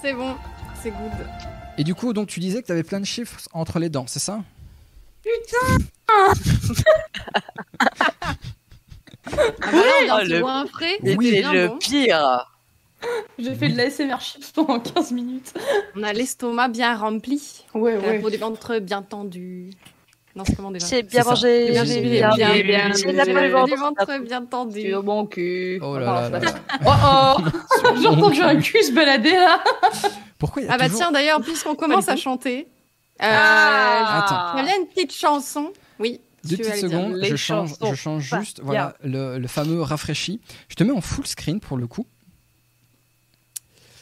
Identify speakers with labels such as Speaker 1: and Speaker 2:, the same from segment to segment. Speaker 1: C'est bon, c'est good.
Speaker 2: Et du coup, donc tu disais que tu avais plein de chiffres entre les dents, c'est ça
Speaker 1: Ah bah là, on vient
Speaker 3: Oh,
Speaker 1: de se
Speaker 3: le-
Speaker 1: voir un frais,
Speaker 3: C'était
Speaker 1: c'était bien
Speaker 3: le
Speaker 1: bon.
Speaker 3: pire.
Speaker 4: J'ai fait de l'ASMR chips pendant 15 minutes.
Speaker 1: On a l'estomac bien rempli,
Speaker 4: Ouais,
Speaker 1: la peau des ventres bien tendue. Non, c'est comment déjà
Speaker 3: J'ai bien
Speaker 2: ça.
Speaker 3: mangé.
Speaker 1: Bien,
Speaker 3: j'ai
Speaker 1: bien,
Speaker 3: bien
Speaker 1: bien, bien,
Speaker 3: mangé,
Speaker 1: bien,
Speaker 3: j'ai
Speaker 1: bien,
Speaker 3: la bonne
Speaker 1: bien,
Speaker 3: ventre.
Speaker 1: des ventres bien tendus.
Speaker 4: Sur mon cul.
Speaker 2: Oh là là là. là.
Speaker 4: Oh oh J'entends que j'ai un cul se balader là.
Speaker 2: Pourquoi il y a
Speaker 1: Ah bah
Speaker 2: toujours-
Speaker 1: tiens, d'ailleurs, puisqu'on commence à chanter, euh,
Speaker 4: Ah.
Speaker 1: il y a une petite chanson. Oui,
Speaker 2: Deux
Speaker 1: tu vas
Speaker 2: petites
Speaker 1: le dire. bah,
Speaker 2: secondes,
Speaker 4: les
Speaker 2: je change,
Speaker 4: chansons
Speaker 2: je change
Speaker 4: pas
Speaker 2: juste voilà, le, le fameux rafraîchi. Je te mets en full screen pour le coup.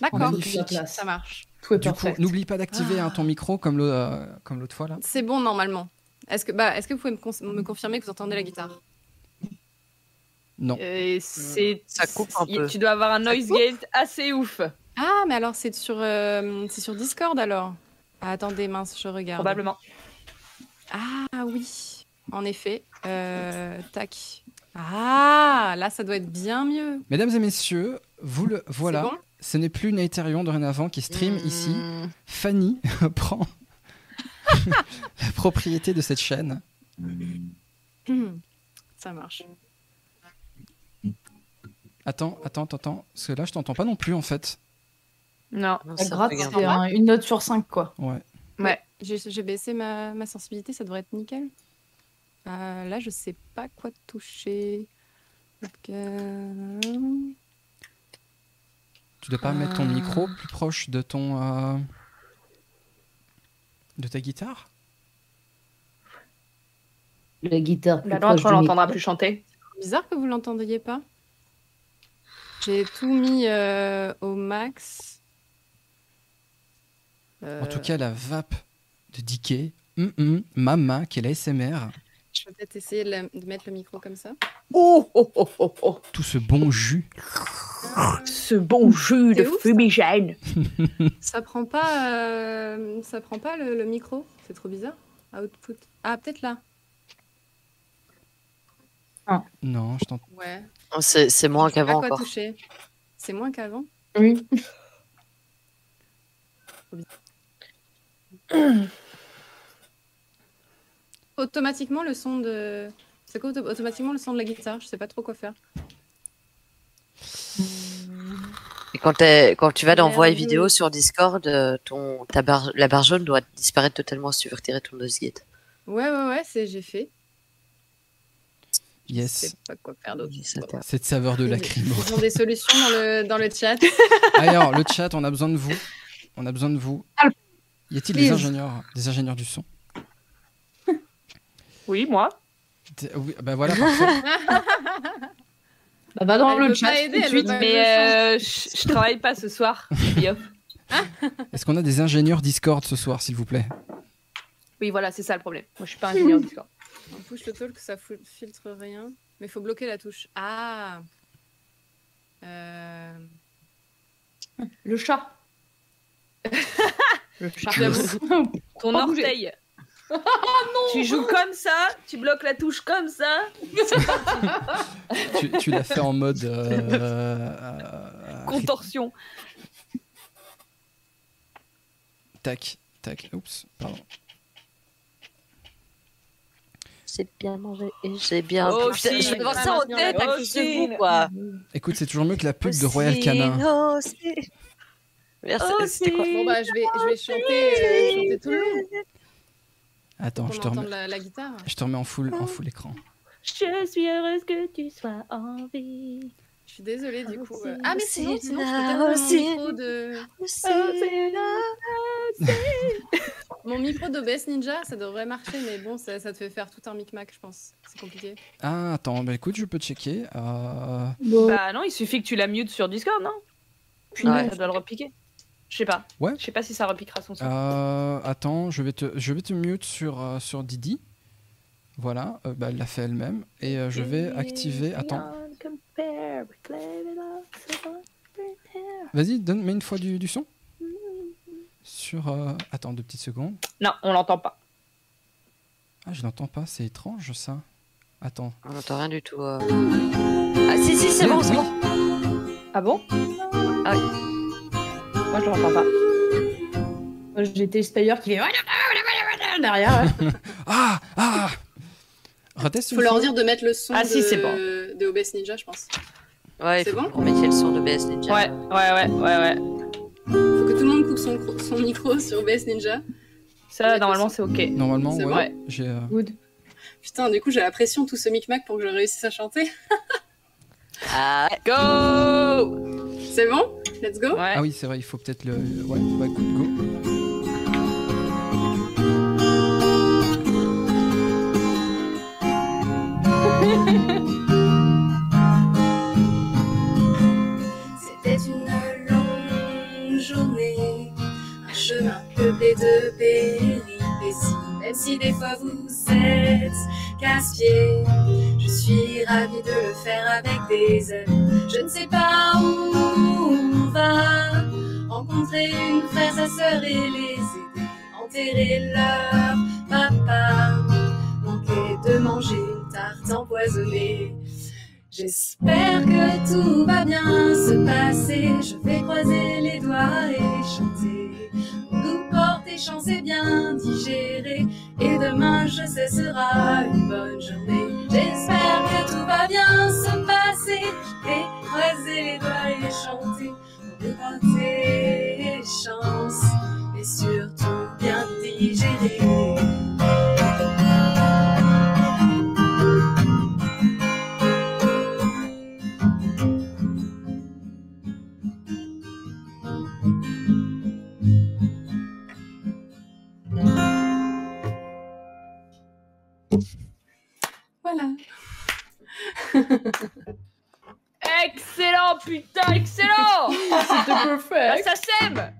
Speaker 1: D'accord,
Speaker 2: Magnifique.
Speaker 1: ça marche.
Speaker 4: Tout est
Speaker 2: Du coup,
Speaker 4: parfait.
Speaker 2: n'oublie pas d'activer hein, ton micro comme le- euh, comme l'autre fois là.
Speaker 1: C'est bon normalement. Est-ce que, bah, est-ce que vous pouvez me, cons- me confirmer que vous entendez la guitare
Speaker 2: Non.
Speaker 5: Euh, c'est
Speaker 3: Ça coupe un
Speaker 5: y-
Speaker 3: peu.
Speaker 5: Tu dois avoir un noise
Speaker 1: coupe
Speaker 5: gate assez ouf,
Speaker 1: Ah, mais alors c'est sur, euh, c'est sur Discord alors Ah, Attendez, mince, je regarde.
Speaker 5: probablement.
Speaker 1: Ah oui, en effet. Euh, tac. Ah, là, ça doit être bien mieux.
Speaker 2: Mesdames et messieurs, vous le voilà.
Speaker 1: C'est bon Hmm.
Speaker 2: Ce n'est plus Naetherion dorénavant qui stream ici. Fanny prend la propriété de cette chaîne.
Speaker 1: Hmm, ça marche.
Speaker 2: Attends, attends, attends, attends. Parce que là, je t'entends pas non plus en fait.
Speaker 5: Non.
Speaker 3: Non,
Speaker 4: La
Speaker 3: ça
Speaker 4: gratte,
Speaker 3: regarde.
Speaker 4: c'est un- une note sur 5 quoi.
Speaker 2: Ouais.
Speaker 1: J'ai j'ai baissé ma, ma sensibilité, ça devrait être nickel. Euh, là, je sais pas quoi toucher. Donc, euh,
Speaker 2: Tu dois pas mettre ton
Speaker 1: Ah.
Speaker 2: micro plus proche de ton. euh, de ta guitare
Speaker 6: La guitare. plus
Speaker 5: La droite,
Speaker 6: proche
Speaker 5: Bah, on
Speaker 6: du
Speaker 5: l'entendra
Speaker 6: micro.
Speaker 5: plus chanter.
Speaker 1: Bizarre que vous l'entendiez pas. J'ai tout mis euh, au max. Euh,
Speaker 2: En tout cas, la vape de Dickey. Hum, hum, Mama, qui est la SMR.
Speaker 1: je vais peut-être essayer de, la- de mettre le micro comme ça.
Speaker 3: Oh, oh, oh, oh, oh.
Speaker 2: Tout ce bon jus.
Speaker 3: Ce bon jus
Speaker 1: C'est
Speaker 3: de
Speaker 1: ouf, ça.
Speaker 3: fumigène.
Speaker 1: Ça prend pas, euh, ça prend pas le, le micro. C'est trop bizarre. Output. Ah, peut-être là.
Speaker 2: Non, je t'entends.
Speaker 1: Ouais.
Speaker 3: Oh, C'est c'est moins
Speaker 1: À
Speaker 3: qu'avant
Speaker 1: quoi
Speaker 3: encore.
Speaker 1: toucher C'est moins qu'avant.
Speaker 4: Oui.
Speaker 1: Automatiquement le son de. C'est quoi auto- automatiquement le son de la guitare Je sais pas trop quoi faire.
Speaker 3: Et quand, t'es- quand tu vas dans voix et
Speaker 1: Merveilleux.
Speaker 3: vidéo sur Discord, euh, ton, ta barre, la barre jaune doit disparaître totalement si tu veux retirer ton noise gate.
Speaker 1: Ouais, ouais, ouais, c'est j'ai fait. Je
Speaker 2: Yes.
Speaker 1: sais pas quoi faire d'autre.
Speaker 3: Ça
Speaker 1: Bon.
Speaker 3: t'a-
Speaker 2: Cette saveur de lacrymo.
Speaker 1: Ils ont des solutions dans le, dans le chat.
Speaker 2: Alors, le chat, on a besoin de vous. On a besoin de vous. Y a-t-il des
Speaker 1: Please.
Speaker 2: ingénieurs, des ingénieurs du son
Speaker 5: Oui, moi.
Speaker 2: Des- oui, bah voilà, parfait.
Speaker 4: Bah, va dans
Speaker 1: Elle
Speaker 4: le
Speaker 1: veut
Speaker 4: chat.
Speaker 1: pas aider,
Speaker 4: tout de
Speaker 1: elle veut
Speaker 4: suite.
Speaker 1: pas-
Speaker 5: Mais euh, je je travaille pas ce soir. Et hop.
Speaker 2: Est-ce qu'on a des ingénieurs Discord ce soir, s'il vous plaît
Speaker 5: Oui, voilà, c'est ça le problème. Moi, je suis pas ingénieur du corps.
Speaker 1: On push le talk, ça fou- filtre rien. Mais faut bloquer la touche. Ah euh...
Speaker 4: Le chat. le chat.
Speaker 5: Ton
Speaker 4: Pas bouger.
Speaker 5: orteil. Ah, Tu joues comme ça, tu bloques la touche comme ça.
Speaker 2: Tu, tu l'as fait en mode. euh, euh,
Speaker 5: Contorsion.
Speaker 2: tac, tac. Oups, pardon.
Speaker 3: J'ai bien mangé et j'ai bien. Oh,
Speaker 5: Oh,
Speaker 3: Ah, Putain,
Speaker 5: si. oh,
Speaker 3: je vais devoir ça en
Speaker 5: Maintenant, la
Speaker 3: tête à cause de
Speaker 5: machine.
Speaker 3: vous, quoi.
Speaker 2: Écoute, c'est toujours mieux que la pub de Royal Canin.
Speaker 3: Oh, si. Merci. C'était quoi
Speaker 1: Bon bah je vais, je vais chanter, euh, chanter tout le long.
Speaker 2: Attends,
Speaker 1: Pour
Speaker 2: je te,
Speaker 1: entendre
Speaker 2: remets,
Speaker 1: la, la guitare.
Speaker 2: je te remets en full, en full écran.
Speaker 7: Je suis heureuse que tu sois en vie.
Speaker 1: Je suis désolée du coup.
Speaker 7: Aussi,
Speaker 1: euh. Ah mais
Speaker 3: aussi,
Speaker 1: sinon, sinon je
Speaker 3: là,
Speaker 1: peux peut-être
Speaker 3: aussi.
Speaker 1: prendre mon micro de...
Speaker 3: oh,
Speaker 1: Mon micro d'OBS Ninja, ça devrait marcher, mais bon, ça, ça te fait faire tout un micmac, je pense. C'est compliqué.
Speaker 2: Ah, attends, bah écoute, je peux checker. Euh,
Speaker 5: Bah non, il suffit que tu la mutes sur Discord, non Puis
Speaker 3: Ouais.
Speaker 5: ça doit le repiquer. Je sais pas.
Speaker 2: Ouais.
Speaker 5: Je sais pas si ça repiquera son son.
Speaker 3: Ah,
Speaker 2: euh, attends, je vais te, je vais te mute sur, euh, sur Didi. Voilà, euh, bah, elle l'a fait elle-même. Et euh, je vais activer. Attends, vas-y, donne, mets une fois du, du son. Sur. euh, Attends, deux petites secondes.
Speaker 5: Non, on l'entend pas.
Speaker 2: Ah, je n'entends pas, c'est étrange ça. Attends.
Speaker 3: On n'entend rien du tout. euh. Ah si si c'est bon
Speaker 2: Oui.
Speaker 3: c'est bon.
Speaker 5: Ah bon
Speaker 3: Ah
Speaker 5: Ouais,
Speaker 8: Moi, je l'entends pas. Moi, J'étais Spire qui fait derrière. ouais.
Speaker 2: Ah Ah Reteste
Speaker 9: Faut
Speaker 2: une
Speaker 9: leur
Speaker 2: fois.
Speaker 9: dire de mettre le son
Speaker 8: Ah
Speaker 9: de...
Speaker 8: si, c'est bon.
Speaker 9: de OBS Ninja, je pense.
Speaker 3: Ouais, il
Speaker 9: C'est
Speaker 3: faut
Speaker 9: bon
Speaker 3: qu'on mette le son de BS Ninja.
Speaker 5: Ouais, ouais, ouais, ouais, ouais.
Speaker 9: Faut que tout le monde coupe son, cro- son micro sur OBS Ninja.
Speaker 5: Ça, normalement, c'est ok.
Speaker 2: Normalement,
Speaker 9: C'est
Speaker 2: ouais.
Speaker 9: vrai.
Speaker 2: J'ai, euh,
Speaker 8: Good.
Speaker 9: Putain, du coup, j'ai la pression tout ce micmac pour que je réussisse à chanter.
Speaker 3: Ah, ouais.
Speaker 5: Go
Speaker 9: C'est bon Let's go
Speaker 5: Ouais.
Speaker 2: Ah oui, c'est vrai, il faut peut-être le. le- Ouais, bah écoute, go.
Speaker 9: C'était une longue journée, un chemin peuplé de péripéties. Même si des fois vous êtes casse-pieds, je suis ravie de le faire avec des amis. Je ne sais pas où on va rencontrer une frère, sa sœur et les aider, enterrer leur papa, manquer de manger une tarte empoisonnée. J'espère que tout va bien se passer. Je vais croiser les doigts et chanter. Nous porter chance et bien digérer. Et demain, je sais, sera une bonne journée. J'espère que tout va bien se passer. Et croiser les doigts et chanter. Pour porter chance. Et surtout bien digérer. Voilà.
Speaker 5: Excellent, putain, excellent
Speaker 8: C'était
Speaker 5: La
Speaker 8: perfect.
Speaker 5: SACEM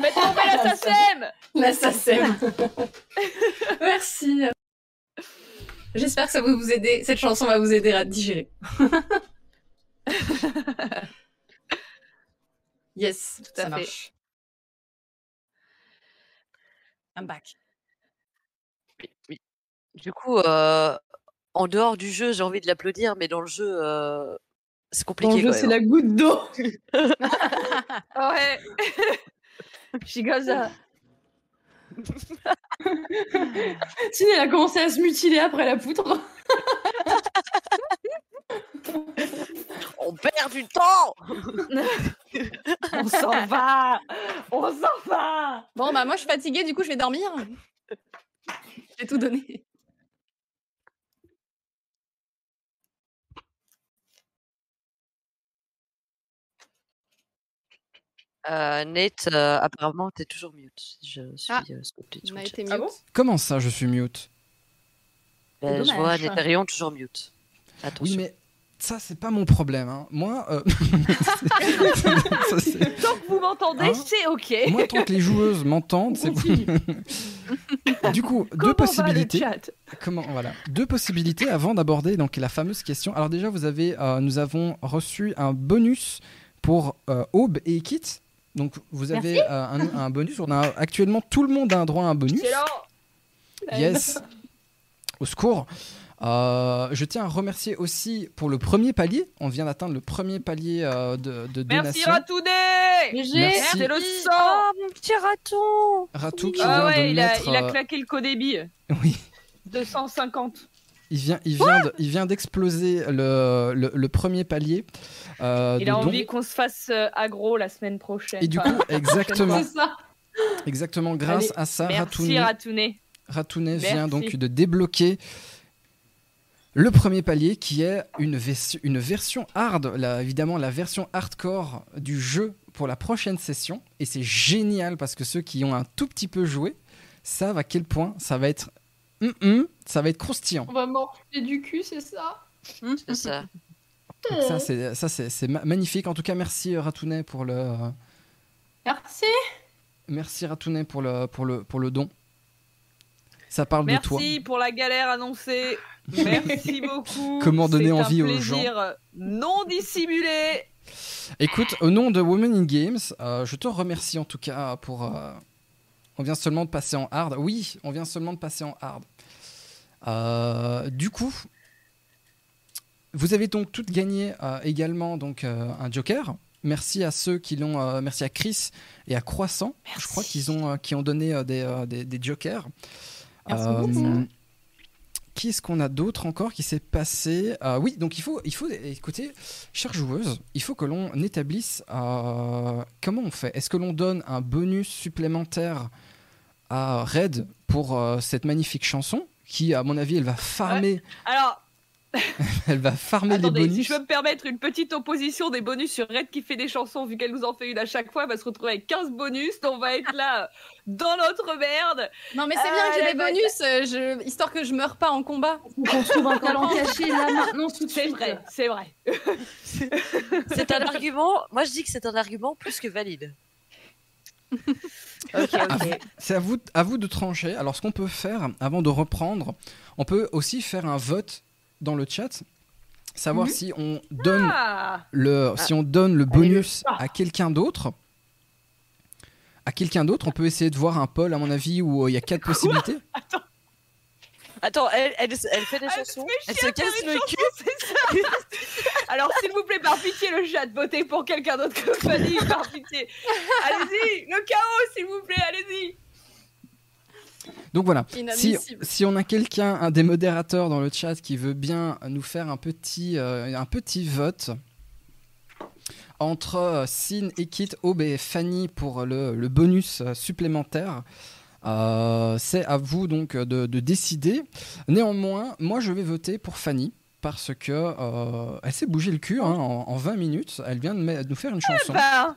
Speaker 5: Faites tomber la SACEM
Speaker 9: Là, ça sème. Merci. J'espère que ça va vous aider. Cette chanson va vous aider à digérer. yes,
Speaker 5: à
Speaker 9: ça
Speaker 5: fait.
Speaker 9: marche. I'm back.
Speaker 3: Du coup, euh, en dehors du jeu, j'ai envie de l'applaudir, mais dans le jeu, euh, c'est
Speaker 8: Dans
Speaker 3: compliqué.
Speaker 8: le jeu,
Speaker 3: quand
Speaker 8: c'est
Speaker 3: même.
Speaker 8: la goutte d'eau.
Speaker 5: Ouais Je suis comme ça.
Speaker 8: Sinon, elle a commencé à se mutiler après la poutre.
Speaker 3: hein. On perd du temps
Speaker 5: On s'en va On s'en va
Speaker 10: Bon, bah moi je suis fatiguée, du coup je vais dormir.
Speaker 9: J'ai tout donné.
Speaker 3: euh, Nate, euh, apparemment, t'es toujours mute. si Je suis
Speaker 10: Ah.
Speaker 3: euh, sculptée sur le
Speaker 10: Night
Speaker 3: chat.
Speaker 10: et
Speaker 8: Ah bon
Speaker 10: mute.
Speaker 2: Comment ça, je suis mute
Speaker 3: Ben, je vois
Speaker 8: dommage.
Speaker 3: Netherion toujours mute. Attention.
Speaker 2: Oui, mais ça, c'est pas mon problème. hein. Moi, euh, c'est- ça, c'est-
Speaker 5: Tant que vous m'entendez,
Speaker 2: Hein
Speaker 5: c'est ok
Speaker 2: Moi, tant que les joueuses m'entendent, c'est
Speaker 8: Continue.
Speaker 2: Du coup,
Speaker 5: Comment
Speaker 2: deux
Speaker 5: va le
Speaker 2: possibilités.
Speaker 5: chat
Speaker 2: Comment voilà Deux possibilités avant d'aborder donc la fameuse question. Alors déjà, vous avez, euh, nous avons reçu un bonus pour euh, Aube et Kit. Donc vous avez euh, un, un bonus. On a actuellement tout le monde a un droit à un bonus.
Speaker 5: Excellent
Speaker 2: Yes. Au secours. Euh, je tiens à remercier aussi pour le premier palier. On vient d'atteindre le premier palier euh, de, de
Speaker 5: Merci
Speaker 2: donation.
Speaker 5: Ratounet
Speaker 8: GG.
Speaker 2: Merci.
Speaker 5: C'est le sang
Speaker 3: Oh, mon petit raton
Speaker 2: Ratou qui vient
Speaker 5: Ah ouais,
Speaker 2: de
Speaker 5: il a,
Speaker 2: mettre,
Speaker 5: il a
Speaker 2: euh,
Speaker 5: claqué le codébit
Speaker 2: oui.
Speaker 5: 250
Speaker 2: Il vient, il vient, de- il vient d'exploser le, le, le premier palier. euh,
Speaker 5: Il
Speaker 2: de
Speaker 5: a
Speaker 2: dons.
Speaker 5: envie qu'on se fasse euh, aggro la semaine prochaine.
Speaker 2: Et du
Speaker 5: Enfin,
Speaker 2: coup, exactement,
Speaker 8: C'est ça.
Speaker 2: exactement grâce
Speaker 8: Allez,
Speaker 2: à ça,
Speaker 5: merci
Speaker 2: Ratounet,
Speaker 5: Ratounet.
Speaker 2: Ratounet vient
Speaker 5: Merci.
Speaker 2: donc de débloquer le premier palier qui est une, vers- une version hard, la- évidemment la version hardcore du jeu pour la prochaine session. Et c'est génial parce que ceux qui y ont un tout petit peu joué savent à quel point ça va être, Hum, hum, ça va être croustillant.
Speaker 8: On va morfler du cul, c'est ça
Speaker 3: C'est ça.
Speaker 2: Donc Ça, c'est, ça, c'est, c'est ma- magnifique. En tout cas, merci euh, Ratounet pour le,
Speaker 8: Merci.
Speaker 2: merci Ratounet pour le, pour le, pour le don. Ça parle de toi.
Speaker 5: Merci pour la galère annoncée. Merci beaucoup.
Speaker 2: Comment donner
Speaker 5: C'est
Speaker 2: envie
Speaker 5: un
Speaker 2: aux
Speaker 5: plaisir euh, Non dissimulé.
Speaker 2: Écoute, au nom de Women in Games, euh, je te remercie en tout cas pour. euh, on vient seulement de passer en hard. Oui, on vient seulement de passer en hard. Euh, du coup, vous avez donc toutes gagné euh, également donc euh, un joker Merci à ceux qui l'ont. euh, merci à Chris et à Croissant. Je crois qu'ils ont, euh, qui ont donné euh, des, euh, des, des jokers. Euh,
Speaker 1: Merci beaucoup.
Speaker 2: qui est-ce qu'on a d'autre encore qui s'est passé Euh, Oui, donc il faut, il faut, écoutez, chère joueuse, il faut que l'on établisse euh, comment on fait. Est-ce que l'on donne un bonus supplémentaire à Red pour euh, cette magnifique chanson qui, à mon avis, elle va farmer,
Speaker 5: Alors,
Speaker 2: elle va farmer les
Speaker 5: attendez,
Speaker 2: bonus.
Speaker 5: si je peux me permettre une petite opposition des bonus sur Red qui fait des chansons, vu qu'elle nous en fait une à chaque fois, elle va se retrouver avec 15 bonus, donc on va être là euh, dans notre merde.
Speaker 1: Non, mais c'est
Speaker 5: Ah,
Speaker 1: bien que j'ai
Speaker 5: la
Speaker 1: des
Speaker 5: bonne.
Speaker 1: bonus, euh, je- histoire que je meure pas en combat.
Speaker 4: On trouve un talent caché là maintenant tout de
Speaker 5: C'est
Speaker 4: suite.
Speaker 5: vrai, c'est vrai.
Speaker 3: C'est un argument. Moi, je dis que c'est un argument plus que valide.
Speaker 5: Ok,
Speaker 2: À vous- C'est à vous, à vous de trancher. Alors, ce qu'on peut faire avant de reprendre, on peut aussi faire un vote dans le chat, savoir si on donne
Speaker 5: Mhm. Ah,
Speaker 2: le, si on donne le
Speaker 5: Allez, le
Speaker 2: bonus
Speaker 5: soir.
Speaker 2: à quelqu'un d'autre. À quelqu'un d'autre, on peut essayer de voir un poll, à mon avis, où euh, il y a quatre possibilités.
Speaker 3: Attends, elle, elle, elle fait des chansons, elle se casse le cul.
Speaker 5: Alors, s'il vous plaît, par pitié, le chat, votez pour quelqu'un d'autre que Fanny, par pitié. Allez-y, le chaos, s'il vous plaît, allez-y.
Speaker 2: Donc voilà. Si,
Speaker 1: Inadmissible.
Speaker 2: si on a quelqu'un, un des modérateurs dans le chat qui veut bien nous faire un petit, euh, un petit vote entre euh, Sin, Ekit, Aube et Fanny pour le, le bonus euh, supplémentaire, euh, c'est à vous donc euh, de, de décider. Néanmoins, moi je vais voter pour Fanny parce que euh, elle s'est bougé le cul hein, en, en 20 minutes. Elle vient de, me- de nous faire une chanson.
Speaker 5: Ben,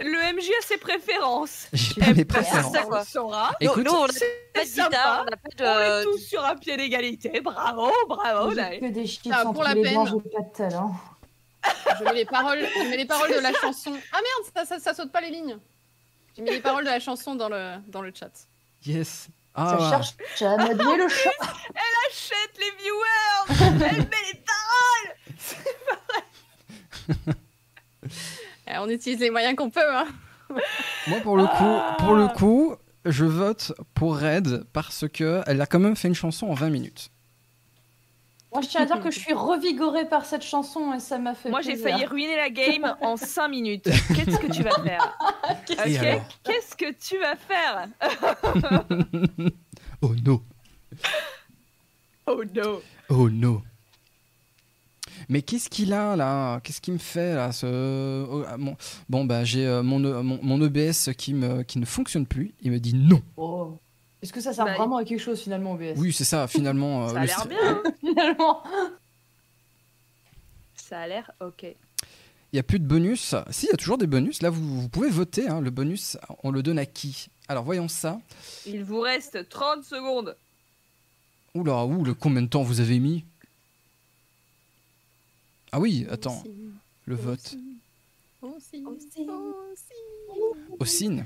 Speaker 5: le MJ a ses préférences.
Speaker 2: J'ai
Speaker 5: Eh
Speaker 2: pas mes
Speaker 5: ben,
Speaker 2: préférences.
Speaker 5: Ça, on le saura.
Speaker 3: Non,
Speaker 2: Écoute,
Speaker 3: nous, on n'a pas de
Speaker 5: C'est
Speaker 3: guitare,
Speaker 5: sympa.
Speaker 3: on n'a
Speaker 5: On est
Speaker 3: pas de.
Speaker 5: tous sur un pied d'égalité. Bravo, bravo. là.
Speaker 4: J'ai que des chiffres
Speaker 1: Ah,
Speaker 4: entre
Speaker 1: pour la
Speaker 4: les
Speaker 1: peine.
Speaker 4: dents, j'ai pas de talent.
Speaker 1: Je mets les paroles, je mets les paroles de la chanson. Ah merde, ça, ça, ça saute pas les lignes. J'ai mis les paroles de la chanson dans le, dans le chat.
Speaker 2: yes.
Speaker 4: Ça
Speaker 2: Ah,
Speaker 4: cherche à m'adouer le chat.
Speaker 5: Achète les viewers. Elle met les tas.
Speaker 1: Euh, on utilise les moyens qu'on peut. Hein.
Speaker 2: Moi, pour le coup, pour
Speaker 5: Ah.
Speaker 2: le coup, je vote pour Red parce que elle a quand même fait une chanson en 20 minutes.
Speaker 4: Moi, je tiens à dire que je suis revigorée par cette chanson et ça m'a fait.
Speaker 5: Moi, j'ai
Speaker 4: plaisir.
Speaker 5: failli ruiner la game en 5 minutes. Qu'est-ce que tu vas faire
Speaker 2: Et alors
Speaker 5: Ok, Qu'est-ce que tu vas faire
Speaker 2: Oh non,
Speaker 5: Oh no.
Speaker 2: oh non. Mais qu'est-ce qu'il a là Qu'est-ce qu'il me fait là ce... oh, ah, mon- Bon, bah j'ai euh, mon, E- mon, mon EBS qui, me, qui ne fonctionne plus. Il me dit non.
Speaker 4: Oh. Est-ce que ça sert
Speaker 5: Bah,
Speaker 4: vraiment à quelque chose finalement, OBS
Speaker 2: Oui, c'est ça,
Speaker 3: Oh,
Speaker 2: finalement. euh,
Speaker 5: Ça a
Speaker 2: le
Speaker 5: l'air
Speaker 2: st-
Speaker 5: bien. hein.
Speaker 4: Finalement.
Speaker 5: Ça a l'air ok.
Speaker 2: Il n'y a plus de bonus. Si, il y a toujours des bonus. Là, vous, vous pouvez voter. hein. Le bonus, on le donne à qui Alors, voyons ça.
Speaker 5: Il vous reste 30 secondes.
Speaker 2: Oula, ouh, le combien de temps vous avez mis Ah oui, attends,
Speaker 1: Aussi.
Speaker 2: le vote.
Speaker 1: Aussi.
Speaker 11: Aussi.
Speaker 1: Aussi.
Speaker 2: Au signe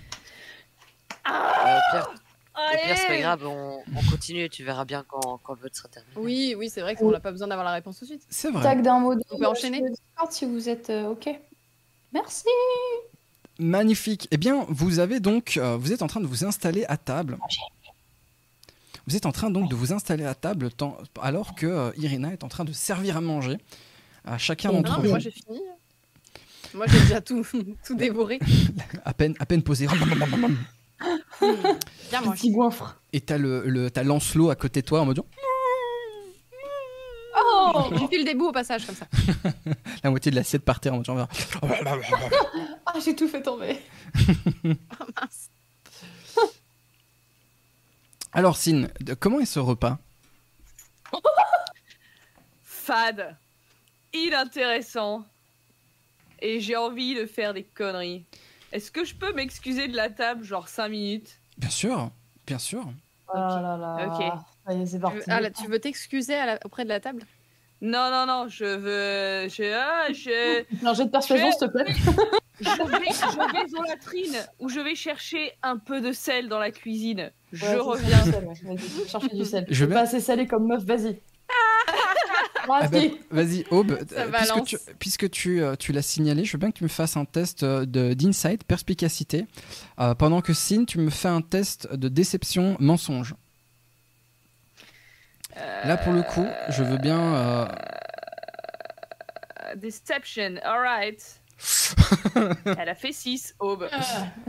Speaker 3: Euh, Pierre, au
Speaker 5: Allez.
Speaker 3: pire, c'est pas grave, on, on continue, tu verras bien quand, quand le vote sera terminé.
Speaker 1: Oui, oui, c'est vrai qu'on n'a pas besoin d'avoir la réponse tout de suite.
Speaker 2: C'est vrai.
Speaker 12: Tac d'un mot.
Speaker 1: On peut enchaîner.
Speaker 12: sur le Discord si vous êtes euh, OK. Merci.
Speaker 2: Magnifique. Eh bien, vous avez donc, euh, vous êtes en train de vous installer à table. Vous êtes en train donc de vous installer à table tant- alors que euh, Irina est en train de servir à manger à chacun
Speaker 1: Ah non,
Speaker 2: d'entre
Speaker 1: mais
Speaker 2: vous.
Speaker 1: moi j'ai fini. Moi j'ai déjà tout, tout dévoré.
Speaker 2: À peine, à peine posé.
Speaker 5: Ah,
Speaker 1: Bien
Speaker 4: Petit goinfre.
Speaker 2: Et t'as le, le t'as Lancelot à côté de toi en mode
Speaker 1: Oh J'ai fait le début au passage comme ça.
Speaker 2: la moitié de l'assiette par terre en mode genre, oh, bah,
Speaker 12: Ah, j'ai tout fait tomber.
Speaker 1: Ah, mince.
Speaker 2: Alors Sin, de- comment est ce repas
Speaker 5: Fade. Inintéressant. Et j'ai envie de faire des conneries. Est-ce que je peux m'excuser de la table, genre 5 minutes
Speaker 2: Bien sûr, bien sûr.
Speaker 4: Oh là là.
Speaker 5: Ok.
Speaker 4: Ça y est, c'est parti.
Speaker 1: Ah là, tu veux t'excuser à la- auprès de la table
Speaker 5: Non, non, non, je veux. Je. ah, je.
Speaker 4: Un jet de persuasion,
Speaker 5: Je-
Speaker 4: s'il te plaît.
Speaker 5: Je vais, je vais dans la latrine où je vais chercher un peu de sel dans la cuisine. Je
Speaker 4: Ouais,
Speaker 5: reviens.
Speaker 4: c'est ça, du sel, ouais. Vas-y, Chercher du sel.
Speaker 2: Je
Speaker 4: Je
Speaker 2: vais-
Speaker 4: pas assez salé comme meuf, vas-y. Vas-y.
Speaker 2: Ah ben, Vas-y, Aube, euh, puisque,
Speaker 1: balance.
Speaker 2: tu, puisque tu, euh, tu l'as signalé, je veux bien que tu me fasses un test euh, de- d'insight, perspicacité, euh, pendant que Sin, tu me fais un test de déception, mensonge. Là, pour le coup, je veux bien... euh,
Speaker 5: Euh, Deception, alright. Elle a fait 6, Aube.
Speaker 4: Ah,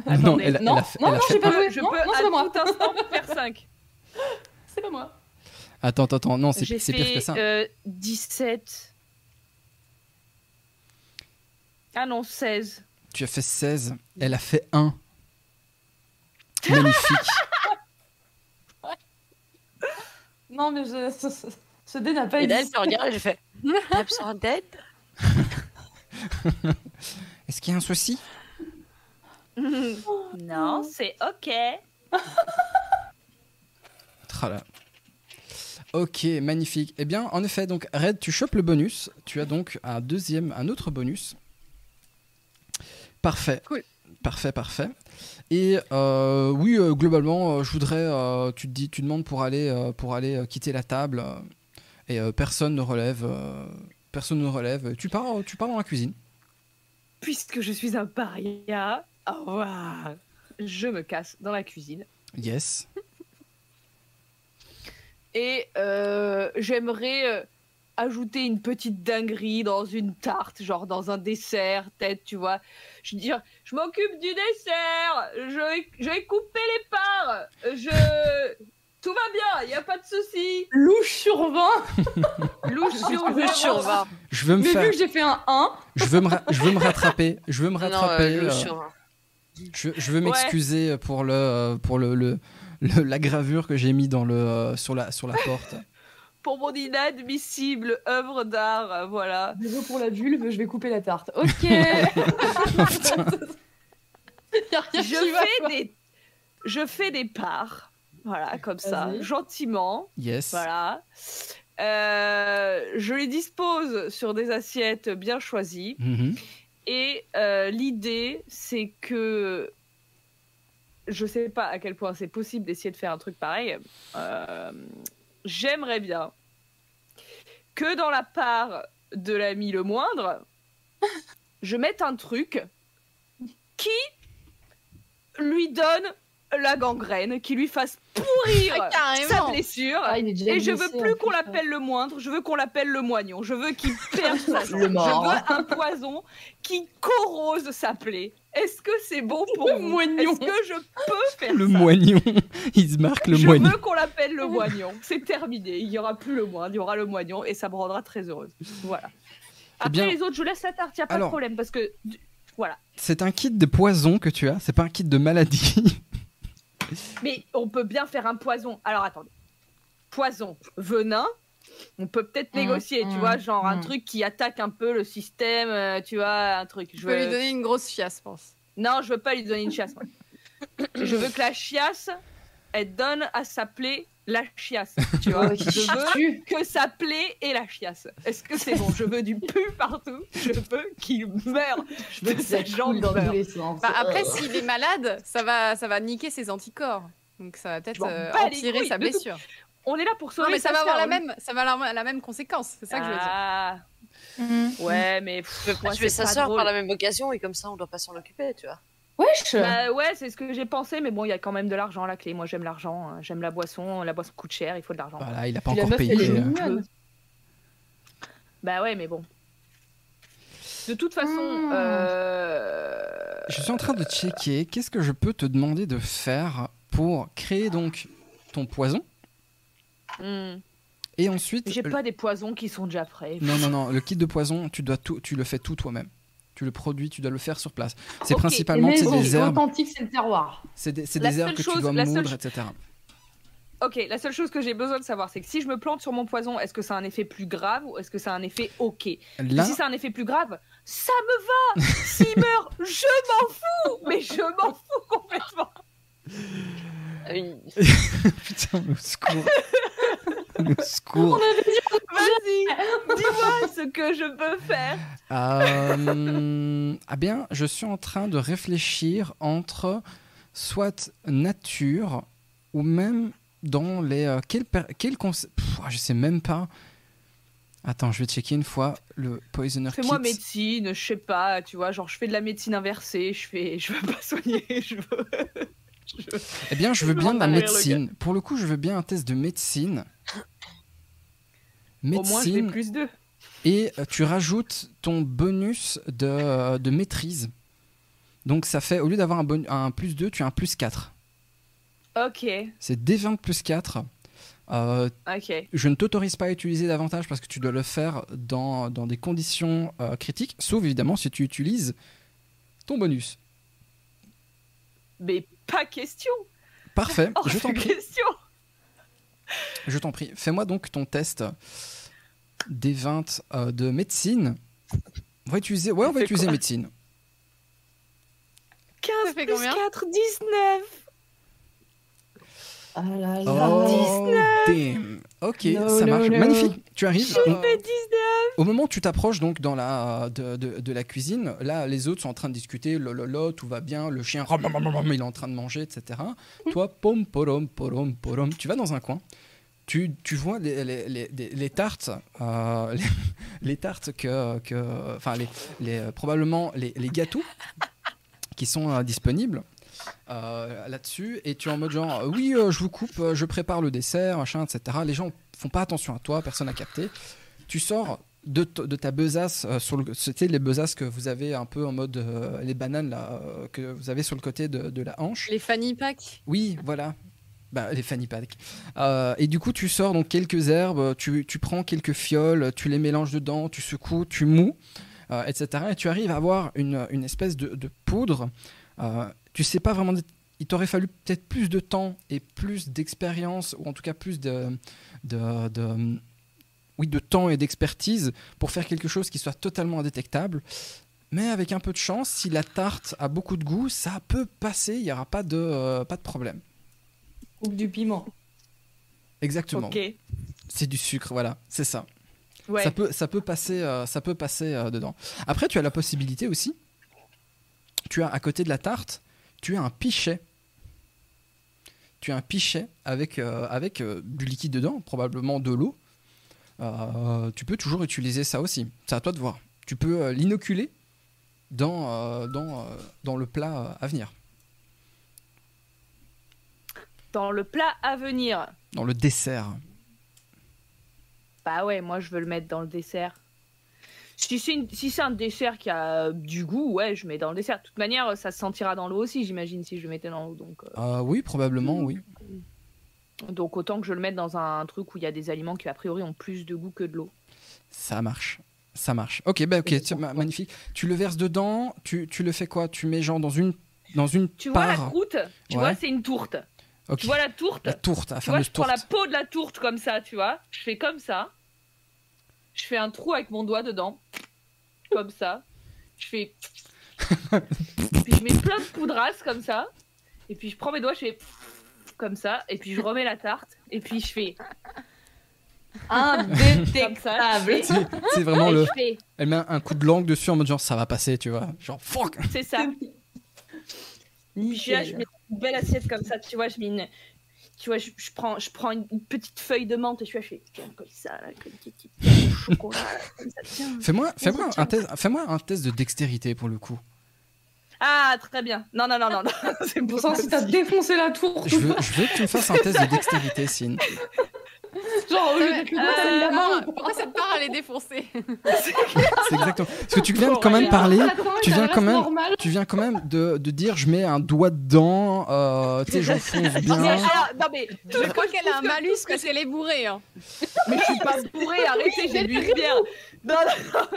Speaker 4: bah,
Speaker 2: Non,
Speaker 4: Euh,
Speaker 5: Attendez.
Speaker 2: elle,
Speaker 4: Non,
Speaker 2: elle a fait- elle
Speaker 4: non,
Speaker 2: a
Speaker 4: non,
Speaker 2: fait-
Speaker 4: j'ai pas
Speaker 5: Je
Speaker 4: joué.
Speaker 5: peux- Je
Speaker 4: Non,
Speaker 5: peux
Speaker 4: non, c'est pas
Speaker 5: à
Speaker 4: moi.
Speaker 5: tout instant faire 5.
Speaker 4: C'est pas moi.
Speaker 2: Attends, attends, attends, non, c'est
Speaker 5: J'ai
Speaker 2: c'est pire
Speaker 5: fait,
Speaker 2: que ça.
Speaker 5: euh, 17. Ah non, 16.
Speaker 2: Tu as fait 16, elle a fait 1. Magnifique.
Speaker 4: Non, mais je... ce, ce- ce dé n'a pas
Speaker 3: Et là, elle
Speaker 4: existé.
Speaker 3: me regarde, j'ai fait absent dead.
Speaker 2: Est-ce qu'il y a un souci Oh.
Speaker 5: non, c'est ok.
Speaker 2: Trala. Ok, magnifique. Eh bien, en effet, donc Red, tu chopes le bonus. Tu as donc un deuxième, un autre bonus. Parfait.
Speaker 10: Cool.
Speaker 2: Parfait, parfait. Et euh, oui, euh, globalement, euh, je voudrais. euh, tu te dis, tu demandes pour aller, euh, pour aller euh, quitter la table, euh, et euh, personne ne relève. euh, personne ne relève. Tu pars, tu pars dans la cuisine.
Speaker 5: Puisque je suis un paria, au revoir. Je me casse dans la cuisine.
Speaker 2: Yes.
Speaker 5: Et euh, j'aimerais euh, ajouter une petite dinguerie dans une tarte, genre dans un dessert, peut-être, tu vois. Je veux dire, je m'occupe du dessert, je vais, je vais couper les parts, je... Tout va bien, il n'y a pas de souci.
Speaker 4: Louche sur 20.
Speaker 5: Louche sur
Speaker 3: Plus sur
Speaker 5: vingt.
Speaker 3: 20.
Speaker 2: Je veux me
Speaker 4: Mais
Speaker 2: faire.
Speaker 4: vu que j'ai fait un 1,
Speaker 2: Je veux me, ra- je veux me rattraper. Je veux me
Speaker 3: Non,
Speaker 2: rattraper.
Speaker 3: euh,
Speaker 2: euh,
Speaker 3: louche sur 20.
Speaker 2: Je, je veux
Speaker 5: Ouais.
Speaker 2: m'excuser pour le euh, pour le, le- le- la gravure que j'ai mis dans le euh, sur la sur la porte.
Speaker 5: Pour mon inadmissible œuvre d'art, euh, voilà.
Speaker 4: désolé pour la vulve, je vais couper la tarte. Ok. Y'a rien
Speaker 5: je
Speaker 4: qui va.
Speaker 5: fais des je fais des parts voilà comme ça
Speaker 4: Vas-y.
Speaker 5: gentiment
Speaker 2: Yes.
Speaker 5: voilà Euh, je les dispose sur des assiettes bien choisies
Speaker 2: Mhm.
Speaker 5: et euh, l'idée c'est que je sais pas à quel point c'est possible d'essayer de faire un truc pareil Euh, j'aimerais bien que dans la part de l'ami le moindre je mette un truc qui lui donne la gangrène, qui lui fasse pourrir sa
Speaker 4: carrément.
Speaker 5: blessure.
Speaker 4: Ah, il est déjà
Speaker 5: Et je
Speaker 4: blessé,
Speaker 5: veux plus
Speaker 4: en
Speaker 5: qu'on
Speaker 4: plus, hein.
Speaker 5: l'appelle le moindre, je veux qu'on l'appelle le moignon, je veux qu'il perde sa
Speaker 4: Le
Speaker 5: jambe. Je
Speaker 4: mort.
Speaker 5: veux un poison qui corrose sa plaie. Est-ce que c'est bon pour
Speaker 4: Le
Speaker 5: vous
Speaker 4: moignon.
Speaker 5: Est-ce que je peux faire
Speaker 2: Le
Speaker 5: ça
Speaker 2: moignon. Il se marque le
Speaker 5: je
Speaker 2: moignon.
Speaker 5: veux qu'on l'appelle le moignon. C'est terminé. Il y aura plus le moindre, il y aura le moignon et ça me rendra très heureuse. Voilà. Après
Speaker 2: bien-
Speaker 5: les autres, je laisse la tarte, il a pas
Speaker 2: Alors-
Speaker 5: de problème parce que voilà.
Speaker 2: C'est un kit de poison que tu as. C'est pas un kit de maladie.
Speaker 5: Mais on peut bien faire un poison. Alors attendez. Poison, venin, on peut peut-être
Speaker 4: Mm,
Speaker 5: négocier, tu
Speaker 4: mm,
Speaker 5: vois, genre un
Speaker 4: mm.
Speaker 5: truc qui attaque un peu le système, euh, tu vois, un truc.
Speaker 10: Je
Speaker 5: Je
Speaker 10: peux lui
Speaker 5: veux...
Speaker 10: donner une grosse chiasse, je pense.
Speaker 5: Non, je veux pas lui donner une chiasse. moi. je veux que la chiasse, elle donne à sa plaie la chiasse, tu vois.
Speaker 4: hein. Ouais, qui
Speaker 5: je veux
Speaker 4: tue.
Speaker 5: que sa plaie et la chiasse. Est-ce que c'est bon Je veux du pu partout. Je veux qu'il meure. Je veux que sa jambe
Speaker 4: dans tous
Speaker 5: meure.
Speaker 4: les sens.
Speaker 10: Bah, après,
Speaker 5: euh,
Speaker 10: s'il est malade, ça va, ça va niquer ses anticorps. Donc ça va peut-être
Speaker 5: m'en
Speaker 10: euh,
Speaker 5: bats les
Speaker 10: empirer
Speaker 5: couilles,
Speaker 10: sa
Speaker 5: de toute
Speaker 10: blessure.
Speaker 5: On est là pour sauver.
Speaker 10: Non, mais ça
Speaker 5: sa
Speaker 10: va avoir la
Speaker 5: sœur,
Speaker 10: même, ça va avoir la même conséquence. C'est ça que je veux dire.
Speaker 5: Ah, ouais, mais pff, moi,
Speaker 3: Tu fais
Speaker 5: c'est
Speaker 3: sa
Speaker 5: pas
Speaker 3: sœur
Speaker 5: drôle.
Speaker 3: par la même occasion et comme ça, on doit pas s'en occuper, tu vois.
Speaker 4: Wesh
Speaker 5: Bah ouais, c'est ce que j'ai pensé, mais bon, il y a quand même de l'argent à la clé. Moi, j'aime l'argent, hein. j'aime la boisson, la boisson coûte cher, il faut de l'argent.
Speaker 2: Voilà, il a pas
Speaker 4: Puis la
Speaker 2: encore
Speaker 4: meuf, elle est
Speaker 2: payé. euh,
Speaker 4: mignonne.
Speaker 5: Bah ouais, mais bon. De toute façon,
Speaker 4: Mmh.
Speaker 5: euh,
Speaker 2: Je suis en train de checker. Qu'est-ce que je peux te demander de faire pour créer donc ton poison
Speaker 5: hmm,
Speaker 2: et ensuite.
Speaker 5: j'ai
Speaker 2: le-
Speaker 5: pas des poisons qui sont déjà prêts.
Speaker 2: Euh, Non non non. Le kit de poison, tu dois tout, tu le fais tout toi-même. Tu le produis, tu dois le faire sur place. C'est
Speaker 5: Ok,
Speaker 2: principalement
Speaker 4: Mais
Speaker 2: c'est
Speaker 4: bon,
Speaker 2: des herbes,
Speaker 4: authentique, c'est le terroir.
Speaker 2: c'est des, c'est
Speaker 5: La
Speaker 2: des herbes
Speaker 5: seule
Speaker 2: que tu
Speaker 5: chose-
Speaker 2: dois
Speaker 5: la seule
Speaker 2: moudre,
Speaker 5: ch-
Speaker 2: etc.
Speaker 5: Ok, la seule chose que j'ai besoin de savoir, c'est que si je me plante sur mon poison, est-ce que ça a un effet plus grave ou est-ce que ça a un effet ok
Speaker 2: Là,
Speaker 5: Si ça a un effet plus grave, ça me va S'il meurt, je m'en fous Mais je m'en fous complètement Ah,
Speaker 3: Euh,
Speaker 2: Putain, au secours. au secours.
Speaker 5: Vas-y Dis-moi ce que je peux faire
Speaker 2: Euh, ah bien, je suis en train de réfléchir entre soit nature ou même dans les... euh, quel, per- quel conse- Pff, ah, Je sais même pas. Attends, je vais checker une fois le Poisoner
Speaker 5: Fais-moi
Speaker 2: Kit.
Speaker 5: médecine, je sais pas, tu vois, genre je fais de la médecine inversée, je fais... Je veux pas soigner, je veux... je-
Speaker 2: Eh bien, je veux
Speaker 5: Je
Speaker 2: bien de la
Speaker 5: vais mourir, le
Speaker 2: médecine. Pour le coup, je veux bien un test de médecine.
Speaker 5: Au moins je fais
Speaker 2: Médecine,
Speaker 5: plus deux.
Speaker 2: et euh, tu rajoutes ton bonus de, euh, de maîtrise. Donc ça fait, au lieu d'avoir un, bon- un plus 2, tu as un plus 4.
Speaker 5: Ok,
Speaker 2: C'est D20 plus 4. Euh,
Speaker 5: ok.
Speaker 2: je ne t'autorise pas à utiliser davantage parce que tu dois le faire dans, dans des conditions euh, critiques, sauf évidemment si tu utilises ton bonus.
Speaker 5: Mais pas question.
Speaker 2: Parfait,
Speaker 5: Hors
Speaker 2: je t'en
Speaker 5: de
Speaker 2: prie.
Speaker 5: question.
Speaker 2: Je t'en prie, fais-moi donc ton test des 20 euh, de médecine. On va utiliser, ouais, on va
Speaker 5: fait
Speaker 2: utiliser
Speaker 5: quoi
Speaker 2: médecine.
Speaker 5: 15
Speaker 10: fait
Speaker 5: plus
Speaker 10: combien
Speaker 5: 4, 19.
Speaker 4: Ah là là.
Speaker 2: Oh, damn. Ok,
Speaker 4: No,
Speaker 2: ça
Speaker 4: no,
Speaker 2: marche.
Speaker 4: no.
Speaker 2: Magnifique. Tu arrives.
Speaker 5: J'ai
Speaker 2: on-
Speaker 5: fait 19.
Speaker 2: Au moment où tu t'approches donc dans la, de, de- de la cuisine, là, les autres sont en train de discuter. Lololo, tout va bien. Le chien, rom, rom, rom, rom, il est en train de manger, etc. Toi, pom, porom, porom, porom. Tu vas dans un coin. Tu, tu vois les, les- les- les- les tartes, euh, les, les tartes que, que- enfin les, les, euh, probablement les, les gâteaux qui sont euh, disponibles euh, là-dessus et tu es en mode genre euh, oui euh, je vous coupe, euh, je prépare le dessert, machin, etc. Les gens font pas attention à toi, personne n'a capté. Tu sors de, t- de ta besace euh, sur le c'était les besaces que vous avez un peu en mode euh, les bananes là euh, que vous avez sur le côté de, de la hanche.
Speaker 10: Les fanny packs.
Speaker 2: Oui, voilà. Bah, les fanny packs. Euh, et du coup, tu sors donc quelques herbes, tu, tu prends quelques fioles, tu les mélanges dedans, tu secoues, tu mous, euh, etc. Et tu arrives à avoir une, une espèce de, de poudre. Euh, tu sais pas vraiment. Il t'aurait fallu peut-être plus de temps et plus d'expérience, ou en tout cas plus de. de, de- oui, de temps et d'expertise pour faire quelque chose qui soit totalement indétectable. Mais avec un peu de chance, si la tarte a beaucoup de goût, ça peut passer, il n'y aura pas de, euh, pas de problème.
Speaker 4: Coupe du piment.
Speaker 2: Exactement.
Speaker 5: Ok, ouais.
Speaker 2: C'est du sucre, voilà, c'est ça. Ça peut, ça peut passer, euh, ça peut passer euh, dedans. Après, tu as la possibilité aussi. Tu as à côté de la tarte, tu as un pichet. Tu as un pichet avec euh, avec euh, du liquide dedans, probablement de l'eau. Euh, tu peux toujours utiliser ça aussi. C'est à toi de voir. Tu peux euh, l'inoculer dans euh, dans euh, dans le plat euh, à venir,
Speaker 5: Dans le plat à venir.
Speaker 2: dans le dessert.
Speaker 5: Bah ouais, moi je veux le mettre dans le dessert. Si c'est une- si c'est un dessert qui a euh, du goût, ouais, je mets dans le dessert. De toute manière, ça se sentira dans l'eau aussi, j'imagine, si je le mettais dans l'eau. Donc, euh,
Speaker 2: Euh, oui, probablement, oui.
Speaker 5: donc autant que je le mette dans un truc où il y a des aliments qui a priori ont plus de goût que de l'eau.
Speaker 2: Ça marche. Ça marche. Ok, bah ok, tiens, ma- magnifique. Tu le verses dedans, tu, tu le fais quoi Tu mets genre dans une, dans une
Speaker 5: Tu vois la
Speaker 2: part.
Speaker 5: croûte Tu
Speaker 2: Ouais.
Speaker 5: vois, c'est une tourte.
Speaker 2: Ok.
Speaker 5: Tu vois la tourte
Speaker 2: la tourte, la
Speaker 5: Tu vois,
Speaker 2: fameuse
Speaker 5: je prends la
Speaker 2: tourte.
Speaker 5: peau de la tourte comme ça, tu vois. Je fais comme ça. Je fais un trou avec mon doigt dedans. Comme ça. Je fais. puis je mets plein de poudrasse comme ça. Et puis je prends mes doigts, je fais. Comme ça. Et puis je remets la tarte. Et puis je fais. Comme ça.
Speaker 4: Indétectable.
Speaker 5: je fais-
Speaker 2: C'est- C'est vraiment
Speaker 5: et
Speaker 2: le.
Speaker 5: je fais.
Speaker 2: Elle met un coup de langue dessus en mode genre ça va passer, tu vois. Genre fuck
Speaker 5: C'est ça. Puis là, je
Speaker 4: Nickel.
Speaker 5: mets une belle assiette comme ça, tu vois, je mets une... Tu vois, je, je prends, je prends une, une petite feuille de menthe et je fais- je fais tiens, comme ça, là, comme une petite au chocolat, là, comme ça, tiens.
Speaker 2: Fais-moi fais
Speaker 5: Vas-y,
Speaker 2: un, test- fais-moi un test de dextérité pour le coup.
Speaker 5: Ah, très bien. Non, non, non, non, non. c'est
Speaker 4: Pour
Speaker 5: pour ça.
Speaker 4: ça, si t'as défoncé la tour,
Speaker 2: Je veux, je veux que tu me fasses un test de dextérité, Sine.
Speaker 4: genre au lieu
Speaker 10: Ouais,
Speaker 4: d'être le doigt, t'as mis
Speaker 10: euh,
Speaker 4: la
Speaker 10: non,
Speaker 4: main.
Speaker 10: pourquoi cette part elle est défoncée
Speaker 2: C'est exactement. Parce que tu viens de quand même parler.
Speaker 4: Attends,
Speaker 2: tu
Speaker 4: il
Speaker 2: viens
Speaker 4: reste
Speaker 2: quand même-
Speaker 4: normal.
Speaker 2: Tu viens quand même de, de dire je mets un doigt dedans, euh, tu sais, j'enfonce
Speaker 5: Non, mais,
Speaker 2: bien.
Speaker 5: alors, non, mais je
Speaker 10: Je crois qu'elle a un malus parce qu'elle est bourrée. hein.
Speaker 5: mais je suis pas bourrée, arrêtez, j'ai bu une bière. Non, non,
Speaker 3: Ah,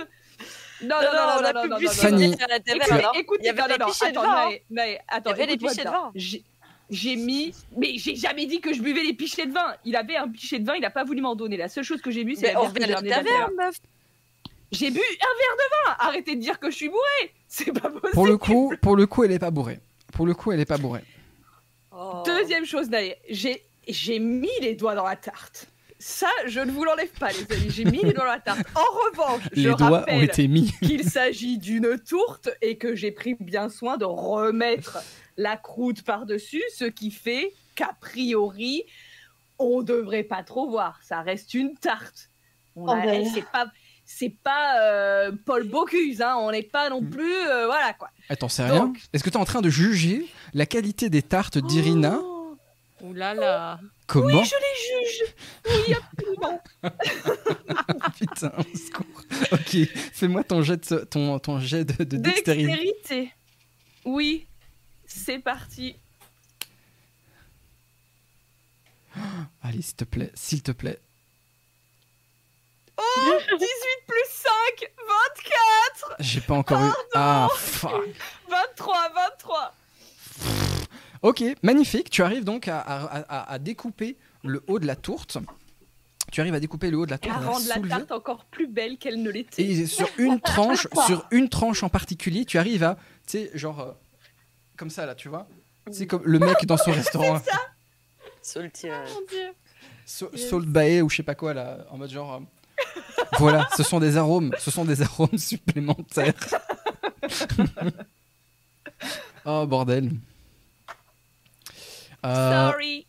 Speaker 5: non, non, non, non, non, non, non, non,
Speaker 2: Fanny.
Speaker 3: à l'intérieur,
Speaker 5: Écoute,
Speaker 3: alors.
Speaker 5: écoute,
Speaker 3: Il y avait
Speaker 5: non,
Speaker 3: des
Speaker 5: non,
Speaker 3: pichets de
Speaker 5: attends,
Speaker 3: vin, hein.
Speaker 5: Maë, Maë,
Speaker 3: Il
Speaker 5: attends,
Speaker 3: y avait des
Speaker 5: écoute-moi
Speaker 3: pichets de
Speaker 5: bien.
Speaker 3: vin.
Speaker 5: J'ai- J'ai mis, mais j'ai jamais dit que je buvais les pichets de vin. Il avait un pichet de vin, il a pas voulu m'en donner. La seule chose que j'ai bu, c'est
Speaker 3: Mais
Speaker 5: la
Speaker 3: on
Speaker 5: bière que
Speaker 3: revient à
Speaker 5: j'ai
Speaker 3: la
Speaker 5: ramenée de la
Speaker 3: taverne, meuf.
Speaker 5: J'ai bu un verre de vin. Arrêtez de dire que je suis bourré. C'est pas possible.
Speaker 2: Pour le coup, pour le coup, elle est pas bourrée. Pour le coup, elle est pas bourrée.
Speaker 3: Oh.
Speaker 5: Deuxième chose, Naïe, j'ai j'ai mis les doigts dans la tarte. Ça, je ne vous l'enlève pas, les amis. J'ai mis les doigts dans la tarte. En revanche, je
Speaker 2: les doigts ont
Speaker 5: rappelle
Speaker 2: été mis.
Speaker 5: qu'il s'agit d'une tourte et que j'ai pris bien soin de remettre la croûte par-dessus, ce qui fait qu'a priori, on devrait pas trop voir. Ça reste une tarte. On a-
Speaker 4: Oh, ben.
Speaker 5: eh, c'est pas, c'est pas euh, Paul Bocuse, hein. On n'est pas
Speaker 2: Mm.
Speaker 5: non plus, euh, voilà quoi.
Speaker 2: Attends, c'est rien.
Speaker 5: Donc-
Speaker 2: Est-ce que tu es en train de juger la qualité des tartes d'Irina
Speaker 10: Ouh là là.
Speaker 2: Comment
Speaker 5: Oh. Je les juge Oui, absolument
Speaker 2: Putain, au secours. Ok, fais-moi ton jet de, ce- ton, ton jet de, de dextérité.
Speaker 5: Dextérité Oui, c'est parti
Speaker 2: Allez, s'il te plaît, s'il te plaît.
Speaker 5: 18 plus 5
Speaker 2: J'ai pas encore eu. Ah, fuck.
Speaker 5: 20, 23, 23
Speaker 2: Ok, magnifique. Tu arrives donc à, à- à- à découper le haut de la tourte. Tu arrives à découper le haut de la
Speaker 5: Et
Speaker 2: tourte.
Speaker 5: à
Speaker 2: à la
Speaker 5: rendre la
Speaker 2: soulever.
Speaker 5: tarte encore plus belle qu'elle ne l'était.
Speaker 2: Et sur une tranche, sur une tranche en particulier, tu arrives à, tu sais, genre euh, comme ça là, tu vois. C'est comme le mec dans son restaurant, euh,
Speaker 3: Salty, ouais.
Speaker 5: Mon Dieu.
Speaker 2: So-
Speaker 10: Yes.
Speaker 2: Salt Bae ou je sais pas quoi là, en mode genre. euh, voilà, ce sont des arômes, ce sont des arômes supplémentaires. oh bordel. Euh,
Speaker 5: Sorry,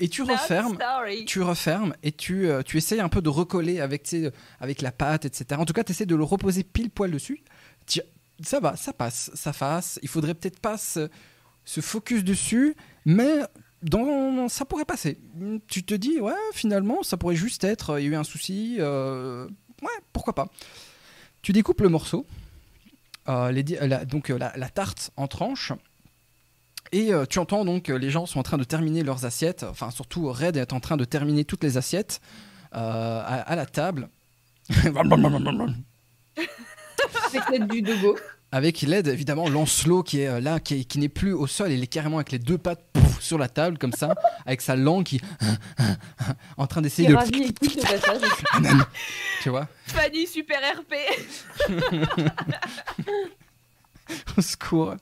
Speaker 2: et tu
Speaker 5: not
Speaker 2: refermes
Speaker 5: sorry.
Speaker 2: tu refermes et tu, euh, tu essayes un peu de recoller avec, tu sais, euh, avec la pâte, etc. En tout cas, tu essaies de le reposer pile poil dessus. Tiens, ça va, ça passe, ça passe. Il faudrait peut-être pas se, se focus dessus, mais dans, ça pourrait passer. Tu te dis, ouais, finalement, ça pourrait juste être, il y a eu un souci, euh, ouais, pourquoi pas. Tu découpes le morceau, euh, les di- euh, la- donc euh, la, la tarte en tranches. Et euh, tu entends donc euh, les gens sont en train de terminer leurs assiettes, enfin surtout Red est en train de terminer toutes les assiettes euh, à, à la table
Speaker 8: C'est peut-être du Dogo.
Speaker 2: avec l'aide évidemment Lancelot qui est euh, là, qui, est- qui n'est plus au sol, il est carrément avec les deux pattes pouf, sur la table comme ça, avec sa langue qui en train d'essayer
Speaker 4: Il
Speaker 2: de...
Speaker 4: ravit écoute au passage.
Speaker 2: Tu vois
Speaker 5: Fanny super RP.
Speaker 2: Au secours.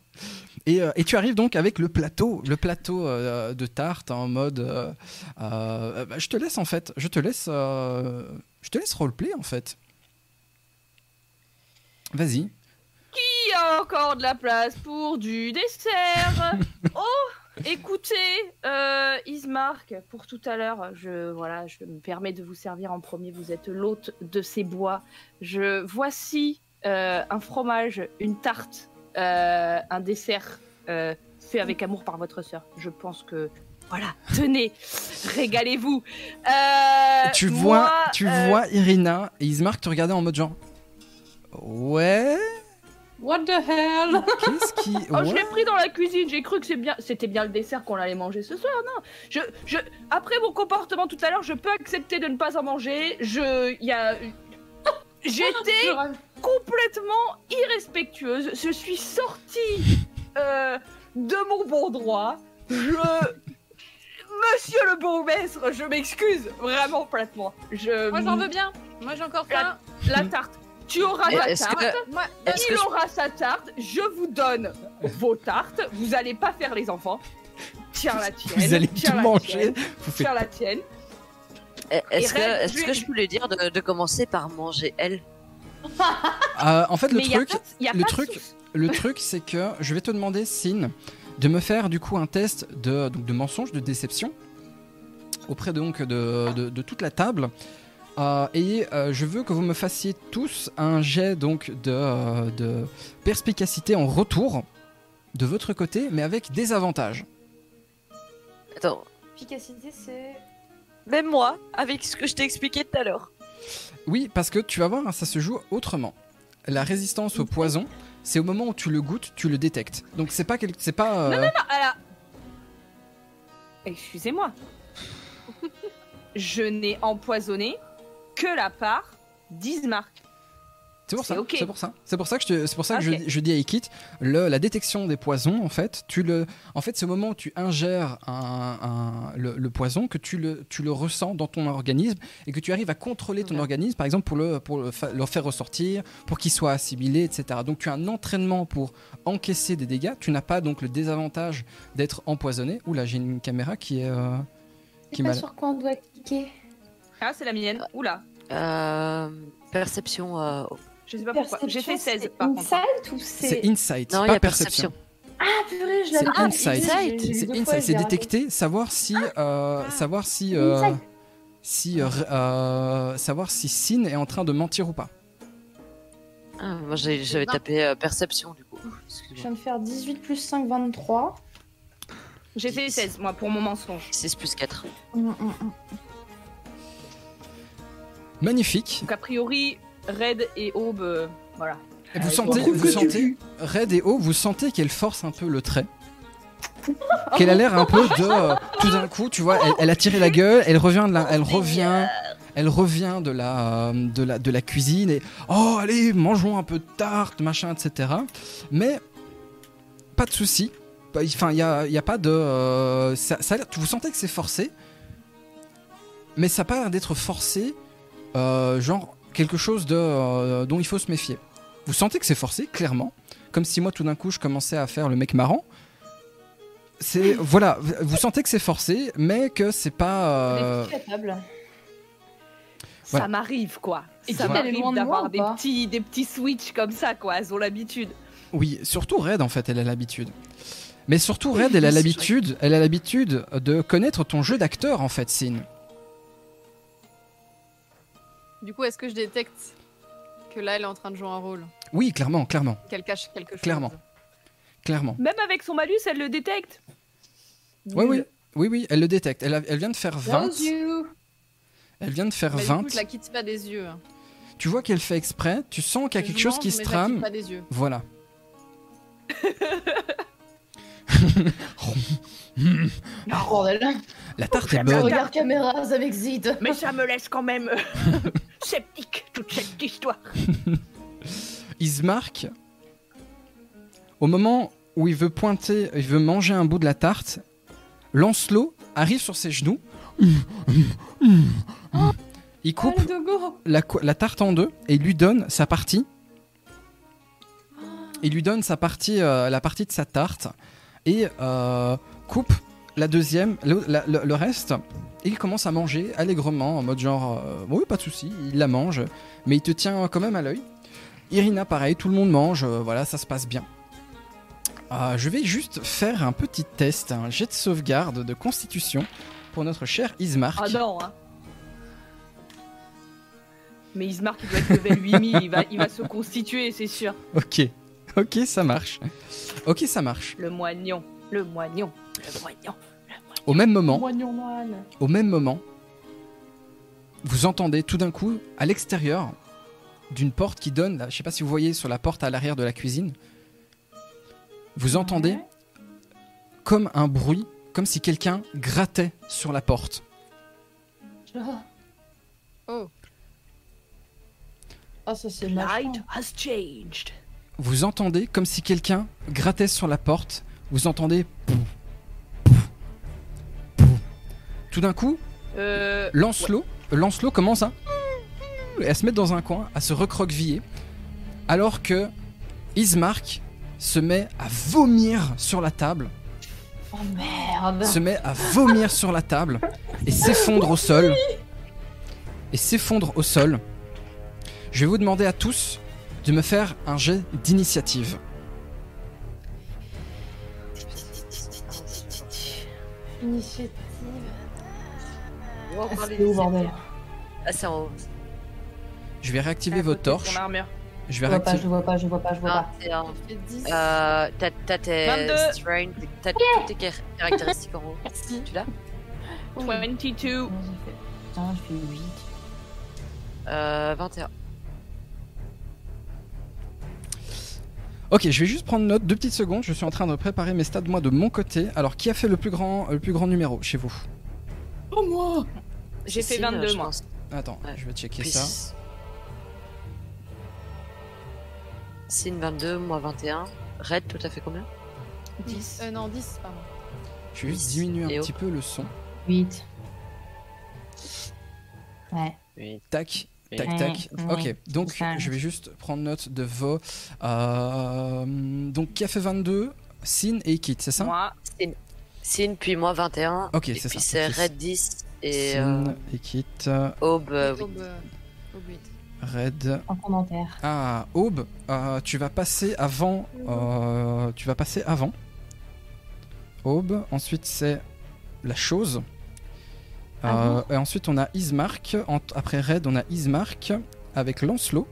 Speaker 2: Et, euh, et tu arrives donc avec le plateau, le plateau euh, de tarte en mode. euh, euh, bah, je te laisse en fait, je te laisse, euh, je te laisse roleplay en fait. Vas-y.
Speaker 5: Il y a encore de la place pour du dessert. oh, écoutez, euh, Ismark, pour tout à l'heure, je voilà, je me permets de vous servir en premier. Vous êtes l'hôte de ces bois. Je voici euh, un fromage, une tarte, euh, un dessert euh, fait avec amour par votre sœur. Je pense que voilà, tenez, régalez-vous. Euh,
Speaker 2: tu
Speaker 5: moi,
Speaker 2: vois, tu
Speaker 5: euh,
Speaker 2: vois Irina et Ismark te regarder en mode genre. Ouais.
Speaker 4: What the hell
Speaker 2: Qu'est-ce qui.
Speaker 5: Oh, je
Speaker 2: ouais.
Speaker 5: l'ai pris dans la cuisine, j'ai cru que c'est bien... c'était bien le dessert qu'on allait manger ce soir, non je, je... Après mon comportement tout à l'heure, je peux accepter de ne pas en manger, je... il Y a... J'étais complètement irrespectueuse, je suis sortie euh, de mon bon droit, je... Monsieur le bourgmestre, je m'excuse, vraiment platement. Je...
Speaker 1: Moi j'en veux bien. Moi j'ai encore faim.
Speaker 5: La tarte. Tu auras
Speaker 3: Mais
Speaker 5: ta
Speaker 3: est-ce
Speaker 5: tarte.
Speaker 3: que-
Speaker 1: Moi,
Speaker 3: est-ce que
Speaker 5: Il
Speaker 3: je-
Speaker 5: aura sa tarte, je vous donne vos tartes, vous allez pas faire les enfants. Tiens la tienne.
Speaker 2: Vous allez
Speaker 5: tiens
Speaker 2: tout
Speaker 5: la
Speaker 2: manger.
Speaker 5: tienne,
Speaker 2: Vous faites-
Speaker 5: Tiens la tienne.
Speaker 3: Eh, Est-ce que,
Speaker 5: Et Red,
Speaker 3: est-ce
Speaker 5: je-
Speaker 3: que je peux lui dire de, de commencer par manger elle
Speaker 2: Euh, en fait, le
Speaker 5: Mais il y a
Speaker 2: truc,
Speaker 5: pas, de- y a
Speaker 2: le
Speaker 5: pas de
Speaker 2: truc-
Speaker 5: souce.
Speaker 2: Le truc, c'est que je vais te demander, Sin, de me faire du coup un test de, donc, de mensonge, de déception, auprès donc de, de- de toute la table. Euh, et euh, je veux que vous me fassiez tous un jet donc de, euh, de perspicacité en retour de votre côté, mais avec des avantages.
Speaker 3: Attends,
Speaker 4: Efficacité, c'est.
Speaker 3: même moi, avec ce que je t'ai expliqué tout à l'heure.
Speaker 2: Oui, parce que tu vas voir, hein, ça se joue autrement. La résistance au poison, c'est au moment où tu le goûtes, tu le détectes. Donc c'est pas quel- c'est pas euh,
Speaker 5: Ah, ah là. Excusez-moi. je n'ai empoisonné que la part d'Ismark.
Speaker 2: C'est pour,
Speaker 5: C'est
Speaker 2: ça,
Speaker 5: ok.
Speaker 2: c'est pour ça. C'est pour ça que je, te- c'est pour ça que
Speaker 5: Ok.
Speaker 2: je, je dis à Ikit, le- la détection des poisons, en fait, tu le, en fait, c'est au moment où tu ingères un, un- le, le poison que tu le, tu le ressens dans ton organisme et que tu arrives à contrôler ton organisme, par exemple pour le, pour le, fa- le faire ressortir, pour qu'il soit assimilé, etc. Donc tu as un entraînement pour encaisser des dégâts. Tu n'as pas donc le désavantage d'être empoisonné. Oula, j'ai une caméra qui est, euh, qui
Speaker 4: C'est
Speaker 2: m'a.
Speaker 4: pas sur quoi on doit cliquer.
Speaker 5: Ah, c'est la mienne. Oula.
Speaker 3: Euh, perception. euh,
Speaker 5: Je sais pas pourquoi. J'ai fait 16 par contre. hein.
Speaker 4: Insight ou
Speaker 2: C'est
Speaker 4: c'est.
Speaker 2: insight,
Speaker 3: Non, il y
Speaker 2: pas
Speaker 3: a perception.
Speaker 2: perception.
Speaker 4: Ah purée, je
Speaker 2: C'est
Speaker 4: l'avais
Speaker 2: insight.
Speaker 4: J'ai- j'ai-
Speaker 2: C'est
Speaker 4: deux fois,
Speaker 2: insight,
Speaker 4: je
Speaker 2: c'est
Speaker 4: l'ai raté. Ah
Speaker 2: détecter, savoir si, euh, savoir si,
Speaker 4: C'est
Speaker 2: euh,
Speaker 4: insight.
Speaker 2: si, euh, euh, savoir si Sin est en train de mentir ou pas.
Speaker 3: Ah, moi, j'ai- j'avais
Speaker 1: Non.
Speaker 3: tapé euh, perception du coup.
Speaker 4: Je
Speaker 3: Excuse-moi.
Speaker 4: viens de faire 18 plus 5, 23.
Speaker 5: J'ai fait 16, moi, pour mon mensonge.
Speaker 3: 6 plus 4.
Speaker 2: Magnifique.
Speaker 5: Donc, a priori, Red et Aube, euh, voilà.
Speaker 4: Ah,
Speaker 2: Et vous
Speaker 5: Avec
Speaker 2: sentez,
Speaker 5: moi.
Speaker 2: vous sentez, Red et O, vous sentez qu'elle force un peu le trait. Qu'elle a l'air un peu de. euh, tout d'un coup, tu vois, elle, elle a tiré la gueule, elle revient de la, elle revient, elle revient de la, euh, de la, de la cuisine et oh allez, mangeons un peu de tarte, machin, etc. Mais pas de souci. Pas- Enfin, il y a, il y a pas de. euh, ça, ça a l'air- vous sentez que c'est forcé, mais ça a pas l'air d'être forcé. euh, genre quelque chose de euh, dont il faut se méfier. Vous sentez que c'est forcé, clairement. Comme si moi, tout d'un coup, je commençais à faire le mec marrant. C'est voilà, vous sentez que c'est forcé, mais que c'est pas. euh,
Speaker 4: à table.
Speaker 2: Voilà.
Speaker 5: Ça m'arrive, quoi.
Speaker 4: Et
Speaker 5: ça
Speaker 4: tu t'es allé
Speaker 5: m'arrive
Speaker 4: loin de moi
Speaker 5: d'avoir
Speaker 4: ou
Speaker 5: des
Speaker 4: pas
Speaker 5: petits, des petits switches comme ça, quoi. Elles ont l'habitude.
Speaker 2: Oui, surtout Red en fait, elle a l'habitude. Mais surtout Red, elle a l'habitude, elle a l'habitude de connaître ton jeu d'acteur en fait, Sin.
Speaker 10: Du coup, est-ce que je détecte que là, elle est en train de jouer un rôle
Speaker 2: Oui, clairement, clairement,
Speaker 10: Qu'elle cache quelque chose
Speaker 2: Clairement. clairement.
Speaker 5: Même avec son malus, elle le détecte.
Speaker 2: Oui, oui, oui, oui, elle le détecte. Elle, a- elle vient de faire 20. Elle vient de faire
Speaker 10: Bah, Du
Speaker 2: 20.
Speaker 10: coup, je la quitte pas des yeux. hein.
Speaker 2: Tu vois qu'elle fait exprès. Tu sens qu'il y a
Speaker 10: Je
Speaker 2: quelque chose
Speaker 10: mange,
Speaker 2: qui se
Speaker 10: mais je la quitte
Speaker 2: trame.
Speaker 10: pas des yeux.
Speaker 2: Voilà.
Speaker 4: Ah, bordel.
Speaker 2: La tarte est bonne.
Speaker 4: Regarde caméras avec Zid.
Speaker 5: Mais ça me laisse quand même euh, sceptique, toute cette histoire.
Speaker 2: Il se marque. Au moment où il veut pointer, il veut manger un bout de la tarte, Lancelot arrive sur ses genoux. Il
Speaker 4: Oh,
Speaker 2: coupe
Speaker 4: le dogo.
Speaker 2: la, co- la tarte en deux et il lui donne sa partie. Il lui donne sa partie, euh, la partie de sa tarte et euh, coupe la deuxième, le, la- le- le reste. Et il commence à manger allègrement en mode genre euh, oui pas de souci, il la mange, mais il te tient quand même à l'œil. Irina pareil, tout le monde mange, euh, voilà ça se passe bien. Euh, je vais juste faire un petit test, un jet de sauvegarde de constitution pour notre cher Ismark.
Speaker 5: Ah non, hein. Mais Ismark, il doit être level 8000, il va, il va se constituer, c'est sûr.
Speaker 2: Ok, ok, ça marche. Ok, ça marche.
Speaker 5: Le moignon, le moignon, le moignon.
Speaker 2: Au même moment,
Speaker 4: Moignon moine.
Speaker 2: au même moment, vous entendez tout d'un coup à l'extérieur d'une porte qui donne, là, je sais pas si vous voyez sur la porte à l'arrière de la cuisine, vous entendez comme un bruit, comme si quelqu'un grattait sur la porte.
Speaker 4: Ah.
Speaker 10: Oh.
Speaker 4: Ah, ça c'est
Speaker 5: Light
Speaker 4: mal.
Speaker 5: has changed.
Speaker 2: Vous entendez comme si quelqu'un grattait sur la porte. Vous entendez. pouf, pouf, pouf. Tout d'un coup,
Speaker 5: Euh,
Speaker 2: Lancelot, Lancelot commence à, à se mettre dans un coin, à se recroqueviller, alors que Ismark se met à vomir sur la table,
Speaker 4: Oh merde.
Speaker 2: se met à vomir sur la table et s'effondre au sol. Et s'effondre au sol. Je vais vous demander à tous de me faire un jet d'initiative.
Speaker 4: Initiative.
Speaker 3: Wow,
Speaker 4: Ah,
Speaker 3: par
Speaker 4: c'est
Speaker 3: les
Speaker 4: où, bordel
Speaker 3: Ah, c'est en haut.
Speaker 2: Je vais réactiver
Speaker 5: à
Speaker 2: vos
Speaker 5: côté de ton
Speaker 2: torches.
Speaker 5: armure.
Speaker 2: Je
Speaker 4: Je
Speaker 2: vais
Speaker 4: vois pas, bah, je
Speaker 2: réactiver.
Speaker 4: vois pas, je vois pas, je vois
Speaker 3: Ah,
Speaker 4: pas.
Speaker 3: c'est en-
Speaker 10: Je fais 10.
Speaker 3: Euh, T'as t'as tes
Speaker 5: 22.
Speaker 3: strength, t'as toutes tes car- caractéristiques en haut.
Speaker 4: Merci.
Speaker 3: Tu l'as
Speaker 5: 22.
Speaker 4: Comment j'ai fait Putain, je fais 8.
Speaker 3: Euh, 21.
Speaker 2: Ok, je vais juste prendre note deux petites secondes. Je suis en train de préparer mes stats moi de mon côté. Alors, qui a fait le plus grand, le plus grand numéro chez vous
Speaker 4: Oh moi
Speaker 5: J'ai fait
Speaker 3: Six, euh,
Speaker 5: 22,
Speaker 3: je
Speaker 5: moi.
Speaker 3: pense.
Speaker 2: Attends,
Speaker 3: Ouais.
Speaker 2: je vais checker
Speaker 3: Puis-
Speaker 2: ça.
Speaker 3: Sin 22, moi 21. Red, tout à fait combien
Speaker 10: 10. Euh, non, 10, pardon.
Speaker 2: Je vais juste
Speaker 3: Dix.
Speaker 2: diminuer un
Speaker 3: Et oh.
Speaker 2: petit peu le son.
Speaker 4: 8. Ouais.
Speaker 2: Tac, tac,
Speaker 4: Ouais,
Speaker 2: tac.
Speaker 4: ouais,
Speaker 2: Ok, donc
Speaker 4: ça.
Speaker 2: je vais juste prendre note de vos. euh, donc, qui a fait 22 Sin et Kit, c'est ça
Speaker 5: Moi,
Speaker 3: Sin, puis moi 21.
Speaker 2: Ok,
Speaker 3: et
Speaker 2: c'est
Speaker 3: puis
Speaker 2: ça.
Speaker 3: c'est
Speaker 2: Ok.
Speaker 3: Red 10 et
Speaker 2: Sin
Speaker 3: euh,
Speaker 2: et Kit, euh,
Speaker 3: Aube. euh, oui.
Speaker 10: Aube, euh, aube huit.
Speaker 2: Red.
Speaker 4: En commentaire.
Speaker 2: Ah, Aube, euh, tu vas passer avant. euh, tu vas passer avant. Aube, ensuite c'est la chose. Euh, et ensuite on a Ismark. En- après Red, on a Ismark avec Lancelot.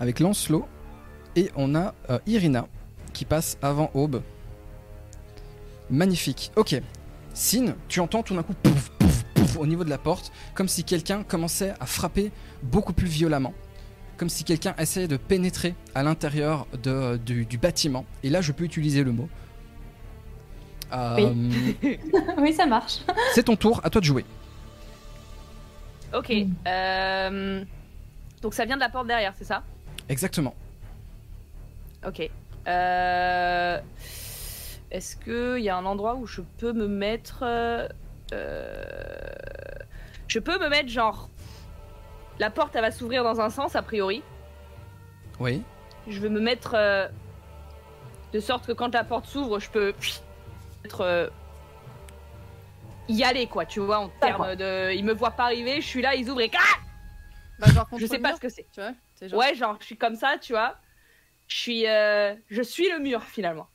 Speaker 2: Avec Lancelot. Et on a euh, Irina qui passe avant Aube. Magnifique. Ok. Sin, tu entends tout d'un coup pouf, pouf, pouf, au niveau de la porte, comme si quelqu'un commençait à frapper beaucoup plus violemment, comme si quelqu'un essayait de pénétrer à l'intérieur de- du, du bâtiment. Et là, je peux utiliser le mot. Euh,
Speaker 4: oui, ça marche.
Speaker 2: C'est ton tour, à toi de jouer.
Speaker 5: Ok. euh, Donc ça vient de la porte derrière, c'est ça
Speaker 2: Exactement.
Speaker 5: Ok. Euh, Est-ce qu'il y a un endroit où je peux me mettre. euh, euh, Je peux me mettre genre. La porte, elle va s'ouvrir dans un sens, a priori.
Speaker 2: Oui.
Speaker 5: Je vais me mettre. euh, De sorte que quand la porte s'ouvre, je peux. Être. euh, Y aller, quoi, tu vois, en termes de. Ils me voient pas arriver, je suis là, ils ouvrent et. Ah
Speaker 10: Bah, genre contre
Speaker 5: je sais
Speaker 10: le
Speaker 5: pas
Speaker 10: mur,
Speaker 5: ce que c'est.
Speaker 10: Tu vois C'est genre-
Speaker 5: Ouais, genre, je suis comme ça, tu vois. Je suis, euh, je suis le mur finalement.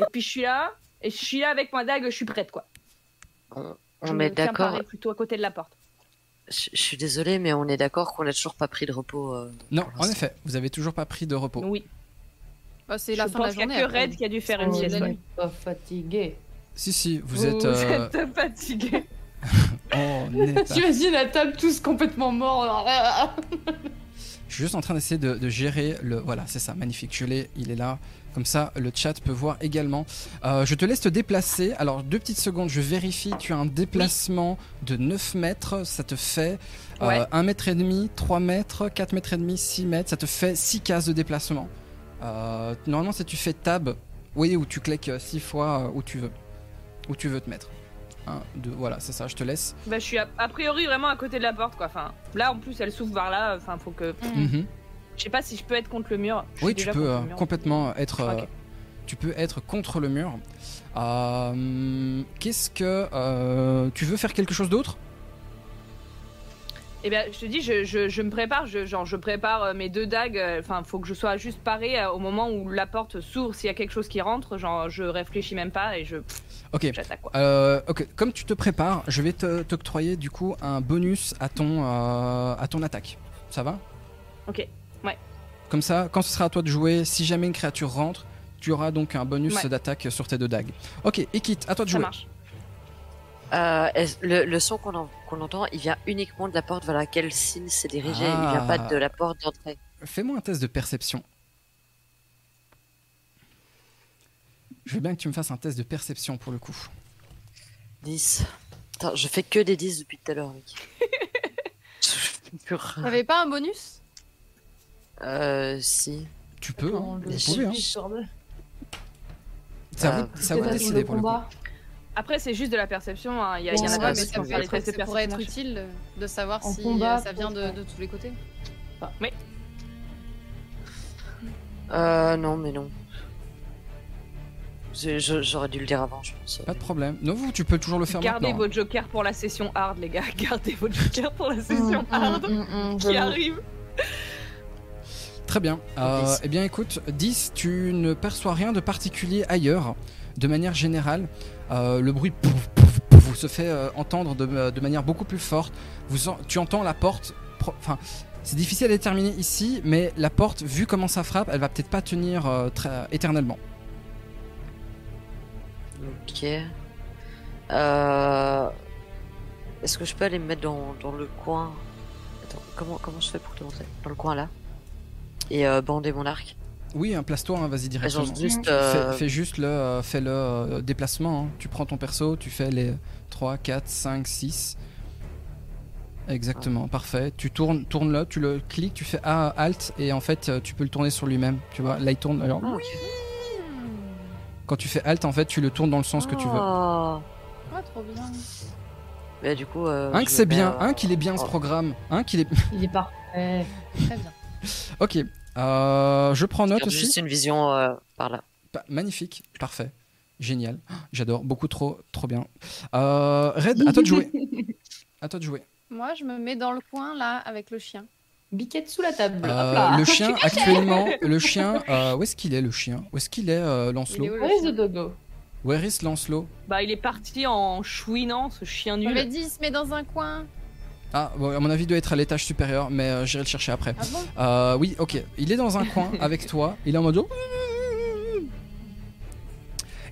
Speaker 5: et puis je suis là, et je suis là avec ma dague, je suis prête quoi. Je
Speaker 3: On
Speaker 5: me
Speaker 3: est
Speaker 5: tiens
Speaker 3: Oh, d'accord.
Speaker 5: pareil, Plutôt à côté de la porte.
Speaker 3: Je je suis désolée, mais on est d'accord qu'on n'a toujours pas pris de repos. euh,
Speaker 2: Non,
Speaker 3: pour
Speaker 2: en
Speaker 3: l'instant.
Speaker 2: effet, vous avez toujours pas pris de repos.
Speaker 5: Oui.
Speaker 10: Bah, c'est
Speaker 5: Je
Speaker 10: la fin de la
Speaker 5: pense qu'il
Speaker 10: journée.
Speaker 5: y a que
Speaker 10: après.
Speaker 5: Red qui a dû faire une
Speaker 10: Oh,
Speaker 5: sieste.
Speaker 10: la
Speaker 5: ouais.
Speaker 10: nuit.
Speaker 4: Pas fatigué.
Speaker 2: Si, si, vous êtes. euh,
Speaker 5: êtes fatigué.
Speaker 2: on est pas-
Speaker 4: T'imagines la table tous complètement morts.
Speaker 2: Je suis juste en train d'essayer de, de gérer le. Voilà, c'est ça, magnifique. Je l'ai, il est là. Comme ça, le chat peut voir également. Euh, je te laisse te déplacer. Alors, deux petites secondes, je vérifie. Tu as un déplacement de 9 mètres. Ça te fait
Speaker 5: Ouais.
Speaker 2: 1 mètre et demi, 3 mètres, 4 mètres et demi, 6 mètres. Ça te fait 6 cases de déplacement. Euh, normalement, si tu fais tab, oui, ou tu cliques 6 fois euh, où tu veux. Où tu veux te mettre. 1, 2, voilà, c'est ça, je te laisse.
Speaker 5: Bah, je suis a, a priori vraiment à côté de la porte quoi. Enfin, là en plus elle s'ouvre par là. Enfin, faut que.
Speaker 2: Mhm.
Speaker 5: Je sais pas si je peux être contre le mur. Je suis
Speaker 2: Oui, tu
Speaker 5: déjà
Speaker 2: peux
Speaker 5: contre
Speaker 2: euh,
Speaker 5: le mur.
Speaker 2: complètement être. euh,
Speaker 5: Ok.
Speaker 2: tu peux être contre le mur. Euh, Qu'est-ce que euh, tu veux faire quelque chose d'autre
Speaker 5: Eh bien, je te dis, je, je- je me prépare, je, genre, je prépare euh, mes deux dagues. euh, Enfin, faut que je sois juste parée euh, au moment où la porte s'ouvre. S'il y a quelque chose qui rentre, genre, je réfléchis même pas et je pff,
Speaker 2: Ok.
Speaker 5: j'attaque quoi.
Speaker 2: Euh, ok. Comme tu te prépares, je vais te- t'octroyer du coup un bonus à ton euh, à ton attaque. Ça va
Speaker 5: Ok. Ouais.
Speaker 2: Comme ça, quand ce sera à toi de jouer, si jamais une créature rentre, tu auras donc un bonus
Speaker 5: Ouais.
Speaker 2: d'attaque sur tes deux dagues. Ok. Et quitte. À toi de
Speaker 5: Ça
Speaker 2: jouer.
Speaker 5: marche.
Speaker 3: Euh, est-ce- le, le son qu'on, en- qu'on entend, il vient uniquement de la porte vers laquelle Sin s'est dirigé. Il vient pas
Speaker 2: Ah.
Speaker 3: de la porte d'entrée.
Speaker 2: Fais-moi un test de perception. Je veux bien que tu me fasses un test de perception pour le coup.
Speaker 3: 10. Attends, je fais que des 10 depuis tout à l'heure, mec. Je fais plus rien.
Speaker 1: T'avais pas un bonus
Speaker 3: Euh, si.
Speaker 2: Tu peux,
Speaker 4: Attends,
Speaker 2: hein,
Speaker 4: le-
Speaker 2: vous pouvez, hein. C'est à vous,
Speaker 3: Ah,
Speaker 2: c'est à vous de décider pour le coup.
Speaker 5: Après, c'est juste de la perception. hein, Il y, a- il y
Speaker 4: Ouais,
Speaker 5: en a
Speaker 3: ouais,
Speaker 5: pas
Speaker 3: mais
Speaker 5: qui
Speaker 3: ça
Speaker 5: vont
Speaker 3: peut
Speaker 5: faire les
Speaker 3: être-
Speaker 5: tests de
Speaker 1: Ça pourrait être
Speaker 5: perception.
Speaker 1: utile de savoir
Speaker 4: En
Speaker 1: si
Speaker 4: combat,
Speaker 1: euh, ça vient de,
Speaker 4: peut-être.
Speaker 1: de tous les côtés.
Speaker 3: Euh, non, mais non. Je- je- j'aurais dû le dire avant, je pense.
Speaker 2: Pas de problème. Non, vous, tu peux toujours le faire
Speaker 5: Gardez
Speaker 2: maintenant.
Speaker 5: votre joker pour la session hard, les gars. Gardez votre joker pour la session hard qui
Speaker 4: J'avoue.
Speaker 5: arrive.
Speaker 2: Très bien. Euh,
Speaker 3: Dix.
Speaker 2: eh bien, écoute, 10, tu ne perçois rien de particulier ailleurs. De manière générale, euh, le bruit pouf, pouf, pouf, se fait euh, entendre de, de manière beaucoup plus forte. Vous en- tu entends la porte. pro- Enfin, c'est difficile à déterminer ici, mais la porte, vu comment ça frappe, elle va peut-être pas tenir euh, très- éternellement.
Speaker 3: Ok. Euh... Est-ce que je peux aller me mettre dans, dans le coin Attends, comment, comment je fais pour te montrer Dans le coin là Et euh, bander mon arc
Speaker 2: Oui, hein, place-toi, hein, vas-y
Speaker 3: Ah, genre
Speaker 2: directement.
Speaker 3: juste. euh,
Speaker 2: Fais, fais juste le, euh, fais le euh, déplacement. hein. Tu prends ton perso, tu fais les 3, 4, 5, 6.
Speaker 3: Ah.
Speaker 2: Exactement, parfait. Tu tournes, tourne-le, tu le cliques, tu fais A, Alt, et en fait, euh, tu peux le tourner sur lui-même. Tu vois, là, il tourne. Alors,
Speaker 3: Ah, ok.
Speaker 2: quand tu fais Alt, en fait, tu le tournes dans le sens que tu veux.
Speaker 3: Ah.
Speaker 1: Ah, trop bien.
Speaker 3: Mais du coup. euh,
Speaker 2: Un
Speaker 3: je
Speaker 2: que c'est
Speaker 3: vais
Speaker 2: bien,
Speaker 3: faire,
Speaker 2: un qu'il est bien ce
Speaker 3: oh.
Speaker 2: programme, un qu'il est.
Speaker 4: Il est parfait.
Speaker 1: Très bien.
Speaker 2: Ok, euh, je prends note
Speaker 3: Regarde,
Speaker 2: aussi. Ah,
Speaker 3: Juste une vision euh, par là.
Speaker 2: Pa- magnifique, parfait, génial. J'adore, beaucoup trop, trop bien. Euh, Red, à toi de jouer. À toi de jouer.
Speaker 1: Moi, je me mets dans le coin là avec le chien.
Speaker 4: Biquette sous la table.
Speaker 2: Euh,
Speaker 4: Hop là.
Speaker 2: le chien actuellement, le chien, euh, où est-ce qu'il est le chien Où est-ce qu'il est, euh,
Speaker 1: Il est
Speaker 2: Lancelot
Speaker 1: où, le
Speaker 4: Where is
Speaker 1: chien
Speaker 4: the dogo
Speaker 2: Where is Lancelot
Speaker 5: Bah, il est parti en chouinant, ce chien
Speaker 1: On
Speaker 5: nul.
Speaker 1: l'avait dit, il se met dans un coin.
Speaker 2: Ah, bon, à mon avis, il doit être à l'étage supérieur, mais euh, j'irai le chercher après.
Speaker 1: Ah bon
Speaker 2: Euh, oui, oh! ok. Il est dans un coin avec toi. Il est en mode.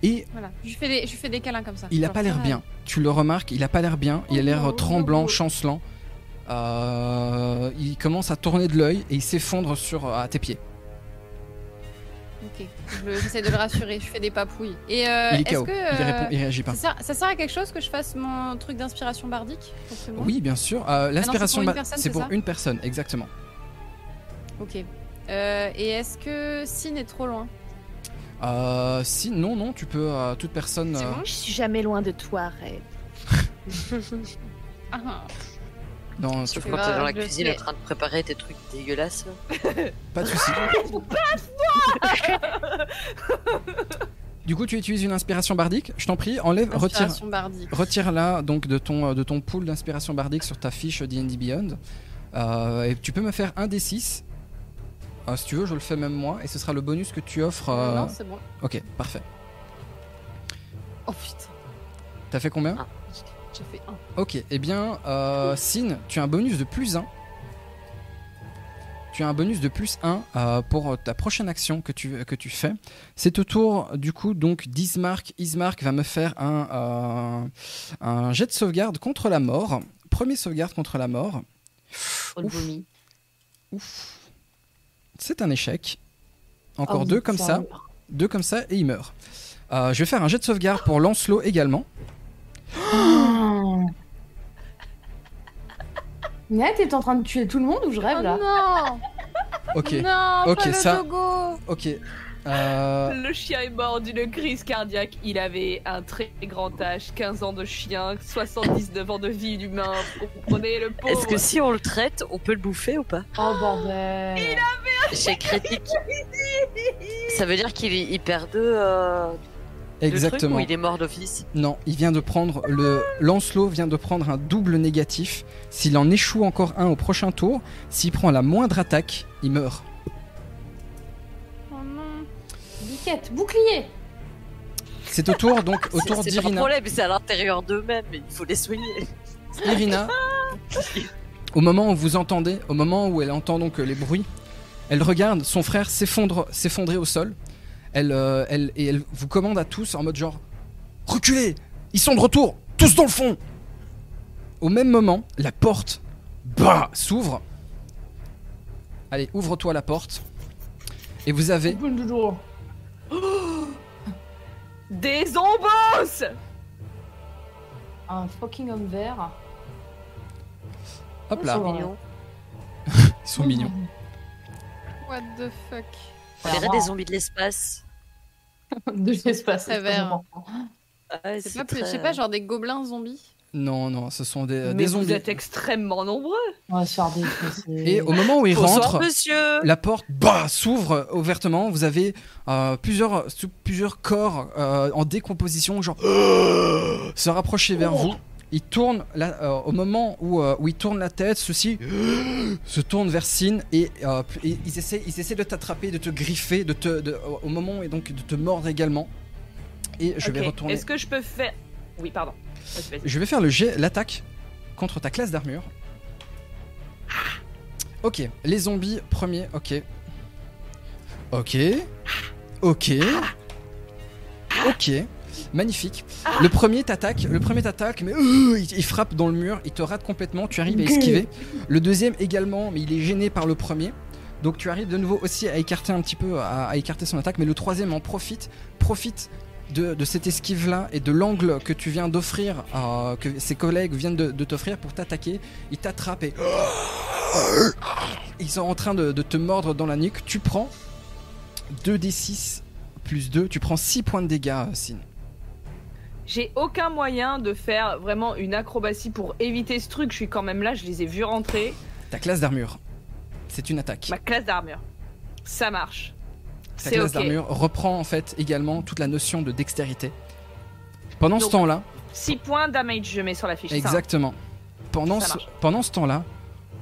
Speaker 2: Et Et
Speaker 1: Voilà. Je lui fais des, je lui fais des câlins comme ça.
Speaker 2: il a
Speaker 1: Genre,
Speaker 2: pas l'air
Speaker 1: ça va.
Speaker 2: bien. Tu le remarques, il a pas l'air bien. Il a
Speaker 1: Oh,
Speaker 2: l'air euh, tremblant, chancelant. Euh, il commence à tourner de l'œil et il s'effondre sur euh, à tes pieds.
Speaker 1: euh, Ok. Je le- J'essaie de le rassurer. Je fais des papouilles. Et euh,
Speaker 2: il est
Speaker 1: est-ce
Speaker 2: KO.
Speaker 1: que
Speaker 2: Il,
Speaker 1: euh,
Speaker 2: répond- il réagit pas.
Speaker 1: ça, sert, ça sert à quelque chose que je fasse mon truc d'inspiration bardique pour tout le monde
Speaker 2: Oui, bien
Speaker 1: Ah
Speaker 2: sûr. Euh, L'aspiration,
Speaker 1: une
Speaker 2: bah,
Speaker 1: personne,
Speaker 2: c'est
Speaker 1: c'est
Speaker 2: pour
Speaker 1: ça
Speaker 2: une personne, exactement.
Speaker 1: Ok. Euh, et est-ce que Sin est trop loin
Speaker 2: Euh, si, non, non, tu peux. euh, toute personne. euh,
Speaker 13: Je suis jamais loin de toi, Red.
Speaker 1: Ah, ah.
Speaker 2: dans- tu-
Speaker 3: Sauf
Speaker 1: fais
Speaker 3: quand
Speaker 1: pas
Speaker 3: t'es dans la
Speaker 1: le
Speaker 3: cuisine
Speaker 1: fait.
Speaker 3: en train de préparer tes trucs dégueulasses. là.
Speaker 2: Pas de soucis. du coup, tu utilises une inspiration bardique. Je t'en prie, enlève, retire,
Speaker 1: Inspiration bardique.
Speaker 2: retire-la donc de ton euh, de ton pool d'inspiration bardique sur ta fiche D&D Beyond. Euh, et tu peux me faire un D6. Euh, si tu veux, je le fais même moi, et ce sera le bonus que tu offres. euh,
Speaker 1: Non, c'est bon.
Speaker 2: Ok, parfait.
Speaker 1: Oh putain,
Speaker 2: T'as fait combien
Speaker 1: j'ai fait un.
Speaker 2: Ok, eh bien, euh, Sin, tu as un bonus de plus 1. Tu as un bonus de plus 1 euh, pour ta prochaine action que tu, que tu fais. C'est au tour, du coup, donc d'Ismark. Ismark va me faire un, euh, un jet de sauvegarde contre la mort. Premier sauvegarde contre la mort.
Speaker 3: On le
Speaker 2: Ouf.
Speaker 3: vomit.
Speaker 2: Ouf. C'est un échec. Encore deux comme ça. Deux comme ça et il meurt. Euh, je vais faire un jet de sauvegarde pour Lancelot également.
Speaker 4: Nia, t'es en train de tuer tout le monde ou je rêve
Speaker 1: Oh
Speaker 4: là
Speaker 1: non
Speaker 2: Ok,
Speaker 1: Non,
Speaker 2: Ok,
Speaker 1: pas
Speaker 2: ça-
Speaker 1: le dogo
Speaker 2: ok. Euh,
Speaker 5: Le chien est mort d'une crise cardiaque. Il avait un très grand âge, 15 ans de chien, 79 ans de vie d'humain. Vous comprenez le pauvre
Speaker 3: Est-ce que si on le traite, on peut le bouffer ou pas
Speaker 4: Oh bordel
Speaker 3: C'est critique. Ça veut dire qu'il il perd deux. euh, deux
Speaker 2: exactement.
Speaker 3: trucs ou il est mort d'office.
Speaker 2: Non, il vient de prendre le Lancelot vient de prendre un double négatif. S'il en échoue encore un au prochain tour, s'il prend la moindre attaque, il meurt.
Speaker 1: Oh non
Speaker 4: Biquette, bouclier
Speaker 2: C'est au tour donc au
Speaker 3: C'est-
Speaker 2: tour
Speaker 3: C'est pas le
Speaker 2: d'Irina.
Speaker 3: problème, c'est à l'intérieur d'eux-mêmes. Il faut les soigner.
Speaker 2: Irina, au moment où vous entendez, au moment où elle entend donc euh, les bruits, elle regarde son frère s'effondre, s'effondrer au sol. Elle, euh, elle, et elle vous commande à tous en mode genre reculez, ils sont de retour, tous dans le fond. Au même moment, la porte bah s'ouvre. Allez, ouvre-toi la porte. Et vous avez
Speaker 4: Boule de l'eau.
Speaker 5: Des embosses
Speaker 2: Euh,
Speaker 4: Un fucking homme vert.
Speaker 2: hop là,
Speaker 4: Ouais.
Speaker 3: Mignon.
Speaker 2: ils sont mignons.
Speaker 1: What the fuck
Speaker 3: On dirait des zombies de l'espace.
Speaker 4: De l'espace.
Speaker 1: Très
Speaker 4: c'est
Speaker 1: vert.
Speaker 4: vraiment-
Speaker 3: Ouais,
Speaker 1: C'est pas plus, je sais pas, genre des gobelins zombies
Speaker 2: Non, non, ce sont des,
Speaker 5: Mais
Speaker 2: des
Speaker 5: vous
Speaker 2: zombies.
Speaker 5: êtes extrêmement nombreux.
Speaker 4: On va se faire défoncer.
Speaker 2: Et au moment où ils rentrent,
Speaker 3: Bonsoir, monsieur.
Speaker 2: La porte bah, s'ouvre ouvertement. Vous avez euh, plusieurs, sous- plusieurs corps euh, en décomposition, genre se rapprocher vers vous. Ils tournent la- euh, au moment où, euh, où ils tournent la tête, ceux-ci se tournent vers Sin et, euh, p- et ils, essaient, ils essaient de t'attraper, de te griffer, de te, de- au moment et donc de te mordre également. Et je
Speaker 5: Ok.
Speaker 2: vais retourner.
Speaker 5: Est-ce que je peux faire. Oui, pardon. Vas-y, vas-y.
Speaker 2: Je vais faire le jet, l'attaque contre ta classe d'armure. Ok, les zombies, premier, ok. Ok. Ok. Ok. Magnifique. Le premier t'attaque, le premier t'attaque, mais euh, il, il frappe dans le mur, il te rate complètement, tu arrives à esquiver. Le deuxième également, mais il est gêné par le premier. Donc tu arrives de nouveau aussi à écarter un petit peu, à, à écarter son attaque, mais le troisième en profite, profite de, de cette esquive-là et de l'angle que tu viens d'offrir, euh, que ses collègues viennent de, de t'offrir pour t'attaquer, il t'attrape et... Ils sont en train de, de te mordre dans la nuque, tu prends 2d6 plus 2, tu prends 6 points de dégâts, euh, Sin.
Speaker 5: J'ai aucun moyen de faire vraiment une acrobatie pour éviter ce truc. Je suis quand même là, je les ai vus rentrer.
Speaker 2: Ta classe d'armure, c'est une attaque.
Speaker 5: Ma classe d'armure. Ça marche.
Speaker 2: Ta
Speaker 5: Bah, C'est
Speaker 2: classe
Speaker 5: ok.
Speaker 2: d'armure reprend en fait également toute la notion de dextérité. Pendant ce
Speaker 5: Donc,
Speaker 2: temps-là,
Speaker 5: 6 points damage, je mets sur la fiche. ça, hein.
Speaker 2: Exactement. Pendant
Speaker 5: Ça
Speaker 2: ce,
Speaker 5: marche.
Speaker 2: pendant ce temps-là,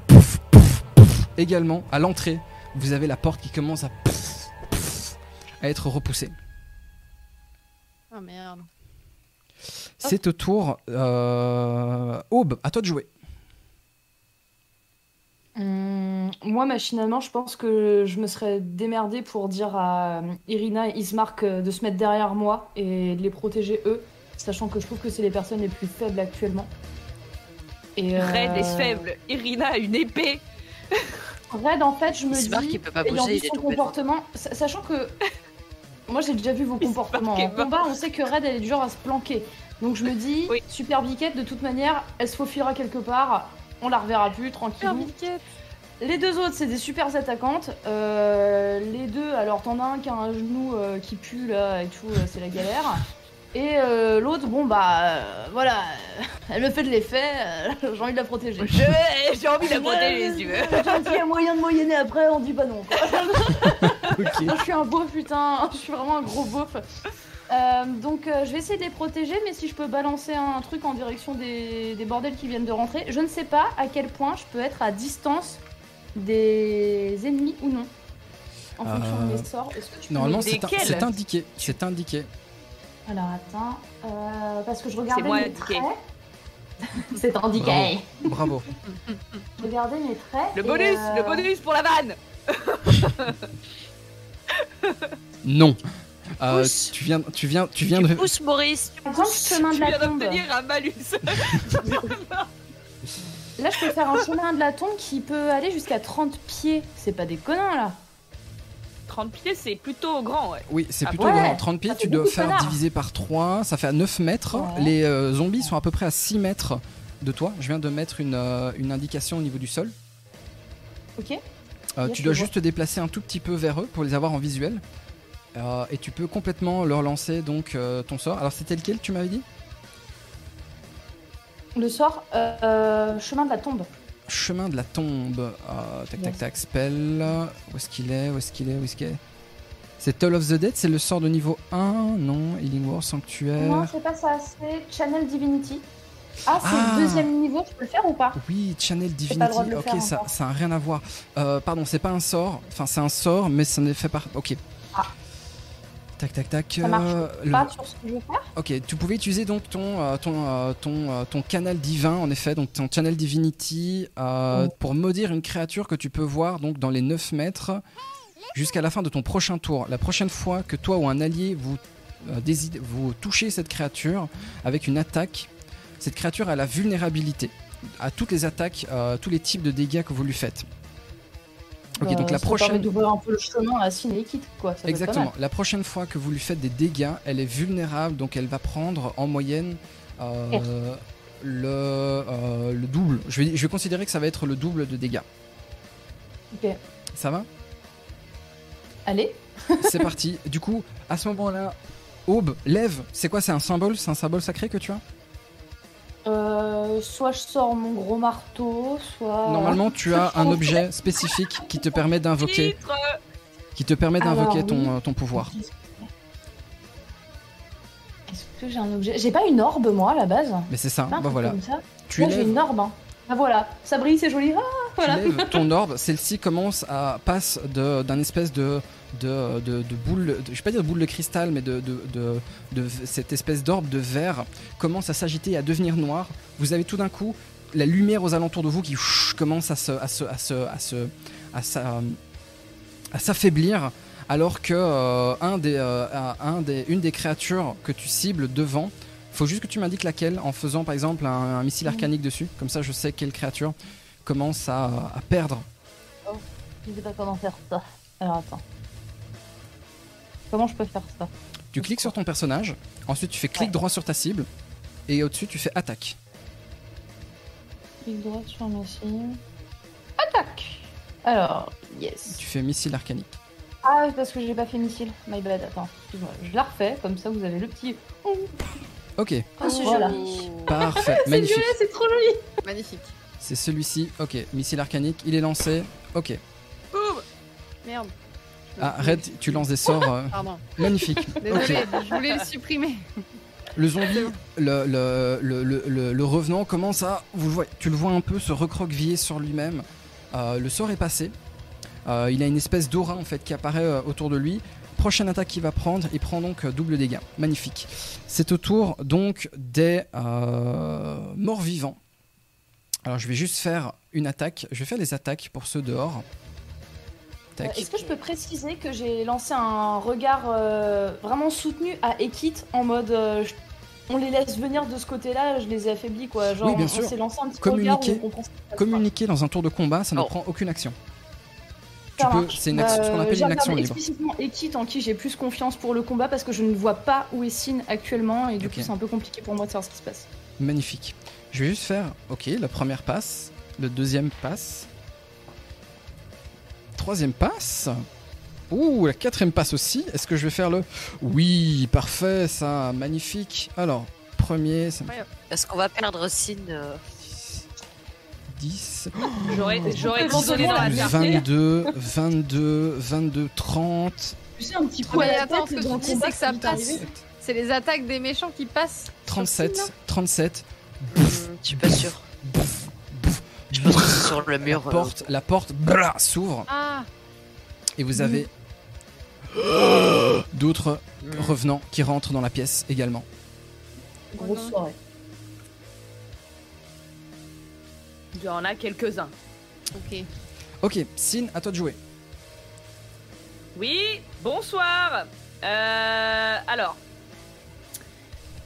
Speaker 2: pouf, pouf, pouf, également, à l'entrée, vous avez la porte qui commence à, pouf, pouf, à être repoussée.
Speaker 1: Ah merde.
Speaker 2: C'est au tour. euh, Aube, à toi de jouer.
Speaker 4: Hum, moi, machinalement, je pense que je me serais démerdée pour dire à euh, Irina et Ismark euh, de se mettre derrière moi et de les protéger eux, sachant que je trouve que c'est les personnes les plus faibles actuellement. Et,
Speaker 5: Red
Speaker 4: euh,
Speaker 5: est faible. Irina a une épée.
Speaker 4: Red, en fait, je me
Speaker 3: Ismark,
Speaker 4: dis,
Speaker 3: il peut pas
Speaker 4: ayant
Speaker 3: bouger,
Speaker 4: vu
Speaker 3: il est
Speaker 4: son
Speaker 3: tout hein. bête.
Speaker 4: comportement, sa- sachant que moi j'ai déjà vu vos comportements.
Speaker 5: est
Speaker 4: En
Speaker 5: mort.
Speaker 4: combat, on sait que Red, elle est du genre à se planquer. Donc je me dis,
Speaker 5: Oui.
Speaker 4: super biquette, de toute manière, elle se faufilera quelque part, on la reverra plus,
Speaker 1: Ah
Speaker 4: tranquille. Les deux autres, c'est des super attaquantes. Euh, les deux, alors t'en as un qui a un genou euh, qui pue là et tout, euh, c'est la galère. Et euh, l'autre, bon bah euh, voilà, elle me fait de l'effet, euh, j'ai envie de la protéger.
Speaker 5: Je- J'ai envie de la protéger si tu veux.
Speaker 4: Gentil, il y a moyen de moyenner après, on dit pas non. quoi.
Speaker 2: Ok.
Speaker 4: je suis un beau putain, je suis vraiment un gros beauf. Euh, donc euh, je vais essayer de les protéger, mais si je peux balancer un truc en direction des, des bordels qui viennent de rentrer, je ne sais pas à quel point je peux être à distance des ennemis ou non. En
Speaker 2: Euh,
Speaker 4: fonction de mes sorts. Est-ce que tu peux
Speaker 2: Normalement,
Speaker 4: me-
Speaker 2: c'est un-
Speaker 5: Desquels
Speaker 2: c'est indiqué. C'est indiqué.
Speaker 4: Alors attends, euh, parce que je regardais
Speaker 5: moi,
Speaker 4: mes
Speaker 5: indiqué.
Speaker 4: traits. c'est indiqué.
Speaker 2: Bravo. Bravo.
Speaker 4: Je regardais mes traits.
Speaker 5: Le
Speaker 4: et,
Speaker 5: bonus,
Speaker 4: euh,
Speaker 5: le bonus pour la vanne.
Speaker 2: Non. Euh,
Speaker 3: Pousse.
Speaker 2: tu viens, tu viens, tu viens
Speaker 3: Tu
Speaker 2: de.
Speaker 3: pousses, Maurice. tu
Speaker 4: par exemple, chemin de
Speaker 5: Tu
Speaker 4: la
Speaker 5: viens
Speaker 4: tombe.
Speaker 5: d'obtenir un malus.
Speaker 4: Là, je peux faire un chemin de la tombe qui peut aller jusqu'à 30 pieds. C'est pas déconnant, là.
Speaker 5: 30 pieds, c'est plutôt grand. Ouais.
Speaker 2: Oui, c'est
Speaker 5: Ah
Speaker 2: plutôt
Speaker 4: bon
Speaker 2: grand.
Speaker 4: Ouais.
Speaker 2: 30 pieds,
Speaker 4: Ça fait
Speaker 2: tu dois
Speaker 4: beaucoup de
Speaker 2: faire
Speaker 4: connards.
Speaker 2: diviser par 3. Ça fait à 9 mètres.
Speaker 4: Ouais.
Speaker 2: Les euh, zombies sont à peu près à 6 mètres de toi. Je viens de mettre une, euh, une indication au niveau du sol.
Speaker 4: Ok.
Speaker 2: Euh,
Speaker 4: Bien,
Speaker 2: tu
Speaker 4: je
Speaker 2: dois
Speaker 4: vois.
Speaker 2: juste te déplacer un tout petit peu vers eux pour les avoir en visuel. Euh, et tu peux complètement leur lancer donc euh, ton sort. Alors c'était lequel tu m'avais dit
Speaker 4: Le sort, euh, euh, chemin de la tombe.
Speaker 2: Chemin de la tombe. Euh, tac tac
Speaker 4: Yes.
Speaker 2: tac. Spell. Où est-ce qu'il est Où est-ce qu'il est Où est-ce qu'il est C'est Toll of the Dead. C'est le sort de niveau 1 Non. Healing War Sanctuaire.
Speaker 4: Non, c'est pas ça. C'est Channel Divinity. Ah, c'est
Speaker 2: Ah.
Speaker 4: le deuxième niveau. Je peux le faire ou pas
Speaker 2: Oui, Channel
Speaker 4: J'ai pas
Speaker 2: Divinity.
Speaker 4: le droit de le
Speaker 2: Ok,
Speaker 4: faire hein.
Speaker 2: ça,
Speaker 4: encore.
Speaker 2: ça a rien à voir. Euh, pardon, c'est pas un sort. Enfin, c'est un sort, mais ça n'est fait par. Ok.
Speaker 4: Ah.
Speaker 2: Tac, tac, tac.
Speaker 4: Ça marche
Speaker 2: euh, le-
Speaker 4: Pas sur ce que je veux faire
Speaker 2: Ok, tu pouvais utiliser donc ton euh, ton euh, ton euh, ton canal divin en effet, donc ton channel divinity
Speaker 4: Mm.
Speaker 2: euh, pour maudire une créature que tu peux voir donc dans les 9 mètres jusqu'à la fin de ton prochain tour. La prochaine fois que toi ou un allié vous euh, dési- vous touchez cette créature avec une attaque, cette créature a la vulnérabilité à toutes les attaques, euh, tous les types de dégâts que vous lui faites. Ok,
Speaker 4: Euh,
Speaker 2: donc la
Speaker 4: ça me permet
Speaker 2: prochaine
Speaker 4: d'ouvrir un peu le chemin à Sin et Kit, quoi. Ça doit être pas
Speaker 2: Exactement. La prochaine fois que vous lui faites des dégâts, elle est vulnérable, donc elle va prendre en moyenne euh,
Speaker 4: Quatre.
Speaker 2: le, euh, le double. Je vais, je vais considérer que ça va être le double de dégâts.
Speaker 4: mal. Ok.
Speaker 2: Ça va
Speaker 4: Allez.
Speaker 2: C'est parti. Du coup, à ce moment-là, Aube, lève. C'est quoi C'est un symbole C'est un symbole sacré que tu as
Speaker 4: Euh, soit je sors mon gros marteau, soit.
Speaker 2: Normalement, tu as un objet spécifique qui te permet d'invoquer,
Speaker 5: Titre.
Speaker 2: qui te permet
Speaker 4: Alors,
Speaker 2: d'invoquer ton,
Speaker 4: oui.
Speaker 2: euh, ton pouvoir.
Speaker 4: Est-ce que j'ai un objet J'ai pas une orbe, moi, à la base.
Speaker 2: Mais c'est ça.
Speaker 4: Pas un
Speaker 2: Bah
Speaker 4: truc
Speaker 2: voilà.
Speaker 4: Comme ça.
Speaker 2: Tu
Speaker 4: Moi, j'ai
Speaker 2: lèves.
Speaker 4: une orbe. hein. Ah voilà, ça brille, c'est joli. Ah,
Speaker 2: tu
Speaker 4: voilà.
Speaker 2: lèves ton orbe, celle-ci commence à passe de- d'un espèce de de, de- de boule, de- je vais pas dire de boule de cristal, mais de, de, de- de- cette espèce d'orbe de verre commence à s'agiter et à devenir noir. Vous avez tout d'un coup la lumière aux alentours de vous qui chou, commence à se à se à se à se- à s'a- à s'affaiblir alors que euh, un des, euh, un des une des créatures que tu cibles devant faut juste que tu m'indiques laquelle en faisant par exemple un, un missile arcanique dessus comme ça je sais quelle créature commence à, à perdre.
Speaker 4: Je sais pas comment faire ça. Alors attends. Comment je peux faire ça
Speaker 2: Tu cliques sur ton personnage, ensuite tu fais clic
Speaker 4: Ouais.
Speaker 2: droit sur ta cible, et au-dessus tu fais attaque.
Speaker 4: Clic droit sur ma cible. Attaque Alors, yes.
Speaker 2: Tu fais missile arcanique.
Speaker 4: Ah, c'est parce que j'ai pas fait missile. My bad, attends. Excuse-moi, je la refais, comme ça vous avez le petit.
Speaker 2: Ok,
Speaker 3: Oh, c'est
Speaker 4: Voilà.
Speaker 3: joli.
Speaker 2: parfait, magnifique.
Speaker 4: Ah, c'est trop joli
Speaker 1: Magnifique.
Speaker 2: C'est celui-ci, ok, missile arcanique, il est lancé, ok.
Speaker 5: Boum.
Speaker 1: Merde.
Speaker 2: Ah, Red, tu lances des sorts euh,
Speaker 1: Pardon.
Speaker 2: magnifiques.
Speaker 1: Désolée,
Speaker 2: Ok.
Speaker 1: je voulais le supprimer.
Speaker 2: Le zombie, le, le, le, le- le- le revenant commence à. Vous le voyez, tu le vois un peu se recroqueviller sur lui-même. Euh, le sort est passé. Euh, il a une espèce d'aura en fait qui apparaît euh, autour de lui. Prochaine attaque qu'il va prendre, il prend donc euh, double dégâts. Magnifique. C'est au tour donc des euh, morts vivants. Alors je vais juste faire une attaque. Je vais faire les attaques pour ceux dehors.
Speaker 4: Euh,
Speaker 2: Tac.
Speaker 4: Est-ce que je peux préciser que j'ai lancé un regard euh, vraiment soutenu à Ekit en mode euh, je- on les laisse venir de ce côté-là, je les ai affaiblis quoi. Genre
Speaker 2: Oui, bien
Speaker 4: on-
Speaker 2: sûr.
Speaker 4: on s'est lancé un petit
Speaker 2: Communiquer.
Speaker 4: regard où on comprend ce qui se passe, quoi.
Speaker 2: Communiquer dans un tour de combat, ça ne
Speaker 3: Oh.
Speaker 2: prend aucune action.
Speaker 4: Ça
Speaker 2: Tu peux-
Speaker 4: marche.
Speaker 2: c'est une action- ce qu'on
Speaker 4: Bah,
Speaker 2: appelle
Speaker 4: j'ai
Speaker 2: une action
Speaker 4: regardé
Speaker 2: libre.
Speaker 4: explicitement Ekit en qui j'ai plus confiance pour le combat parce que je ne vois pas où est Sin actuellement et du
Speaker 2: Ok.
Speaker 4: coup c'est un peu compliqué pour moi de savoir ce qui se passe.
Speaker 2: Magnifique. Je vais juste faire, ok, la première passe, le deuxième passe, troisième passe. Ouh, la quatrième passe aussi. Est-ce que je vais faire le Oui, parfait, ça, magnifique. Alors, premier, ça me fait
Speaker 3: hein. Parce qu'on va perdre Sin. euh,
Speaker 2: 10,
Speaker 5: J'aurais j'aurais
Speaker 4: Éventuellement,
Speaker 5: donné dans la
Speaker 4: la
Speaker 5: carte.
Speaker 2: 22, 22, 22, 30,
Speaker 4: Tu sais un petit coup
Speaker 1: Ouais,
Speaker 4: à la
Speaker 1: attends,
Speaker 4: tête
Speaker 1: ce que
Speaker 4: dans
Speaker 1: tu
Speaker 4: le
Speaker 1: dis,
Speaker 4: combat
Speaker 1: c'est que ça
Speaker 4: qui est
Speaker 1: passe.
Speaker 4: arrivé.
Speaker 1: C'est les attaques des méchants qui passent. sur
Speaker 2: 37,
Speaker 1: Sin.
Speaker 2: 37.
Speaker 3: hmm, je suis pas sûr.
Speaker 2: Bouf, bouf,
Speaker 3: Je pense que
Speaker 2: bouf.
Speaker 3: c'est sur le
Speaker 2: La
Speaker 3: mur. euh,
Speaker 2: porte, la porte blah, s'ouvre
Speaker 1: Ah,
Speaker 2: et vous avez d'autres
Speaker 3: hmm.
Speaker 2: revenants qui rentrent dans la pièce également.
Speaker 8: Grosse soirée.
Speaker 5: Il y en a quelques-uns.
Speaker 1: ok.
Speaker 2: Ok, Sin, à toi de jouer.
Speaker 5: Oui, bonsoir. Euh, alors,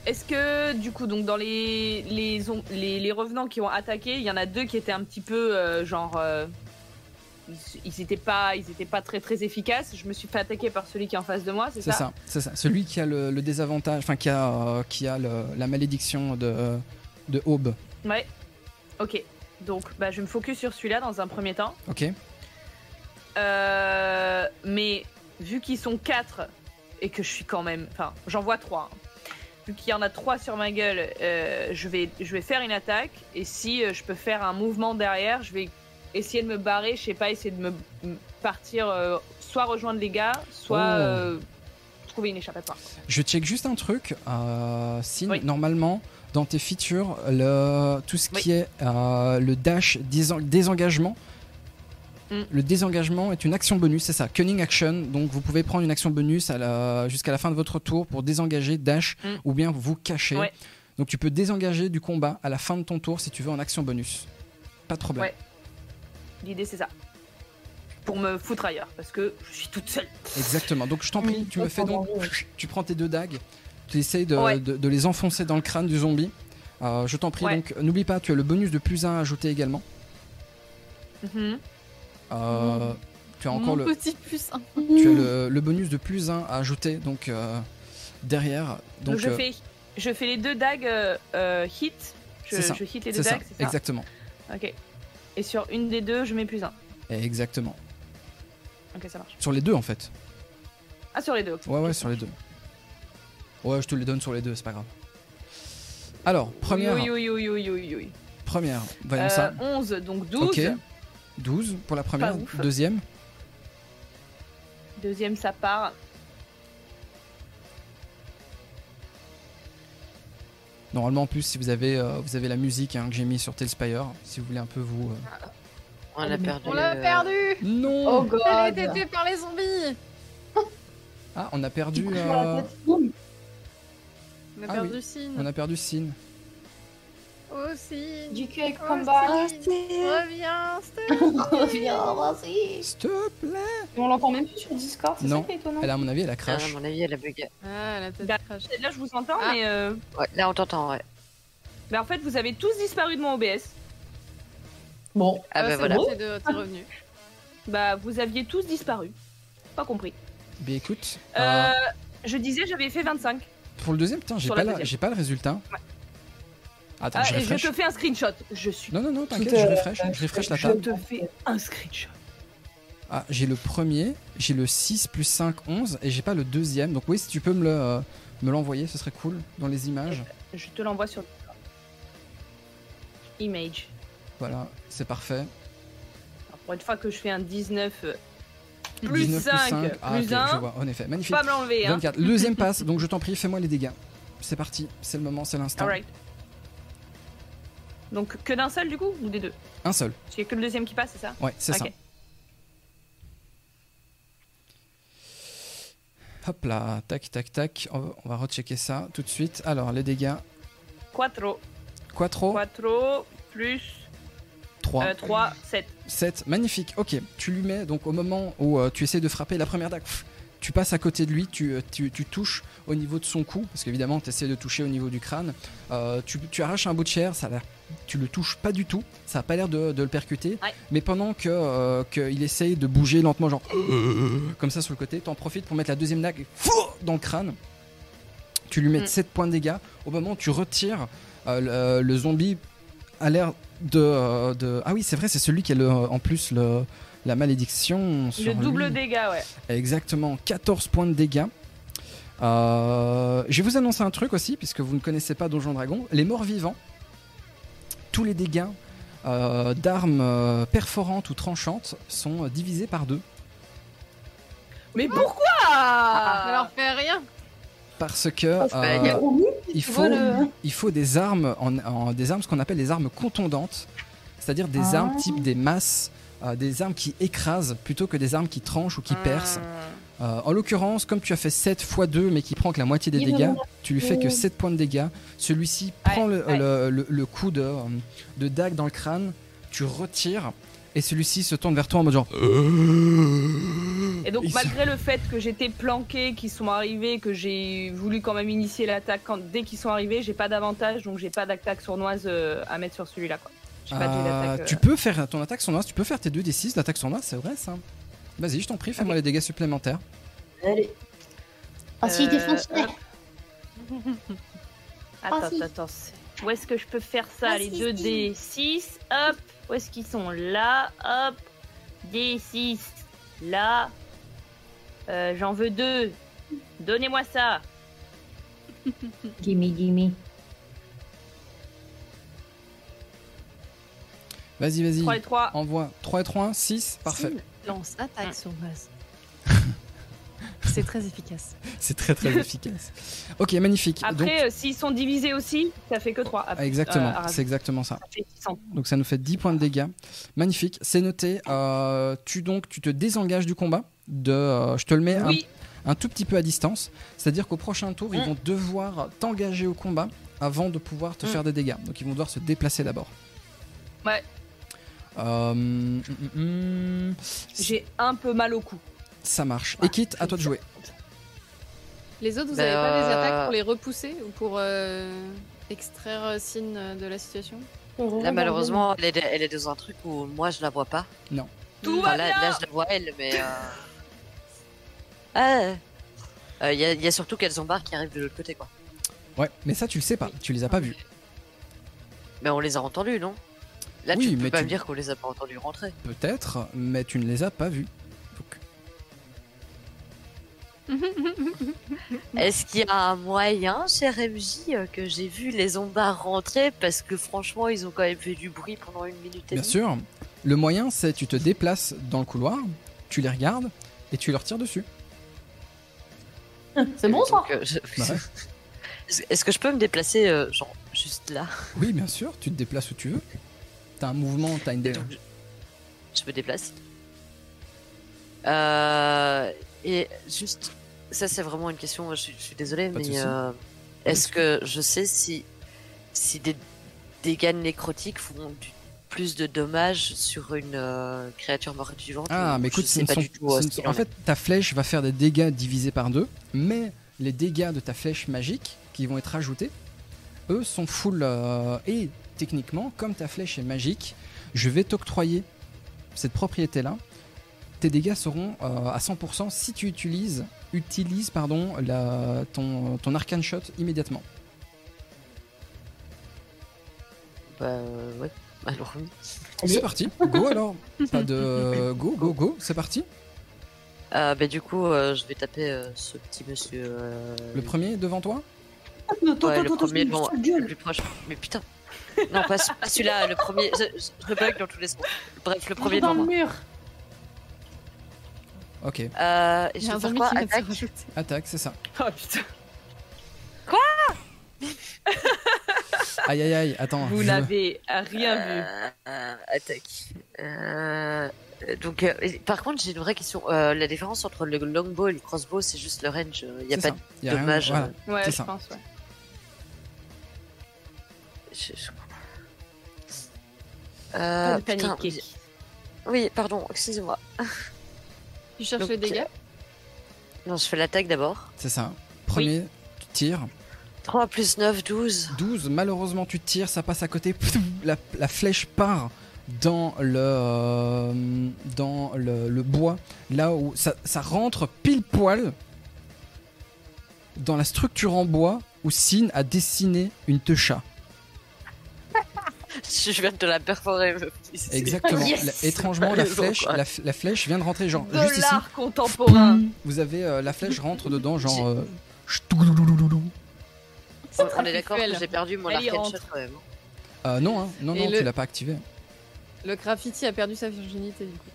Speaker 5: est-ce que du coup, donc dans les les, on- les les revenants qui ont attaqué, il y en a deux qui étaient un petit peu euh, genre, euh, ils, ils étaient pas ils étaient pas très très efficaces. Je me suis fait attaquer par celui qui est en face de moi, c'est
Speaker 2: C'est
Speaker 5: ça,
Speaker 2: ça, c'est ça. Celui qui a le, le désavantage, enfin qui a, euh, qui a le- la malédiction de, euh, de Aube.
Speaker 5: Ouais. Ok. Donc, bah, je me focus sur celui-là dans un premier temps.
Speaker 2: Ok
Speaker 5: Euh, mais vu qu'ils sont quatre et que je suis quand même, enfin, j'en vois trois. hein. Vu qu'il y en a trois sur ma gueule, euh, je vais, je vais faire une attaque. Et si euh, je peux faire un mouvement derrière, je vais essayer de me barrer. Je sais pas, essayer de me m- partir, euh, soit rejoindre les gars, soit
Speaker 2: Oh.
Speaker 5: euh, trouver une échappatoire.
Speaker 2: Je check juste un truc. Euh, Sin,
Speaker 5: Oui.
Speaker 2: normalement, dans tes features, le, tout ce qui est euh, le dash, désen- désengagement,
Speaker 5: Mm.
Speaker 2: le désengagement est une action bonus, c'est ça, cunning action. Donc vous pouvez prendre une action bonus à la- jusqu'à la fin de votre tour pour désengager, dash
Speaker 5: Mm.
Speaker 2: ou bien vous cacher.
Speaker 5: Ouais.
Speaker 2: Donc tu peux désengager du combat à la fin de ton tour si tu veux en action bonus. Pas de problème.
Speaker 5: Ouais. L'idée c'est ça. Pour me foutre ailleurs, parce que je suis toute seule.
Speaker 2: Exactement. Donc je t'en prie,
Speaker 8: Oui,
Speaker 2: tu me fais donc. Tu prends tes deux dagues, tu essayes de,
Speaker 5: Ouais.
Speaker 2: de- de les enfoncer dans le crâne du zombie. Euh, je t'en prie,
Speaker 5: Ouais.
Speaker 2: donc n'oublie pas, tu as le bonus de plus 1 à ajouter également.
Speaker 5: Mhm.
Speaker 2: Euh, Tu as encore
Speaker 1: Mon
Speaker 2: le,
Speaker 1: petit plus un.
Speaker 2: tu as le, le bonus de plus 1 à ajouter donc euh, derrière.
Speaker 5: Donc,
Speaker 2: Donc,
Speaker 5: je,
Speaker 2: euh,
Speaker 5: fais, je fais les deux dagues euh, euh, hit. Je,
Speaker 2: C'est ça,
Speaker 5: je hit les deux
Speaker 2: c'est ça,
Speaker 5: dagues, c'est ça
Speaker 2: exactement.
Speaker 5: Ok. Et sur une des deux, je mets plus un.
Speaker 2: Exactement.
Speaker 5: Ok, ça marche.
Speaker 2: Sur les deux en fait.
Speaker 5: Ah, sur les deux. ok.
Speaker 2: Ouais, ouais, sur les deux. Ouais, je te les donne sur les deux, c'est pas grave. Alors, première,
Speaker 5: Oui, oui, oui, oui, oui, oui, oui.
Speaker 2: première, voyons
Speaker 5: Euh,
Speaker 2: ça.
Speaker 5: 11, donc 12.
Speaker 2: Ok. 12 pour la première,
Speaker 5: ouf.
Speaker 2: deuxième.
Speaker 5: Deuxième, ça part.
Speaker 2: Normalement, en plus, si vous avez, euh, vous avez la musique hein, que j'ai mis sur Telspire, si vous voulez un peu vous. euh,
Speaker 3: On a perdu.
Speaker 1: On l'a
Speaker 3: euh,
Speaker 1: perdu
Speaker 2: Non
Speaker 4: Oh god.
Speaker 1: Elle a été tuée par les zombies
Speaker 2: Ah, on a perdu.
Speaker 4: Sur
Speaker 2: euh,
Speaker 4: la tête, boum.
Speaker 1: On a
Speaker 2: Ah
Speaker 1: perdu
Speaker 2: oui.
Speaker 1: Sin.
Speaker 2: On a perdu Sin.
Speaker 1: Oh Sin
Speaker 4: Du cake
Speaker 1: Oh,
Speaker 4: combat.
Speaker 1: Sin. Reviens, Sin.
Speaker 2: S'il te plaît
Speaker 4: Et on l'entend même plus sur Discord, c'est
Speaker 2: Non.
Speaker 4: ça qui est étonnant.
Speaker 2: Elle, à mon avis, elle a
Speaker 3: Ah, à
Speaker 5: Euh,
Speaker 2: crash.
Speaker 3: mon avis, elle a bugué.
Speaker 1: Ah, la tête
Speaker 5: Bah,
Speaker 1: crash.
Speaker 5: Là, je vous entends,
Speaker 1: Ah.
Speaker 5: mais, euh,
Speaker 3: Ouais, là, on t'entend, ouais.
Speaker 5: mais en fait, vous avez tous disparu de mon OBS.
Speaker 8: Bon,
Speaker 3: Ah, bah
Speaker 1: c'est
Speaker 3: voilà.
Speaker 1: bon, t'es de- t'es revenu.
Speaker 5: Bah, vous aviez tous disparu. Pas compris.
Speaker 2: Bien Bah, écoute,
Speaker 5: Euh,
Speaker 2: euh,
Speaker 5: je disais, j'avais fait 25.
Speaker 2: pour le deuxième, putain, j'ai
Speaker 5: sur
Speaker 2: pas,
Speaker 5: la
Speaker 2: la-
Speaker 5: deuxième.
Speaker 2: j'ai pas le résultat. Attends,
Speaker 5: Ah,
Speaker 2: je
Speaker 5: et je
Speaker 2: refresh.
Speaker 5: te fais un screenshot. Je suis.
Speaker 2: Non, non, non, t'inquiète,
Speaker 8: Tout,
Speaker 2: je
Speaker 8: euh,
Speaker 2: refresh, je refresh la
Speaker 8: je-
Speaker 5: Je
Speaker 2: table.
Speaker 5: te fais un screenshot.
Speaker 2: Ah, j'ai le premier, j'ai le 6 plus 5, 11, et j'ai pas le deuxième. Donc, oui, si tu peux me le, euh, me l'envoyer, ce serait cool dans les images.
Speaker 5: Je te l'envoie sur. Image.
Speaker 2: Voilà, c'est parfait.
Speaker 5: Alors, pour une fois que je fais un 19, euh, plus
Speaker 2: 19
Speaker 5: 5,
Speaker 2: cinq. Ah,
Speaker 5: plus
Speaker 2: ok, je
Speaker 5: 1,
Speaker 2: vois, en effet, magnifique.
Speaker 5: pas me l'enlever. Hein.
Speaker 2: 24. Deuxième passe, donc je t'en prie, fais-moi les dégâts. C'est parti, c'est le moment, c'est l'instant.
Speaker 5: Alright. Donc que d'un seul du coup ou des deux
Speaker 2: Un seul.
Speaker 5: Parce qu'il y a que le deuxième qui passe, c'est ça
Speaker 2: Ouais, c'est
Speaker 5: Ok.
Speaker 2: ça. Hop là, tac, tac, tac. On va, on va rechecker ça Oh. tout de suite. Alors, les dégâts.
Speaker 5: 4.
Speaker 2: 4.
Speaker 5: 4 plus
Speaker 2: 3.
Speaker 5: euh, 3, 7.
Speaker 2: 7, magnifique. Ok, tu lui mets donc au moment où euh, tu essaies de frapper la première dague, pff, tu passes à côté de lui, tu, euh, tu, tu touches au niveau de son cou, parce qu'évidemment tu essaies de toucher au niveau du crâne. Euh, tu, tu arraches un bout de chair, ça a l'air- tu le touches pas du tout, ça a pas l'air de, de le percuter.
Speaker 5: Ouais.
Speaker 2: Mais pendant que euh, qu'il essaye de bouger lentement, genre euh, comme ça sur le côté, t'en profites pour mettre la deuxième dague fou, dans le crâne. Tu lui mets
Speaker 1: Mm.
Speaker 2: 7 points de dégâts. Au moment où tu retires, euh, le, euh, le zombie a l'air de, euh, de- Ah oui, c'est vrai, c'est celui qui a le, en plus le, la malédiction. Sur
Speaker 5: Le double
Speaker 2: lui.
Speaker 5: dégât, ouais.
Speaker 2: Exactement, 14 points de dégâts. Euh, je vais vous annoncer un truc aussi, puisque vous ne connaissez pas Donjon Dragon. Les morts vivants, tous les dégâts euh, d'armes euh, perforantes ou tranchantes sont euh, divisés par deux.
Speaker 5: Mais pourquoi
Speaker 3: Ah.
Speaker 1: Ça leur fait rien.
Speaker 2: Parce que
Speaker 3: c'est
Speaker 2: euh,
Speaker 8: Oui,
Speaker 2: il,
Speaker 8: tu
Speaker 2: faut,
Speaker 8: vois le-
Speaker 2: il faut des armes, en, en- des armes ce qu'on appelle des armes contondantes, c'est-à-dire des
Speaker 8: Ah.
Speaker 2: armes type des masses, euh, des armes qui écrasent plutôt que des armes qui tranchent ou qui
Speaker 5: Ah.
Speaker 2: percent. Euh, en l'occurrence, comme tu as fait 7 x 2 mais qui prend que la moitié des
Speaker 8: Il me
Speaker 2: dégâts,
Speaker 8: manque
Speaker 2: tu lui fais que
Speaker 8: deux.
Speaker 2: 7 points de dégâts. Celui-ci prend le, le- le- le coup de, euh, de dague dans le crâne, tu retires et celui-ci se tourne vers toi en mode genre.
Speaker 5: Et donc,
Speaker 2: Il se-
Speaker 5: malgré le fait que j'étais planqué, qu'ils sont arrivés, que j'ai voulu quand même initier l'attaque quand... dès qu'ils sont arrivés, j'ai pas d'avantage, donc j'ai pas d'attaque sournoise euh, à mettre sur celui-là. quoi. J'ai pas de jet
Speaker 2: Ah,
Speaker 5: d'attaque, euh.
Speaker 2: Tu peux faire ton attaque sournoise, tu peux faire tes 2d6, l'attaque sournoise, c'est vrai ça. Vas-y, je t'en prie, fais-moi les dégâts supplémentaires.
Speaker 8: Allez.
Speaker 5: Ah, si, il était fonctionnaire. Attends,
Speaker 8: Ah, si.
Speaker 5: attends, c'est- Où est-ce que je peux faire ça
Speaker 8: Ah,
Speaker 5: Les
Speaker 8: si,
Speaker 5: 2
Speaker 8: si.
Speaker 5: D6, hop. Où est-ce qu'ils sont Là, hop. D6, là. Euh, J'en veux deux. Donnez-moi ça.
Speaker 8: Gimme, gimme.
Speaker 2: Vas-y, vas-y.
Speaker 5: 3 et 3.
Speaker 2: Envoie 3 et 3, 1, 6, parfait.
Speaker 1: Lance attaque sur base. C'est très efficace.
Speaker 2: C'est très très efficace. Ok, magnifique.
Speaker 5: Après,
Speaker 2: Donc,
Speaker 5: euh, s'ils sont divisés aussi, ça fait que Euh, 3.
Speaker 2: ah, exactement, c'est exactement ça. Donc ça nous fait 10 points de dégâts. Magnifique, c'est noté. Euh, tu donc tu te désengages du combat. De, euh, je te le mets un-
Speaker 5: Oui,
Speaker 2: un, tout petit peu à distance. C'est-à-dire qu'au prochain tour, ils
Speaker 5: Mm.
Speaker 2: vont devoir t'engager au combat avant de pouvoir te
Speaker 5: Mm.
Speaker 2: faire des dégâts. Donc ils vont devoir se déplacer d'abord.
Speaker 5: Ouais.
Speaker 2: Euh, mm, mm, mm.
Speaker 5: j'ai un peu mal au cou.
Speaker 2: ça marche. Et quitte, à toi de jouer.
Speaker 1: Les autres, vous
Speaker 3: Ben,
Speaker 1: avez pas des
Speaker 3: euh,
Speaker 1: attaques pour les repousser ou pour euh, extraire euh, Sin euh, de la situation
Speaker 3: Là, malheureusement, elle est, elle est dans un truc où moi je la vois pas.
Speaker 5: Tout
Speaker 3: Enfin,
Speaker 5: va
Speaker 3: là,
Speaker 5: bien
Speaker 3: là, je la vois elle, mais. euh, Ah, Il y, a- y a surtout qu'elles embarquent qui arrivent de l'autre côté, quoi.
Speaker 2: Ouais, mais ça tu le sais pas, tu les as pas vus.
Speaker 3: Mais on les a entendues, non Là,
Speaker 2: Oui,
Speaker 3: tu peux
Speaker 2: mais
Speaker 3: pas
Speaker 2: tu-
Speaker 3: me dire qu'on les a pas entendues rentrer.
Speaker 2: Peut-être, mais tu ne les as pas vus. Donc,
Speaker 3: Est-ce qu'il y a un moyen, cher MJ, euh, que j'ai vu les ombards rentrer Parce que franchement, ils ont quand même fait du bruit pendant une minute et
Speaker 2: bien
Speaker 3: demie.
Speaker 2: sûr, le moyen c'est tu te déplaces dans le couloir, tu les regardes et tu leur tires dessus.
Speaker 4: C'est bon ça
Speaker 3: Donc, euh, je-
Speaker 2: Bah ouais.
Speaker 3: Est-ce- Est-ce que je peux me déplacer, euh, genre, juste là
Speaker 2: Oui, bien sûr, tu te déplaces où tu veux. T'as un mouvement, t'as une.
Speaker 3: Et donc, je, je me déplace. Euh, et juste, ça c'est vraiment une question, je, suis- je suis désolée,
Speaker 2: Pas de
Speaker 3: mais
Speaker 2: souci.
Speaker 3: euh, est-ce que je sais si, si des dégâts nécrotiques font du- plus de dommages sur une euh, créature morte vivante
Speaker 2: Ah,
Speaker 3: ou
Speaker 2: mais
Speaker 3: je
Speaker 2: écoute, ce
Speaker 3: sais
Speaker 2: ne
Speaker 3: pas
Speaker 2: sont-
Speaker 3: du tout, euh,
Speaker 2: ce
Speaker 3: ce
Speaker 2: ne sont-
Speaker 3: qu'il
Speaker 2: en
Speaker 3: en est.
Speaker 2: fait, ta flèche va faire des dégâts divisés par deux, mais les dégâts de ta flèche magique qui vont être ajoutés, eux sont full. euh, et techniquement, comme ta flèche est magique, je vais t'octroyer cette propriété-là. Tes dégâts seront euh, à 100% si tu utilises, utilises pardon, la, ton, ton arcane shot immédiatement.
Speaker 3: Bah, euh, ouais. Alors, oui.
Speaker 2: C'est parti, go alors Pas de. Go, go, go, c'est parti
Speaker 3: Euh, bah, du coup, euh, je vais taper euh, ce petit monsieur. euh,
Speaker 2: Le premier devant toi
Speaker 3: Ouais, le premier devant moi, le plus proche. Mais putain. Non, pas, ce- pas celui-là, le premier. Je, je, je bug dans tous les sens. Bref, le premier
Speaker 4: dans
Speaker 3: devant
Speaker 4: le
Speaker 3: moi.
Speaker 4: mur.
Speaker 2: Ok,
Speaker 3: Euh, et
Speaker 1: Il y
Speaker 3: je
Speaker 1: a un
Speaker 3: vais faire
Speaker 1: zombie
Speaker 3: quoi
Speaker 1: qui vient de se
Speaker 3: Attaque
Speaker 1: rajouter.
Speaker 2: attaque, c'est ça.
Speaker 5: Oh putain.
Speaker 2: Aïe aïe aïe, attends.
Speaker 5: Vous
Speaker 2: je-
Speaker 5: n'avez rien vu.
Speaker 3: Euh, euh, Attaque. Euh, donc, euh, et- par contre, j'ai une vraie question. Euh, la différence entre le longbow et le crossbow, c'est juste le range. Il n'y a
Speaker 2: c'est ça,
Speaker 3: pas de.
Speaker 2: y a rien-
Speaker 3: dommage,
Speaker 2: voilà.
Speaker 3: euh,
Speaker 5: Ouais,
Speaker 2: c'est
Speaker 5: je
Speaker 2: ça.
Speaker 5: pense, ouais.
Speaker 3: je- je- Euh,
Speaker 5: Pas de
Speaker 3: putain,
Speaker 5: paniquer.
Speaker 3: Oui, pardon, excusez-moi.
Speaker 1: Tu cherches
Speaker 3: Donc, euh,
Speaker 1: les dégâts
Speaker 3: Non, je fais l'attaque d'abord.
Speaker 2: C'est ça. Premier, tu tires.
Speaker 3: 3 plus 9, 12.
Speaker 2: 12, malheureusement, tu tires, ça passe à côté. La, la flèche part dans le, euh, dans le, le bois, là où ça, ça rentre pile poil dans la structure en bois où Sin a dessiné une techa.
Speaker 3: Je viens de te la perforer, me petit.
Speaker 2: Exactement. La- étrangement, la
Speaker 3: Raison,
Speaker 2: flèche,
Speaker 3: quoi.
Speaker 2: la, f- la flèche vient de rentrer, genre,
Speaker 5: De
Speaker 2: juste ici.
Speaker 5: l'art contemporain.
Speaker 2: Vous avez euh, la flèche rentre dedans, genre. euh,
Speaker 3: On, on est d'accord que j'ai perdu mon
Speaker 1: Elle y
Speaker 3: arcane
Speaker 1: rentre.
Speaker 3: shot quand même.
Speaker 2: euh, non, hein, non,
Speaker 1: Et
Speaker 2: non,
Speaker 1: le-
Speaker 2: tu l'as pas activé.
Speaker 1: Le graffiti a perdu sa virginité du coup.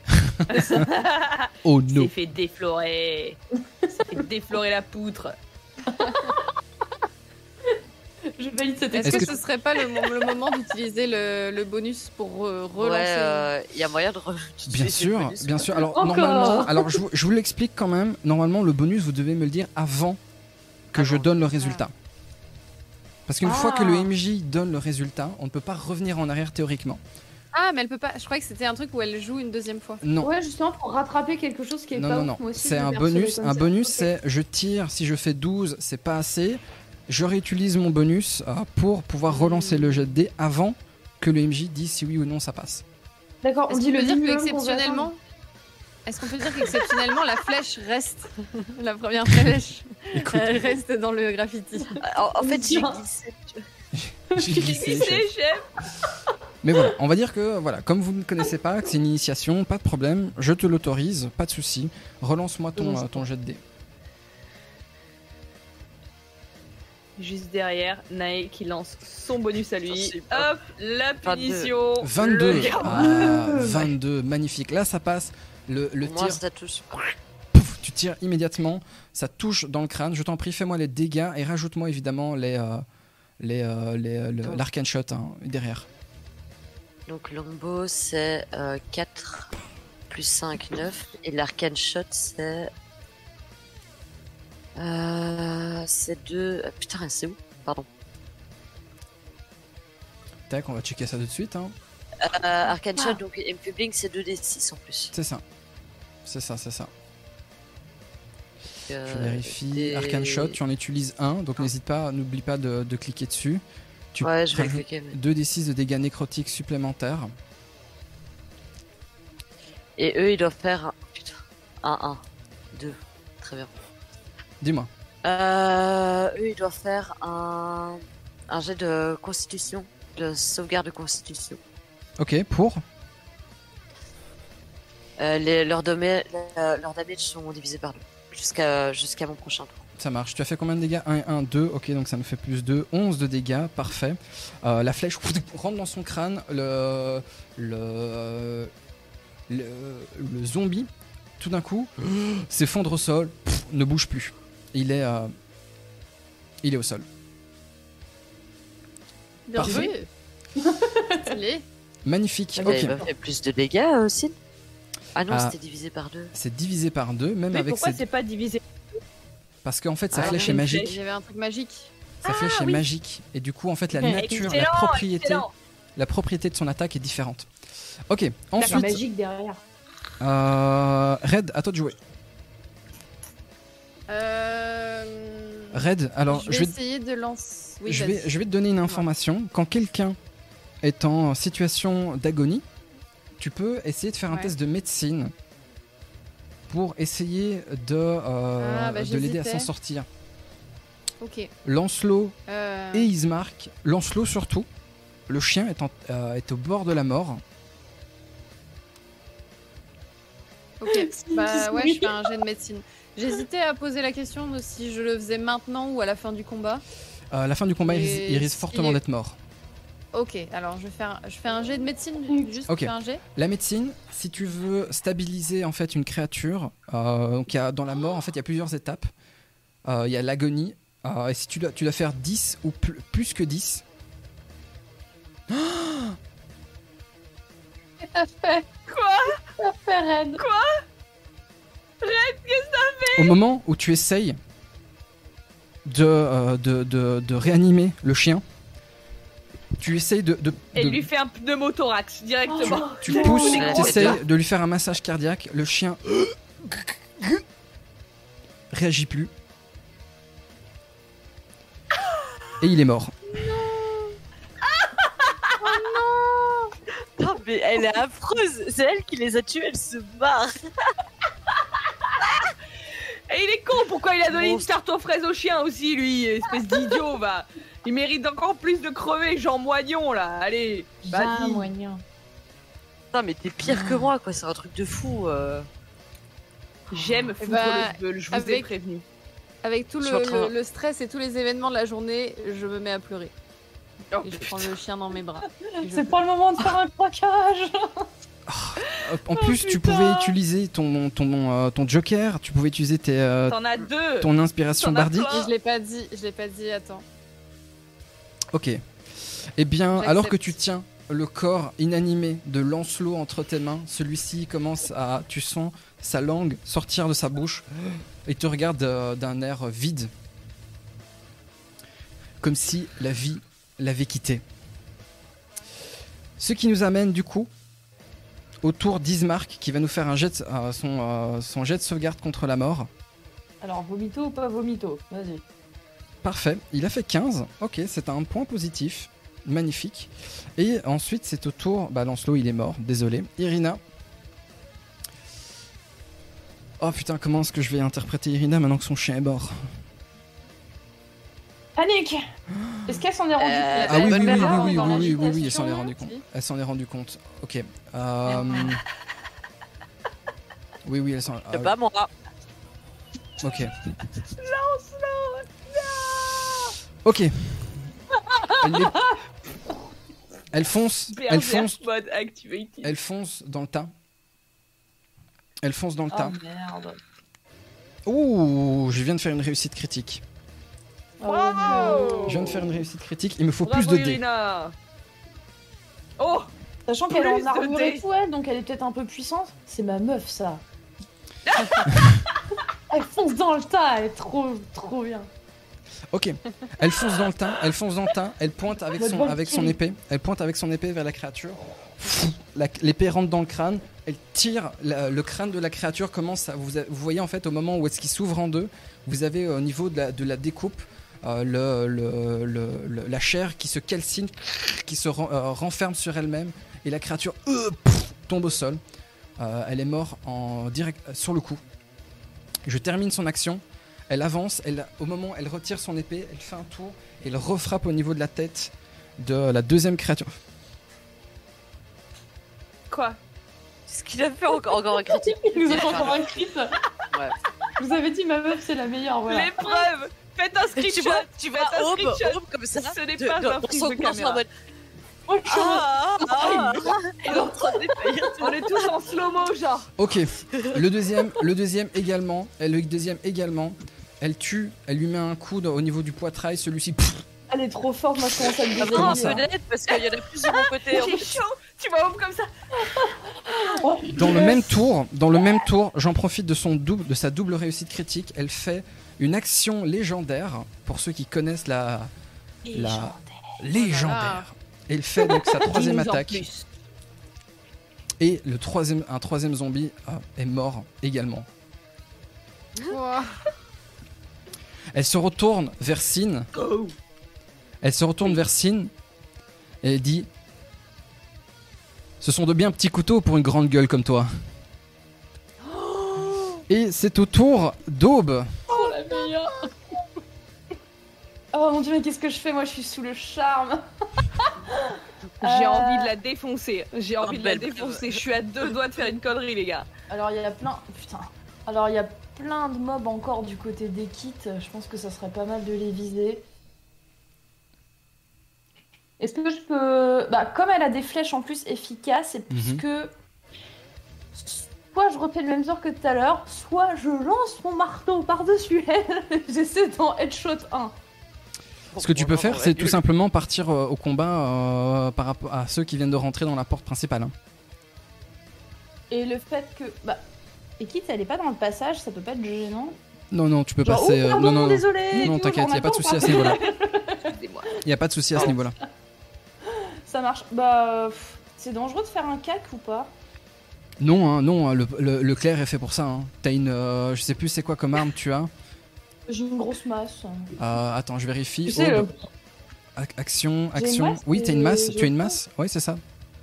Speaker 2: Oh
Speaker 5: Il s'est
Speaker 2: non.
Speaker 5: fait déflorer. Il s'est fait déflorer la poutre.
Speaker 4: Je valide cette
Speaker 1: Est-ce
Speaker 2: Est-ce
Speaker 1: que,
Speaker 2: que-
Speaker 1: ce serait pas le, mo- le moment d'utiliser le, le bonus pour euh,
Speaker 3: Ouais,
Speaker 1: relancer
Speaker 3: euh, il y a moyen de. re- d'utiliser
Speaker 2: Bien
Speaker 3: le
Speaker 2: sûr,
Speaker 3: bonus,
Speaker 2: bien
Speaker 3: quoi.
Speaker 2: sûr. Alors
Speaker 4: Encore
Speaker 2: normalement, alors je vous, je vous l'explique quand même. Normalement, le bonus, vous devez me le dire avant que je
Speaker 3: Avant.
Speaker 2: donne le résultat. Parce qu'une fois que le
Speaker 4: Ah.
Speaker 2: MJ donne le résultat, on ne peut pas revenir en arrière théoriquement.
Speaker 1: Ah, mais elle peut pas. Je croyais que c'était un truc où elle joue une deuxième fois.
Speaker 2: Non,
Speaker 4: Ouais, justement pour rattraper quelque chose qui est
Speaker 2: non,
Speaker 4: pas
Speaker 2: non,
Speaker 4: ouf,
Speaker 2: non.
Speaker 4: moi aussi,
Speaker 2: C'est
Speaker 4: je
Speaker 2: un
Speaker 4: percevais
Speaker 2: bonus.
Speaker 4: comme
Speaker 2: Un
Speaker 4: ça.
Speaker 2: bonus,
Speaker 4: Ok.
Speaker 2: c'est je tire. Si je fais 12, c'est pas assez. Je réutilise mon bonus euh, pour pouvoir
Speaker 4: Hmm.
Speaker 2: relancer le jet de dés avant que le MJ dise si oui ou non ça passe.
Speaker 4: D'accord, on
Speaker 1: Est-ce
Speaker 4: dit
Speaker 1: qu'on
Speaker 4: le
Speaker 1: peut dire
Speaker 4: minimum qu'on veut
Speaker 1: qu'exceptionnellement. Est-ce qu'on peut dire qu'exceptionnellement la flèche reste la première flèche
Speaker 2: Écoute,
Speaker 1: elle reste dans le graffiti.
Speaker 3: En, en fait, j'ai
Speaker 4: Non.
Speaker 3: glissé.
Speaker 4: Euh,
Speaker 2: j'ai glissé,
Speaker 5: Il
Speaker 2: j'ai-
Speaker 5: s'est chef.
Speaker 2: Mais voilà, on va dire que voilà, comme vous ne connaissez pas, que c'est une initiation, pas de problème, je te l'autorise, pas de souci. Relance-moi ton, euh, ton jet de dés.
Speaker 5: Juste derrière, Nae qui lance son bonus à lui.
Speaker 3: Je sais pas.
Speaker 5: Hop, la
Speaker 3: 22.
Speaker 5: punition.
Speaker 2: 22.
Speaker 5: Oh, Le garde-
Speaker 2: Ah, 22, magnifique. Là, ça passe. Le, le
Speaker 3: Moi,
Speaker 2: tir,
Speaker 3: ça touche.
Speaker 2: pouf, tu tires immédiatement, ça touche dans le crâne. Je t'en prie, fais-moi les dégâts et rajoute-moi évidemment les, euh, les, euh, les, euh, le- l'arcane shot hein, derrière.
Speaker 3: Donc, longbow, c'est euh, 4 plus 5, 9. Et l'arcane shot, c'est. Euh, c'est 2. putain, c'est où Pardon.
Speaker 2: Tac, on va checker ça tout de suite. hein.
Speaker 3: Euh, arcane shot, donc MP Blink, c'est 2d6 en plus.
Speaker 2: C'est ça. C'est ça, c'est ça.
Speaker 3: Euh,
Speaker 2: Je vérifie.
Speaker 3: des-
Speaker 2: Arcane shot, tu en utilises un, donc n'hésite pas, n'oublie pas de, de cliquer dessus. Tu
Speaker 3: Ouais, je vais le
Speaker 2: rajoutes-
Speaker 3: cliquer. mais-
Speaker 2: 2d6 de dégâts nécrotiques supplémentaires.
Speaker 3: Et eux, ils doivent faire. un- Putain. 1, 1, 2. Très bien.
Speaker 2: Dis-moi.
Speaker 3: Euh, eux, ils doivent faire un, un jet de constitution, de sauvegarde de constitution.
Speaker 2: Ok, pour
Speaker 3: Euh, les, leurs, doma- euh, leurs damages sont divisés par deux jusqu'à jusqu'à mon prochain tour.
Speaker 2: Ça marche. Tu as fait combien de dégâts 1 et 1, 2. Ok, donc ça nous fait plus 2. 11 de dégâts, parfait. Euh, la flèche rentre dans son crâne. Le. Le. Le, le zombie, tout d'un coup, s'effondre au sol, pff, ne bouge plus. Il est. euh, il est au sol.
Speaker 1: Bien
Speaker 2: Parfait.
Speaker 1: joué. Stylé.
Speaker 2: Magnifique.
Speaker 3: Ils
Speaker 2: Ok.
Speaker 3: fait plus de dégâts aussi. Ah non,
Speaker 2: Ah.
Speaker 3: c'était divisé par deux.
Speaker 2: C'est divisé par 2, même
Speaker 5: Mais
Speaker 2: avec
Speaker 5: pourquoi
Speaker 2: ses-
Speaker 5: c'est pas divisé
Speaker 2: Parce qu'en fait, sa
Speaker 3: Ah,
Speaker 2: flèche
Speaker 5: oui.
Speaker 2: est magique.
Speaker 1: J'avais un truc magique.
Speaker 2: Sa flèche est magique. Et du coup, en fait, la
Speaker 4: Ok.
Speaker 2: nature, la
Speaker 5: Excellent,
Speaker 2: propriété.
Speaker 5: Excellent.
Speaker 2: la propriété de son attaque est différente. Ok,
Speaker 4: D'accord,
Speaker 2: ensuite,
Speaker 4: magique derrière.
Speaker 2: euh, Red, à toi de jouer.
Speaker 1: Euh...
Speaker 2: Red, alors
Speaker 1: je vais
Speaker 2: je vais,
Speaker 1: essayer de lancer. Oui,
Speaker 2: je,
Speaker 1: vas-y.
Speaker 2: vais, je vais te donner une information. Quand quelqu'un est en situation d'agonie, tu peux essayer de faire un
Speaker 1: Ouais.
Speaker 2: test de médecine pour essayer de, euh,
Speaker 1: Ah, bah,
Speaker 2: de l'aider à
Speaker 1: j'hésitais.
Speaker 2: s'en sortir.
Speaker 1: Ok.
Speaker 2: Lancelot
Speaker 1: Euh,
Speaker 2: et Ismark, Lancelot surtout, le chien est, en- euh, est au bord de la mort.
Speaker 1: Ok.
Speaker 4: Si,
Speaker 1: Bah ouais,
Speaker 4: oui.
Speaker 1: je fais un jet de médecine. J'hésitais à poser la question de si je le faisais maintenant ou à la fin du combat.
Speaker 2: Euh, à la fin du combat, il
Speaker 1: Et
Speaker 2: risque- il risque
Speaker 1: s'il
Speaker 2: fortement
Speaker 1: est-
Speaker 2: d'être mort.
Speaker 1: Ok, alors je fais un, je fais un jet de médecine, juste
Speaker 2: Ok.
Speaker 1: je fais un jet.
Speaker 2: La médecine, si tu veux stabiliser en fait une créature, euh, donc il y a- dans la mort en fait il y a plusieurs étapes. Euh, Il y a l'agonie, euh, et si tu dois, tu dois faire 10 ou pl- plus que 10. Au moment où tu essayes de, euh, de, de- de réanimer le chien, Tu essayes de, de-
Speaker 5: Et
Speaker 2: de-
Speaker 5: lui fait un pneumothorax directement.
Speaker 2: tu pousses, tu
Speaker 5: Oh.
Speaker 2: essayes de lui faire un massage cardiaque. Le chien réagit plus. Et il est mort.
Speaker 3: Oh, mais elle est affreuse. C'est elle qui les a tués, elle se barre.
Speaker 5: Et il est con, pourquoi il a donné une tarte aux fraises au chien aussi, lui, espèce d'idiot, va. Il mérite encore plus de crever, Jean Moignon, là, allez.
Speaker 1: Bah,
Speaker 4: Bah,
Speaker 5: vas-y.
Speaker 3: Non, mais t'es pire que moi, quoi. C'est un truc de fou. euh.
Speaker 4: Eh
Speaker 5: J'aime foutre
Speaker 1: bah,
Speaker 4: ben,
Speaker 5: le gueule, je vous ai
Speaker 1: avec-
Speaker 5: prévenu.
Speaker 1: Avec tout
Speaker 3: Je
Speaker 1: le,
Speaker 3: suis en train-
Speaker 1: le- le stress et tous les événements de la journée, je me mets à pleurer.
Speaker 5: Oh,
Speaker 1: et je prends le chien dans mes bras. Et je
Speaker 4: C'est pas le moment de faire un craquage
Speaker 2: Ah, Hop,
Speaker 5: Oh,
Speaker 2: En plus, tu
Speaker 4: putain.
Speaker 2: pouvais utiliser ton, ton, euh, ton joker, tu pouvais utiliser tes, euh,
Speaker 5: T'en as deux.
Speaker 2: ton inspiration
Speaker 5: t'en as
Speaker 2: bardique.
Speaker 5: plein.
Speaker 1: Et je l'ai pas dit, je l'ai pas dit, attends.
Speaker 2: Ok. Eh bien,
Speaker 1: J'accepte.
Speaker 2: alors que tu tiens le corps inanimé de Lancelot entre tes mains, celui-ci commence à. Tu sens sa langue sortir de sa bouche et te regarde euh, d'un air vide. Comme si la vie l'avait quitté. Ce qui nous amène du coup au tour d'Ismark qui va nous faire un jet, de- euh, son, euh, son jet de sauvegarde contre la mort.
Speaker 4: Alors, vomito ou pas vomito Vas-y.
Speaker 2: Parfait, il a fait 15. Ok, c'est un point positif. Magnifique. Et ensuite, c'est au tour. Bah, Lancelot, il est mort, désolé. Irina. Oh putain, comment est-ce que je vais interpréter Irina maintenant que son chien est mort
Speaker 4: Panique Est-ce qu'elle s'en est rendue
Speaker 3: Euh,
Speaker 4: compte
Speaker 2: Ah oui, oui,
Speaker 3: bonne
Speaker 2: oui, oui,
Speaker 3: mémoire,
Speaker 2: oui, oui,
Speaker 4: dans
Speaker 2: oui, oui, oui, elle
Speaker 4: l'agitation,
Speaker 2: s'en est rendue compte. Elle s'en est rendue compte. Ok. euh, Oui, oui, elle s'en. ah,
Speaker 3: C'est pas moi.
Speaker 2: ok. Ok. Elle, les- elle fonce, elle
Speaker 5: Berserk
Speaker 2: fonce,
Speaker 5: mode activated.
Speaker 2: elle fonce dans le tas. Elle fonce dans le
Speaker 5: Ah,
Speaker 2: tas.
Speaker 4: Oh merde.
Speaker 2: Ouh, je viens de faire une réussite critique.
Speaker 1: Oh,
Speaker 5: Bravo
Speaker 2: Je viens de faire une réussite critique. Il me faut
Speaker 5: Bravo,
Speaker 2: plus de dés.
Speaker 5: Irina. Oh
Speaker 4: Sachant qu'elle est
Speaker 5: Plus
Speaker 4: en
Speaker 5: de
Speaker 4: armure et
Speaker 5: dés.
Speaker 4: tout, elle, donc elle est peut-être un peu puissante. C'est ma meuf, ça. elle fonce dans le tas, elle est trop, trop bien.
Speaker 2: Ok. Elle fonce dans le tas. Elle fonce dans le tas. Elle pointe avec son, avec son épée. Elle pointe avec son épée vers la créature. La- L'épée rentre dans le crâne. Elle tire. la- le crâne de la créature commence à. Vous, a- vous voyez en fait au moment où est-ce qu'il s'ouvre en deux. Vous avez euh, au niveau de la, de la découpe. euh, le, le- le- le- la chair qui se calcine, qui se ren- euh, renferme sur elle-même, et la créature euh, pff, tombe au sol. Euh, elle est morte en direct euh, sur le coup. Je termine son action. Elle avance, elle, au moment où elle retire son épée, elle fait un tour et elle refrappe au niveau de la tête de la deuxième créature.
Speaker 5: Quoi
Speaker 3: Qu'est-ce qu'il a fait encore, encore un critique
Speaker 4: Il nous a encore un crit.
Speaker 3: Ouais.
Speaker 4: Je Vous avez dit, ma meuf, c'est la meilleure, voilà.
Speaker 5: L'épreuve Faites un
Speaker 3: Tu
Speaker 5: screenshot
Speaker 3: vois, tu vois,
Speaker 5: Faites un
Speaker 3: Aube,
Speaker 5: screenshot
Speaker 3: Aube comme ça.
Speaker 5: Ce n'est
Speaker 3: de-
Speaker 5: pas
Speaker 3: dans-
Speaker 5: un
Speaker 3: dans
Speaker 5: prise
Speaker 3: son
Speaker 5: de
Speaker 3: coin, c'est en
Speaker 5: caméra.
Speaker 3: mode,
Speaker 4: Moi, je suis en mode,
Speaker 3: Ah, ah, ah,
Speaker 5: Et en train de- On est tous en slow-mo, genre
Speaker 2: Ok, le deuxième, le deuxième également, elle, le deuxième également, elle tue, elle lui met un coup dans- au niveau du poitrail, celui-ci. pff,
Speaker 4: elle est trop forte, moi, je commence à me
Speaker 3: Ah,
Speaker 4: défendre.
Speaker 3: non,
Speaker 2: Comment
Speaker 5: hein.
Speaker 2: ça
Speaker 3: peut-être, parce qu'il y en a plus de mon côté. en
Speaker 5: J'ai
Speaker 3: fait.
Speaker 5: chaud Tu vois Aube comme ça
Speaker 2: Oh, Dans le même tour, dans le même tour, j'en profite de son double, de sa double réussite critique. Elle fait une action légendaire pour ceux qui connaissent la la légendaire. Elle fait donc sa troisième
Speaker 5: Dis-nous en
Speaker 2: attaque.
Speaker 5: plus.
Speaker 2: Et le troisième, un troisième zombie euh, est mort également.
Speaker 1: Ouah.
Speaker 2: Elle se retourne vers Sin.
Speaker 4: Oh.
Speaker 5: Go.
Speaker 2: Elle se retourne vers Sin et elle dit Ce sont de bien petits couteaux pour une grande gueule comme toi. Et c'est au tour d'Aube.
Speaker 4: Oh, la meilleure. Oh mon dieu, mais qu'est-ce que je fais Moi, je suis sous le charme.
Speaker 5: J'ai
Speaker 4: Euh,
Speaker 5: envie de la défoncer. J'ai envie de la
Speaker 3: belle preuve.
Speaker 5: défoncer. Je suis à deux doigts de faire une connerie, les gars.
Speaker 4: Alors, il y a plein. Putain. Alors, il y a plein de mobs encore du côté des kits. Je pense que ça serait pas mal de les viser. Est-ce que je peux. Bah, comme elle a des flèches en plus efficaces, et
Speaker 2: Mhm.
Speaker 4: puisque. Soit je refais le même sort que tout à l'heure, soit je lance mon marteau par-dessus elle. J'essaie d'en headshot un.
Speaker 2: Ce que tu peux faire, c'est tout simplement partir euh, au combat euh, par rapport à ceux qui viennent de rentrer dans la porte principale. hein.
Speaker 4: Et le fait que. Bah. Et quitte, elle est pas dans le passage, ça peut pas être gênant.
Speaker 2: Non, non, tu peux
Speaker 4: Genre,
Speaker 2: passer.
Speaker 4: oh,
Speaker 2: euh,
Speaker 4: pardon,
Speaker 2: non, non, non,
Speaker 4: désolé.
Speaker 2: non,
Speaker 4: tu vois,
Speaker 2: t'inquiète,
Speaker 4: j'en
Speaker 2: y a pas de
Speaker 4: attends,
Speaker 2: souci à
Speaker 4: pardon.
Speaker 2: ce niveau-là.
Speaker 4: Oh.
Speaker 5: Excusez-moi.
Speaker 2: Il n'y a pas de souci à ce niveau-là.
Speaker 4: Ça marche. Bah, euh, pff, c'est dangereux de faire un cac ou pas
Speaker 2: Non, hein, non, hein, le, le- le clair est fait pour ça. hein. T'as une. euh, je sais plus c'est quoi comme arme tu as.
Speaker 4: J'ai une grosse masse.
Speaker 2: Euh, attends, je vérifie.
Speaker 4: Tu sais, euh,
Speaker 2: Aube.
Speaker 4: le-
Speaker 2: Ac- Action,
Speaker 4: J'ai une
Speaker 2: action.
Speaker 4: masse,
Speaker 2: Oui, t'as une
Speaker 4: mais
Speaker 2: masse.
Speaker 4: je
Speaker 2: Tu as une
Speaker 4: crois.
Speaker 2: masse Oui, c'est ça.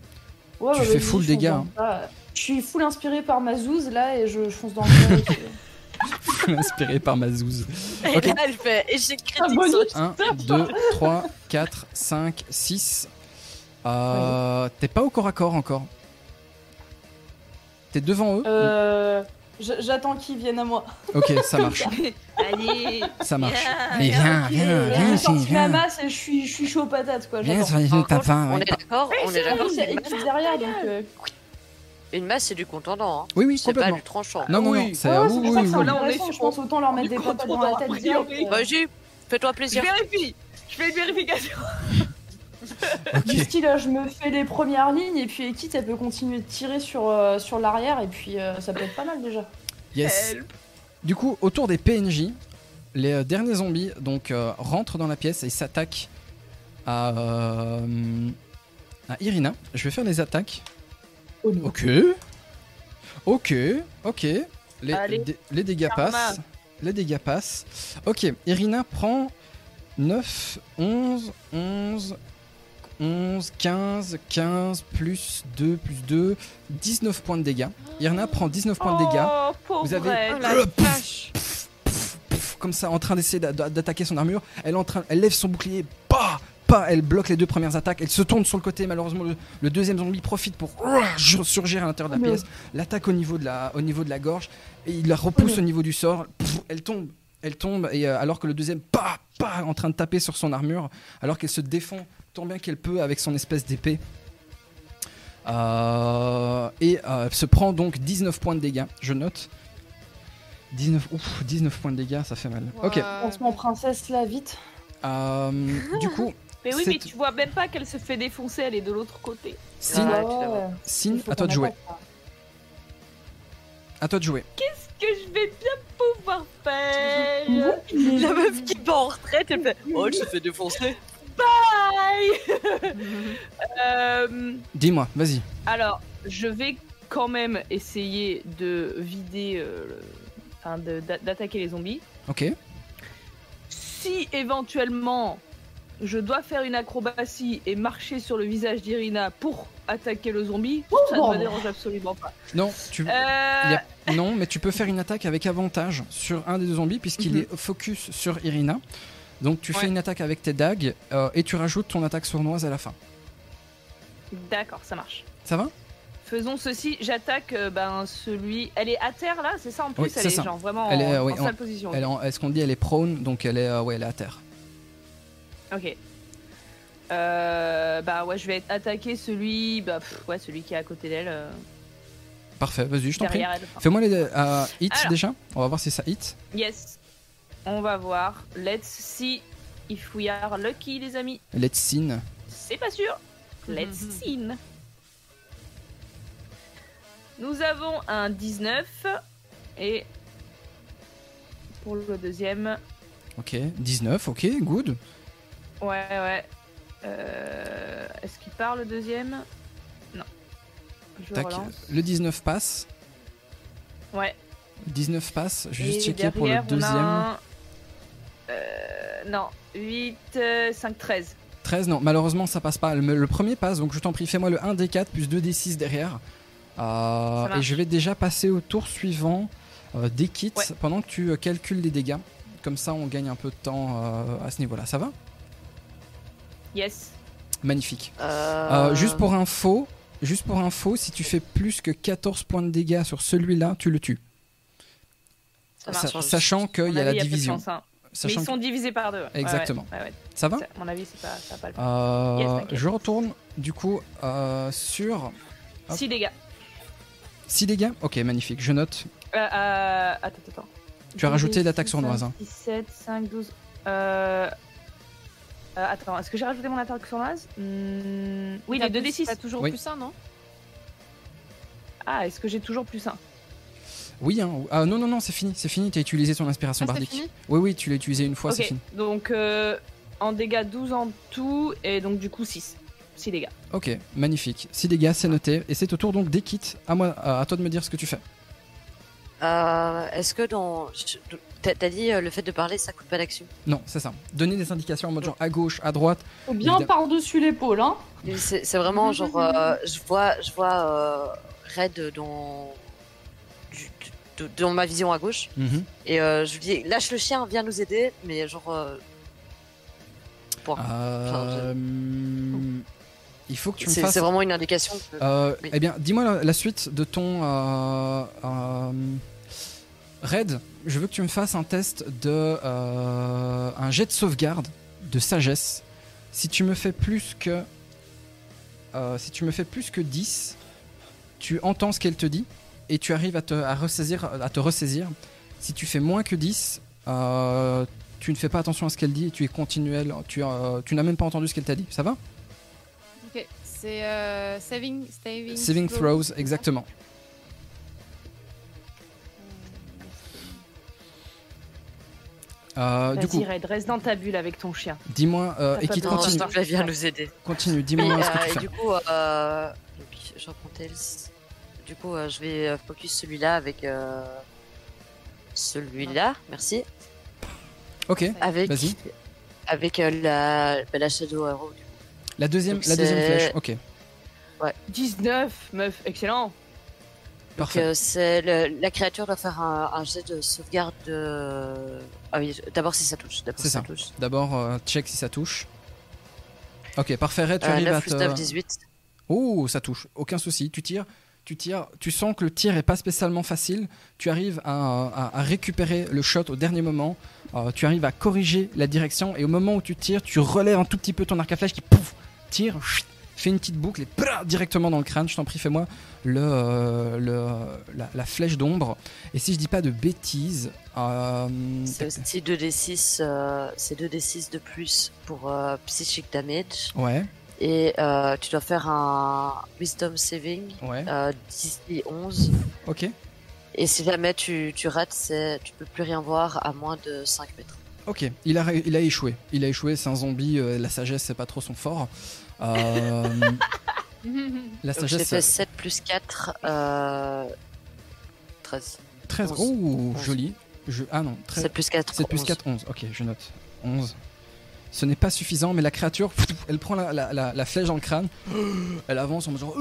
Speaker 4: Ouais,
Speaker 2: Tu
Speaker 4: ouais,
Speaker 2: fais
Speaker 4: vas-y,
Speaker 2: full
Speaker 4: je fonce
Speaker 2: dégâts,
Speaker 4: dans
Speaker 2: hein.
Speaker 4: le tas. Je suis full inspiré par ma zouze là et euh. je, je fonce dans le tas.
Speaker 2: Inspiré par ma zouze.
Speaker 3: Et
Speaker 2: Ok.
Speaker 3: là, elle fait échec critique.
Speaker 4: Ah, bonus.
Speaker 3: sur-
Speaker 2: 1, 2, 3, 4, 5, 6. Euh, T'es pas au corps à corps encore. T'es devant eux
Speaker 4: Euh, je- J'attends qu'ils viennent à moi.
Speaker 2: Ok, ça marche.
Speaker 3: Allez.
Speaker 2: Ça marche.
Speaker 3: viens,
Speaker 2: Mais viens, Euh, viens,
Speaker 4: Et
Speaker 2: viens,
Speaker 4: J'ai
Speaker 2: ici,
Speaker 4: sorti ma
Speaker 2: viens.
Speaker 4: masse et je suis, je suis chaud aux patates quoi.
Speaker 2: Viens
Speaker 4: j'attends.
Speaker 2: sur les genoux
Speaker 3: Par
Speaker 2: de papa.
Speaker 3: contre, On
Speaker 2: oui.
Speaker 3: est d'accord, on est
Speaker 4: En
Speaker 3: d'accord.
Speaker 4: plus, il y a Elise derrière donc. euh,
Speaker 3: Une masse, c'est du contendant. Hein.
Speaker 2: Oui, oui,
Speaker 3: C'est pas
Speaker 2: complètement.
Speaker 3: du tranchant.
Speaker 2: Ah Non, non, non,
Speaker 5: Oui.
Speaker 2: c'est.
Speaker 4: ouais, ouais,
Speaker 2: oui,
Speaker 4: Oh, c'est
Speaker 2: oui,
Speaker 4: pour ça que
Speaker 2: oui,
Speaker 4: c'est
Speaker 2: oui.
Speaker 5: là, on est
Speaker 4: intéressant, je pense autant leur mettre
Speaker 5: du
Speaker 4: des
Speaker 5: gros
Speaker 4: patates dans la
Speaker 5: tournant,
Speaker 4: tête
Speaker 5: a
Speaker 4: direct.
Speaker 5: priori.
Speaker 4: euh,
Speaker 3: Vas-y, Bah, fais-toi
Speaker 5: Je
Speaker 3: plaisir.
Speaker 5: vérifie. Je fais une vérification.
Speaker 2: Ok.
Speaker 4: Du style, euh, je me fais les premières lignes et puis Ekit elle peut continuer de tirer sur, euh, sur l'arrière et puis euh, ça peut être pas mal déjà.
Speaker 2: Yes.
Speaker 5: Help.
Speaker 2: Du coup, autour des PNJ, les euh, derniers zombies donc euh, rentrent dans la pièce et s'attaquent à, euh, à Irina. Je vais faire les attaques. Ok. Ok. Ok. Les,
Speaker 5: Allez.
Speaker 2: dé- les dégâts
Speaker 5: Karma.
Speaker 2: passent. Les dégâts passent. Ok. Irina prend 9, 11, 11, 11, 15, 15, plus 2, plus 2, 19 points de dégâts. Irina prend 19 points de dégâts.
Speaker 5: Oh,
Speaker 2: Vous
Speaker 5: pauvre
Speaker 2: avez-
Speaker 5: elle.
Speaker 2: Euh, pouf, pouf, pouf, pouf, comme ça, en train d'essayer d'a- d'a- d'attaquer son armure. Elle, est en train, elle lève son bouclier, pas, pas, elle bloque les deux premières attaques. Elle se tourne sur le côté. Malheureusement, le, le deuxième zombie profite pour ouah, jur- surgir à l'intérieur de la
Speaker 4: Oh non.
Speaker 2: pièce. L'attaque au niveau de la, au niveau de la gorge et il la repousse au niveau du sort. Pff, elle tombe, elle tombe et euh, alors que le deuxième, pas, pas, en train de taper sur son armure, alors qu'elle se défend tant bien qu'elle peut avec son espèce d'épée. Euh, et euh, se prend donc 19 points de dégâts, je note. 19, ouf, 19 points de dégâts, ça fait mal. Ok.
Speaker 1: Euh,
Speaker 4: Lancement princesse là, vite.
Speaker 2: euh, du coup,
Speaker 5: Mais oui,
Speaker 2: C'est-
Speaker 5: mais tu vois même pas qu'elle se fait défoncer, elle est de l'autre côté.
Speaker 2: Sin,
Speaker 3: Ah,
Speaker 2: Sin,
Speaker 4: il faut
Speaker 2: à toi de
Speaker 4: qu'on
Speaker 2: jouer.
Speaker 4: attaque, là.
Speaker 2: À toi de jouer.
Speaker 5: Qu'est-ce que je vais bien pouvoir faire
Speaker 3: La meuf qui part en retraite, elle fait Oh, je me fais défoncer.
Speaker 5: Aïe Euh,
Speaker 2: Dis-moi, vas-y.
Speaker 5: Alors, je vais quand même essayer de vider. euh, le- Enfin, de- d'a- d'attaquer les zombies.
Speaker 2: Ok.
Speaker 5: Si éventuellement je dois faire une acrobatie et marcher sur le visage d'Irina pour attaquer le zombie, ça ne
Speaker 4: bon.
Speaker 5: me dérange absolument pas.
Speaker 2: Non, tu.
Speaker 5: Euh,
Speaker 2: y a- Non, mais tu peux faire une attaque avec avantage sur un des deux zombies puisqu'il
Speaker 5: Mhm.
Speaker 2: est focus sur Irina. Donc tu fais une attaque avec tes dagues euh, et tu rajoutes ton attaque sournoise à la fin.
Speaker 5: D'accord, ça marche.
Speaker 2: Ça va
Speaker 5: Faisons ceci, j'attaque euh, ben, celui. Elle est à terre là, c'est ça en plus
Speaker 2: Oui, c'est
Speaker 5: Elle est
Speaker 2: ça.
Speaker 5: genre vraiment
Speaker 2: Elle est,
Speaker 5: en,
Speaker 2: euh, oui,
Speaker 5: en
Speaker 2: en-
Speaker 5: sale position.
Speaker 2: Elle est en- Est-ce qu'on dit elle est prone donc elle est, euh, ouais, elle est à terre.
Speaker 5: Ok. Euh, bah ouais, je vais être- attaquer celui. Bah pff, ouais, celui qui est à côté d'elle, euh,
Speaker 2: Parfait, vas-y, je t'en prie.
Speaker 5: derrière elle. Enfin,
Speaker 2: Fais-moi les euh, hits
Speaker 5: Alors.
Speaker 2: déjà. On va voir si ça hit.
Speaker 5: yes. On va voir. Let's see if we are lucky, les amis.
Speaker 2: Let's sin.
Speaker 5: C'est pas sûr. Let's
Speaker 1: Mhm.
Speaker 5: see. Nous avons un 19 et pour le deuxième,
Speaker 2: Ok, 19, ok, good.
Speaker 5: Ouais, ouais. Euh, Est-ce qu'il part le deuxième Non. Je
Speaker 2: Tac,
Speaker 5: relance.
Speaker 2: le 19 passe.
Speaker 5: Ouais.
Speaker 2: 19 passe, je vais
Speaker 5: Et
Speaker 2: juste checker pour le
Speaker 5: derrière, on a
Speaker 2: deuxième.
Speaker 5: un- Euh, non, 8, euh, 5, 13.
Speaker 2: 13, non, malheureusement ça passe pas. Le, le premier passe, donc je t'en prie, fais-moi le 1d4 plus 2d6 derrière. Euh,
Speaker 5: marche.
Speaker 2: et je vais déjà passer au tour suivant euh, des kits
Speaker 5: Ouais.
Speaker 2: pendant que tu euh, calcules les dégâts. Comme ça, on gagne un peu de temps euh, à ce niveau-là. Ça va
Speaker 5: Yes.
Speaker 2: Magnifique. Euh, juste pour info, juste pour info, si tu fais plus que 14 points de dégâts sur celui-là, tu le tues.
Speaker 3: Ça
Speaker 2: Sa-
Speaker 3: marche.
Speaker 2: sachant qu'il
Speaker 5: Mon
Speaker 2: y a
Speaker 5: avis,
Speaker 2: la
Speaker 5: peu de
Speaker 2: division.
Speaker 5: chance, hein. Mais
Speaker 2: Sachant
Speaker 5: ils
Speaker 2: que-
Speaker 5: sont divisés par deux. Ouais, ouais.
Speaker 2: Exactement.
Speaker 5: Ouais, ouais.
Speaker 2: Ça va
Speaker 5: Ça, à mon avis, c'est pas, ça va pas le faire.
Speaker 2: Euh,
Speaker 5: Yes, t'inquiète.
Speaker 2: Je retourne du coup euh, sur hop.
Speaker 5: Si, les gars.
Speaker 2: 6 dégâts. Ok, magnifique, je note.
Speaker 5: Euh, euh, attends, attends.
Speaker 2: Tu as rajouté l'attaque sournoise. hein.
Speaker 5: 17, 5, 12. Euh... euh, attends, est-ce que j'ai rajouté mon attaque sournoise Hmm, Oui, les 2d6.
Speaker 1: T'as toujours
Speaker 2: Oui.
Speaker 1: plus un, non
Speaker 5: Ah, est-ce que j'ai toujours plus un
Speaker 2: Oui, hein. Ah, non, non, non, c'est fini, c'est fini, t'as utilisé ton inspiration
Speaker 1: Ah, c'est
Speaker 2: bardique.
Speaker 1: fini
Speaker 2: Oui, oui, tu l'as utilisé une fois,
Speaker 5: Ok,
Speaker 2: c'est fini.
Speaker 5: donc euh, en dégâts 12 en tout, et donc du coup 6. 6 dégâts.
Speaker 2: Ok, magnifique. 6 dégâts, c'est noté. Et c'est au tour donc des kits. À, moi, à à toi de me dire ce que tu fais.
Speaker 3: Euh, Est-ce que dans. je- T'as t'as dit euh, le fait de parler, ça coûte pas d'action
Speaker 2: Non, c'est ça. Donner des indications en mode genre à gauche, à droite.
Speaker 4: Faut bien
Speaker 2: Évidemment.
Speaker 4: par-dessus l'épaule, hein.
Speaker 3: Mais C'est c'est vraiment genre, euh, je vois, je vois euh, Red dans, du- de- dans ma vision à gauche.
Speaker 2: Mhm.
Speaker 3: Et euh, je lui dis, lâche le chien, viens nous aider. Mais genre, euh, point.
Speaker 2: Euh, Il faut que tu me
Speaker 3: C'est
Speaker 2: fasses.
Speaker 3: c'est vraiment une indication. que-
Speaker 2: Euh,
Speaker 3: Oui.
Speaker 2: Eh bien, dis-moi la, la suite de ton. euh, euh, Red, je veux que tu me fasses un test de. euh, un jet de sauvegarde de sagesse. Si tu me fais plus que. euh, si tu me fais plus que 10, tu entends ce qu'elle te dit et tu arrives à te, à ressaisir, à te ressaisir. Si tu fais moins que 10, euh, tu ne fais pas attention à ce qu'elle dit et tu es continuel. Tu, euh, tu n'as même pas entendu ce qu'elle t'a dit, ça va
Speaker 1: Ok, c'est euh, saving, saving,
Speaker 2: Saving
Speaker 1: throw.
Speaker 2: throws, exactement. Euh, du coup,
Speaker 5: Vas-y, Red, reste dans ta bulle avec ton chien.
Speaker 2: dis-moi, euh,
Speaker 5: T'as
Speaker 2: et
Speaker 5: pas
Speaker 2: qui te
Speaker 5: besoin
Speaker 3: Non,
Speaker 5: continue.
Speaker 3: s'il
Speaker 2: continue,
Speaker 3: te plaît, viens nous aider.
Speaker 2: continue dis-moi ce
Speaker 3: Euh,
Speaker 2: que tu
Speaker 3: et
Speaker 2: fais.
Speaker 3: du coup, euh, donc, je reprends Tails. Du coup, euh, je vais euh, focus celui-là avec euh, celui-là. Merci.
Speaker 2: Ok,
Speaker 3: Avec
Speaker 2: Vas-y.
Speaker 3: avec euh, la, bah, la Shadow Arrow. du coup.
Speaker 2: la deuxième,
Speaker 3: Donc
Speaker 2: la deuxième
Speaker 3: c'est-
Speaker 2: flèche, ok,
Speaker 5: 19, meuf, excellent.
Speaker 3: Donc,
Speaker 2: parfait.
Speaker 3: euh, c'est le- la créature doit faire un, un jet de sauvegarde. de- Ah oui, d'abord si ça touche. D'abord
Speaker 2: C'est
Speaker 3: si ça.
Speaker 2: ça.
Speaker 3: touche.
Speaker 2: D'abord, euh, check si ça touche. Ok, parfait, Red, tu
Speaker 3: Euh,
Speaker 2: arrives
Speaker 3: 9
Speaker 2: à
Speaker 3: plus 9,
Speaker 2: te...
Speaker 3: 18.
Speaker 2: Oh, ça touche, aucun souci. Tu tires, tu tires, tu sens que le tir est pas spécialement facile. Tu arrives à, à- à récupérer le shot au dernier moment. Euh, tu arrives à corriger la direction et au moment où tu tires, tu relèves un tout petit peu ton arc à flèche qui pouf, tire, chut, fait une petite boucle et prrr, directement dans le crâne. Je t'en prie, fais-moi le, euh, le- la, la flèche d'ombre. Et si je dis pas de bêtises, euh,
Speaker 3: C'est
Speaker 2: tac, tac.
Speaker 3: aussi 2d6, euh, c'est 2d6 de plus pour euh, Psychic Damage.
Speaker 2: ouais,
Speaker 3: Et euh, tu dois faire un Wisdom Saving,
Speaker 2: ouais,
Speaker 3: euh, 10 et 11.
Speaker 2: ok.
Speaker 3: Et si jamais tu, tu rates, c'est- tu peux plus rien voir à moins de 5 mètres.
Speaker 2: Ok, il a, ré- il a échoué. Il a échoué, c'est un zombie, euh, la sagesse, c'est pas trop son fort. Euh, la
Speaker 3: Donc j'ai
Speaker 2: sagesse,
Speaker 3: fait
Speaker 2: c'est
Speaker 3: 7 plus 4, euh, 13.
Speaker 2: 13.
Speaker 3: onze.
Speaker 2: Oh,
Speaker 3: Onze.
Speaker 2: joli. Je, ah non, 13,
Speaker 3: 7 plus 4,
Speaker 2: 7 plus
Speaker 3: 11.
Speaker 2: 4, 11. Ok, je note. 11. Ce n'est pas suffisant, mais la créature, elle prend la, la- la- la flèche dans le crâne, elle avance en faisant.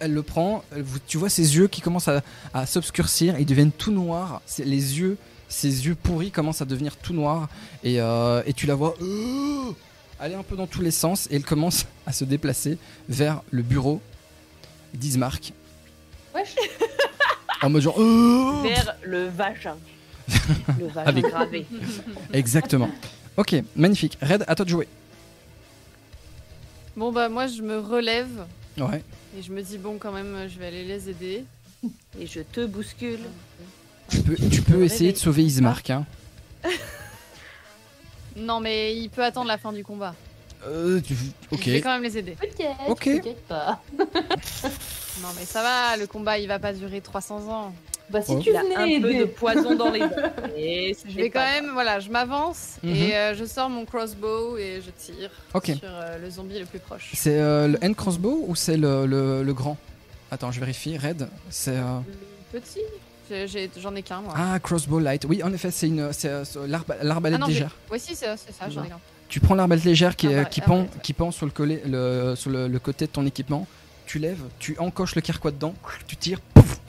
Speaker 2: Elle le prend, elle- vous- tu vois ses yeux qui commencent à, à s'obscurcir, ils deviennent tout noirs, c'est- les yeux, ses yeux pourris commencent à devenir tout noirs, et, euh, et tu la vois aller un peu dans tous les sens, et elle commence à se déplacer vers le bureau d'Ismark.
Speaker 4: Wesh.
Speaker 2: En mode genre. Euh,
Speaker 5: Vers le vagin. le vagin
Speaker 2: Avec-
Speaker 5: gravé.
Speaker 2: Exactement. Ok, magnifique. Red, à toi de jouer.
Speaker 1: Bon bah moi je me relève
Speaker 2: Ouais.
Speaker 1: et je me dis bon quand même je vais aller les aider.
Speaker 5: Et je te bouscule.
Speaker 2: Tu peux, tu peux essayer de sauver Ismark. Hein.
Speaker 1: Non mais il peut attendre la fin du combat.
Speaker 2: Euh, tu- ok.
Speaker 1: Je vais quand même les aider.
Speaker 4: Peut-être,
Speaker 2: Ok.
Speaker 4: peut-être pas.
Speaker 1: Non mais ça va, le combat il va pas durer 300 ans.
Speaker 4: Bah, si
Speaker 2: Oh.
Speaker 4: tu
Speaker 5: Il a un
Speaker 4: venais
Speaker 5: peu de
Speaker 4: aider.
Speaker 5: poison dans les Et
Speaker 1: Je vais quand même, voilà, je m'avance
Speaker 2: Mhm.
Speaker 1: et euh, je sors mon crossbow et je tire
Speaker 2: Ok.
Speaker 1: sur euh, le zombie le plus proche.
Speaker 2: C'est euh, le hand crossbow ou c'est le, le- le grand Attends, je vérifie. Red, c'est. euh,
Speaker 1: Le petit J'ai- j'ai- J'en ai, qu'un moi.
Speaker 2: Ah, crossbow light. Oui, en effet, c'est une, c'est, euh, c'est l'arba- l'arbalète
Speaker 1: Ah non, j'ai-
Speaker 2: légère.
Speaker 1: Ouais si c'est c'est ça, j'en ai qu'un.
Speaker 2: Tu prends l'arbalète légère qui, est-
Speaker 1: Arbalète,
Speaker 2: qui, pend,
Speaker 1: arbalète, ah ouais.
Speaker 2: qui pend sur, le, collet, le- sur le, le côté de ton équipement. Tu lèves, tu encoches le carquois dedans, tu tires. pouf.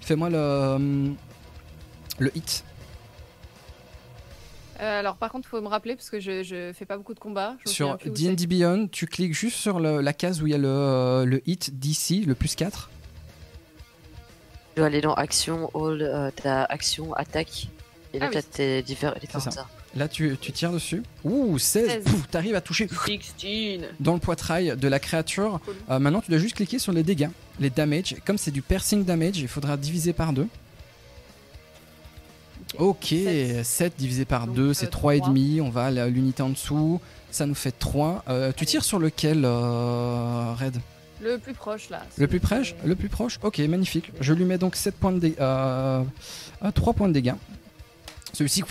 Speaker 2: Fais-moi le, euh, le hit.
Speaker 1: Euh, alors par contre faut me rappeler parce que je, je fais pas beaucoup de combats. Je me
Speaker 2: Sur
Speaker 1: souviens plus où c'est.
Speaker 2: D&D Beyond, tu cliques juste sur le- la case où il y a le, euh, le hit d'ici, le plus 4.
Speaker 3: Tu dois aller dans action, all, euh, t'as action, attaque. Et là,
Speaker 1: Ah oui.
Speaker 3: t'as tes diffé- différentes
Speaker 2: ça.
Speaker 3: armes.
Speaker 2: Là, tu, tu tires dessus. Ouh, 16.
Speaker 1: 16.
Speaker 2: Pouf, T'arrives à toucher
Speaker 5: 16.
Speaker 2: dans le poitrail de la créature.
Speaker 1: Cool.
Speaker 2: Euh, maintenant, tu dois juste cliquer sur les dégâts, les damage. Comme c'est du piercing damage, il faudra diviser par 2. Ok,
Speaker 1: Sept.
Speaker 2: 7 divisé par
Speaker 1: Donc,
Speaker 2: 2,
Speaker 1: euh,
Speaker 2: c'est 3,5.
Speaker 1: trois.
Speaker 2: On va à la- l'unité en dessous. Ça nous fait 3. tu tires sur lequel, euh, Red
Speaker 1: Le plus proche là.
Speaker 2: Le
Speaker 1: celui
Speaker 2: plus
Speaker 1: qui
Speaker 2: proche
Speaker 1: est-
Speaker 2: Le plus proche Ok, magnifique. Je lui mets donc 7 points de dé- euh, euh, 3 points de dégâts. Celui-ci,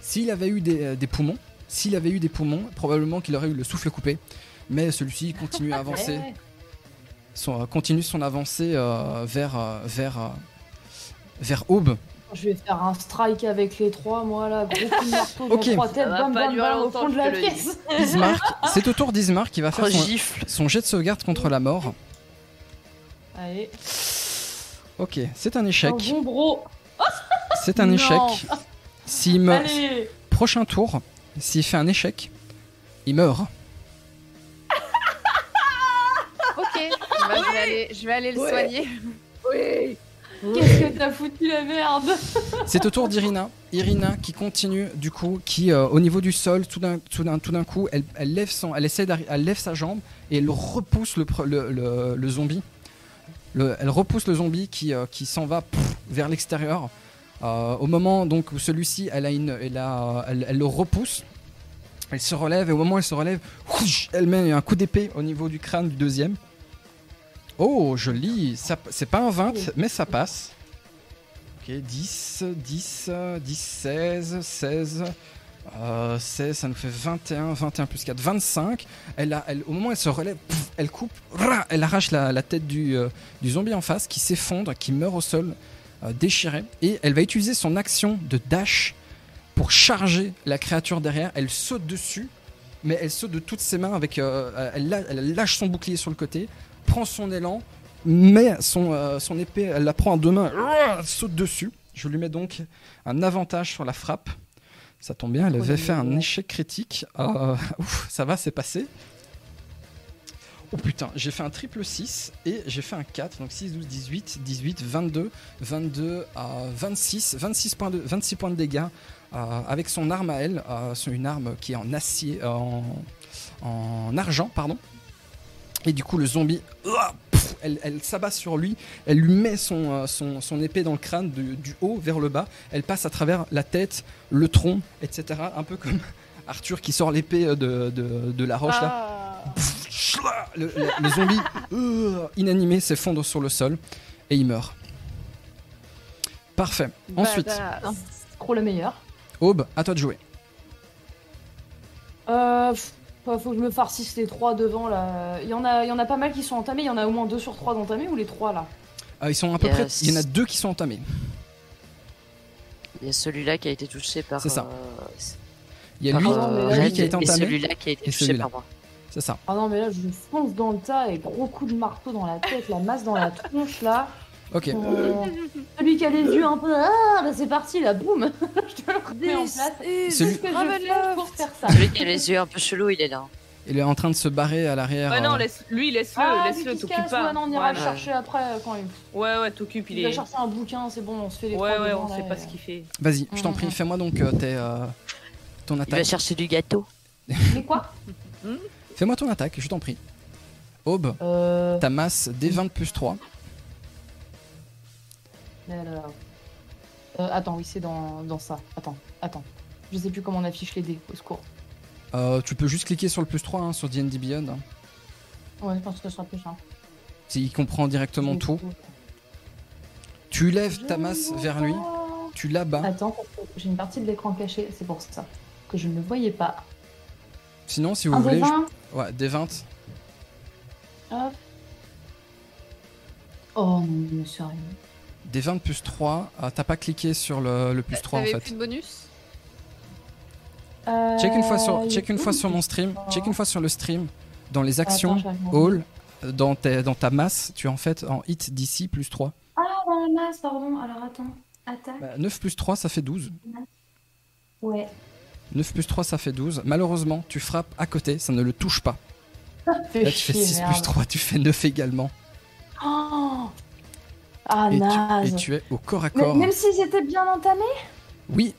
Speaker 2: s'il avait eu des, euh, des poumons, S'il avait eu des poumons, probablement qu'il aurait eu le souffle coupé. Mais celui-ci continue à avancer. Son, euh, continue son avancée euh, vers, euh, vers, euh, vers Aube.
Speaker 4: Je vais faire un strike avec les trois, moi là, gros coup de marteau, dans
Speaker 2: Ok.
Speaker 4: trois têtes,
Speaker 5: Ça va
Speaker 4: bam
Speaker 5: pas
Speaker 4: bam
Speaker 5: durer
Speaker 4: bam au
Speaker 5: longtemps,
Speaker 4: fond de
Speaker 5: je
Speaker 4: la
Speaker 5: te le dis.
Speaker 4: pièce.
Speaker 2: Ismark, c'est au tour d'Ismark qui va faire son,
Speaker 3: Gifle.
Speaker 2: son jet de sauvegarde contre la mort.
Speaker 4: Allez,
Speaker 2: Ok, c'est un échec.
Speaker 4: un bon bro.
Speaker 2: C'est un
Speaker 4: Oh, Non.
Speaker 2: échec. S'il meurt,
Speaker 4: Allez,
Speaker 2: prochain tour, s'il fait un échec, il meurt.
Speaker 1: Ok, bah, je, vais aller, je vais aller le
Speaker 5: Ouais.
Speaker 1: soigner.
Speaker 5: Oui.
Speaker 4: qu'est-ce que t'as foutu la merde
Speaker 2: C'est au tour d'Irina. Irina qui continue, du coup, qui euh, au niveau du sol, tout d'un, tout d'un, tout d'un coup, elle, elle lève son, elle essaie d'arri- elle lève sa jambe et elle repousse le, pre- le, le- le zombie. Le- elle repousse le zombie qui, euh, qui s'en va pff, vers l'extérieur. Euh, au moment donc où celui-ci, elle a une, elle a, euh, elle, elle le repousse. Elle se relève et au moment où elle se relève, whoosh, elle met un coup d'épée au niveau du crâne du deuxième. Oh, joli. Ça, c'est pas un 20, mais ça passe. Ok, 10, 10, euh, 10, 16, 16. euh, 16, ça nous fait 21, 21 plus 4, 25. Elle a, elle, au moment où elle se relève, pff, elle coupe, rah, elle arrache la, la tête du, euh, du zombie en face qui s'effondre, qui meurt au sol, euh, déchiré. Et elle va utiliser son action de dash pour charger la créature derrière. Elle saute dessus, mais elle saute de toutes ses mains. avec, euh, euh, elle, la- elle lâche son bouclier sur le côté, prend son élan, met son, euh, son épée, elle la prend à deux mains, elle saute dessus. Je lui mets donc un avantage sur la frappe. Ça tombe bien, elle avait fait un échec critique. Euh, ouf, ça va, c'est passé. Oh putain, j'ai fait un triple 6 et j'ai fait un 4. Donc 6, 12, 18, 18, 22, 22 à 26, 26 points de, 26 points de dégâts euh, avec son arme à elle, euh, son- une arme qui est en acier, euh, en, en argent, pardon. Et du coup, le zombie, ouah, pff, elle, elle s'abat sur lui, elle lui met son, euh, son, son épée dans le crâne du, du haut vers le bas, elle passe à travers la tête, le tronc, etc. Un peu comme Arthur qui sort l'épée euh, de, de, de la roche là. Pff, chla le, le- le zombie euh, inanimé s'effondre sur le sol et il meurt. Parfait. Ensuite,
Speaker 5: Badass.
Speaker 4: Trop la meilleure.
Speaker 2: Aube, à toi de jouer.
Speaker 4: Euh, pff, faut que je me farcisse les trois devant là. Il y, en a, il y en a pas mal qui sont entamés, il y en a au moins deux sur trois d'entamés ou les trois là
Speaker 2: Ah, ils sont à peu
Speaker 3: Yes.
Speaker 2: près. Il y en a deux qui sont entamés.
Speaker 3: Il y a celui-là qui a été touché par.
Speaker 2: C'est ça.
Speaker 3: euh,
Speaker 2: Il y a
Speaker 3: par,
Speaker 2: lui,
Speaker 3: euh,
Speaker 4: mais là,
Speaker 2: lui qui a été
Speaker 3: Red, et
Speaker 2: entamé.
Speaker 3: celui-là qui a été
Speaker 2: et
Speaker 3: touché
Speaker 2: celui-là.
Speaker 3: par moi.
Speaker 2: C'est ça.
Speaker 4: Ah non, mais là je fonce dans le tas et gros coup de marteau dans la tête, la masse dans la tronche là.
Speaker 2: Ok.
Speaker 4: Euh, celui qui a les yeux un peu. Ah là c'est parti là, boum Je te le remets en place. C'est ce
Speaker 2: Celui-
Speaker 4: que je
Speaker 1: Ravenloft.
Speaker 4: fais pour faire ça.
Speaker 3: Celui qui a les yeux un peu chelous, il est là.
Speaker 2: Il est en train de se barrer à l'arrière.
Speaker 5: Ouais, non,
Speaker 2: euh,
Speaker 5: laisse, lui, laisse-le,
Speaker 4: Ah, lui
Speaker 5: laisse-le,
Speaker 4: qui se
Speaker 5: t'occupe
Speaker 4: casse,
Speaker 5: pas.
Speaker 4: ouais, non, on ira
Speaker 5: Ouais,
Speaker 4: le
Speaker 3: ouais.
Speaker 4: chercher après euh, quand même.
Speaker 5: ouais, ouais, t'occupe, il
Speaker 4: Il va
Speaker 5: est.
Speaker 4: chercher un bouquin, c'est bon, on se fait les
Speaker 5: Ouais,
Speaker 4: trois
Speaker 5: ouais,
Speaker 4: devant,
Speaker 5: on
Speaker 4: là,
Speaker 5: sait pas
Speaker 4: et- euh.
Speaker 5: ce qu'il fait.
Speaker 2: Vas-y, je
Speaker 5: Mm.
Speaker 2: t'en
Speaker 1: Mhm.
Speaker 2: prie, fais-moi donc euh, tes, euh, ton
Speaker 3: Il va
Speaker 2: attaque.
Speaker 3: chercher du gâteau.
Speaker 4: Mais quoi
Speaker 2: Fais-moi ton attaque, je t'en prie. Aube,
Speaker 4: Euh.
Speaker 2: ta masse D20 plus 3.
Speaker 4: Alors. Euh, attends, oui, c'est dans, dans ça. Attends, attends. Je sais plus comment on affiche les dés, au secours.
Speaker 2: Euh, tu peux juste cliquer sur le plus 3 hein, sur D&D Beyond. hein.
Speaker 4: Ouais, je pense que ce sera plus simple.
Speaker 2: Si Il comprend directement tout. Tu lèves ta masse vers lui, tu l'abats.
Speaker 4: Attends, parce que j'ai une partie de l'écran cachée, c'est pour ça que je ne le voyais pas.
Speaker 2: Sinon, si
Speaker 4: Un
Speaker 2: vous
Speaker 4: des
Speaker 2: voulez. je-
Speaker 4: 20
Speaker 2: Ouais, D20.
Speaker 4: Hop. Oh non, mais sérieux.
Speaker 2: D20 plus 3. Ah, T'as pas cliqué sur le, le
Speaker 5: Bah,
Speaker 2: plus 3 en
Speaker 1: T'avais
Speaker 2: fait.
Speaker 1: plus de bonus
Speaker 4: Euh,
Speaker 2: Check une fois sur,
Speaker 4: il
Speaker 2: check une
Speaker 4: est
Speaker 2: fois
Speaker 4: où
Speaker 2: sur mon stream,
Speaker 4: Oh.
Speaker 2: check une fois sur le stream, dans les actions,
Speaker 4: Attends, je vais regarder.
Speaker 2: all, euh, dans, tes- dans ta masse, tu es en fait en hit d'ici plus 3.
Speaker 13: Ah, dans la masse, pardon. Alors attends. Attaque.
Speaker 2: Bah, 9 plus 3, ça fait 12.
Speaker 13: Ouais.
Speaker 2: 9 plus 3, ça fait 12. Malheureusement, tu frappes à côté, ça ne le touche pas.
Speaker 4: Fais
Speaker 2: Là, tu fais
Speaker 4: chier,
Speaker 2: 6
Speaker 4: merde.
Speaker 2: plus 3, tu fais 9 également.
Speaker 4: Oh ah,
Speaker 2: Et tu,
Speaker 4: naze.
Speaker 2: et tu es au corps à
Speaker 13: Mais
Speaker 2: corps.
Speaker 13: même s'ils étaient bien entamés.
Speaker 2: Oui.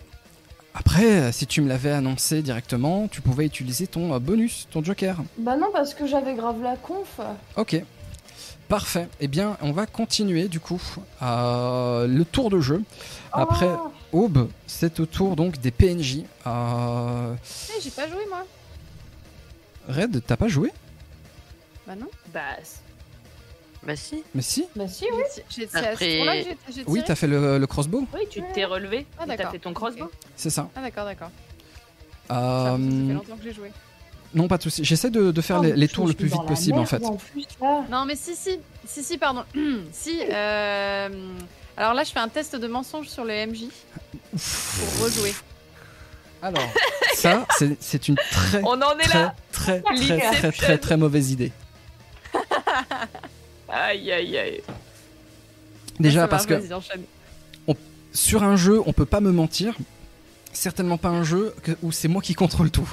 Speaker 2: Après, euh, si tu me l'avais annoncé directement, tu pouvais utiliser ton euh, bonus, ton joker.
Speaker 4: Bah non, parce que j'avais grave la conf.
Speaker 2: Ok. Parfait. Eh bien, on va continuer du coup à euh, le tour de jeu. Après
Speaker 4: Oh.
Speaker 2: Aube, c'est au tour donc des PNJ. Euh,
Speaker 1: Eh, J'ai pas joué moi.
Speaker 2: Red, t'as pas joué
Speaker 1: Bah non.
Speaker 5: Bah,
Speaker 3: Bah si.
Speaker 2: Mais si
Speaker 4: Bah si, oui.
Speaker 1: J'ai- j'ai- C'est à
Speaker 3: Après-
Speaker 1: ce moment-là que j'ai- j'ai tiré.
Speaker 2: Oui, t'as fait le, le crossbow,
Speaker 5: oui, tu t'es relevé,
Speaker 1: Ah,
Speaker 5: et t'as
Speaker 1: d'accord.
Speaker 5: fait ton crossbow.
Speaker 1: Ok.
Speaker 2: c'est ça.
Speaker 1: Ah d'accord, d'accord.
Speaker 2: Euh,
Speaker 1: Ça fait longtemps que j'ai joué.
Speaker 2: non, pas de souci. J'essaie de, de
Speaker 4: Ah,
Speaker 2: faire les, les tours le plus vite possible en fait.
Speaker 1: Non, mais si, si, si, si, pardon. si, euh, alors là, je fais un test de mensonge sur le MJ pour rejouer.
Speaker 2: Alors, ça, c'est- c'est une très,
Speaker 5: On en est
Speaker 2: très,
Speaker 5: là.
Speaker 2: très, très, très,
Speaker 5: L'inception.
Speaker 2: très, très, très mauvaise idée.
Speaker 5: Aïe, aïe, aïe.
Speaker 2: Déjà
Speaker 5: Ça
Speaker 2: parce
Speaker 5: va,
Speaker 2: que
Speaker 5: vas-y, enchaîne.
Speaker 2: sur un jeu, on peut pas me mentir. Certainement pas un jeu que- où c'est moi qui contrôle tout.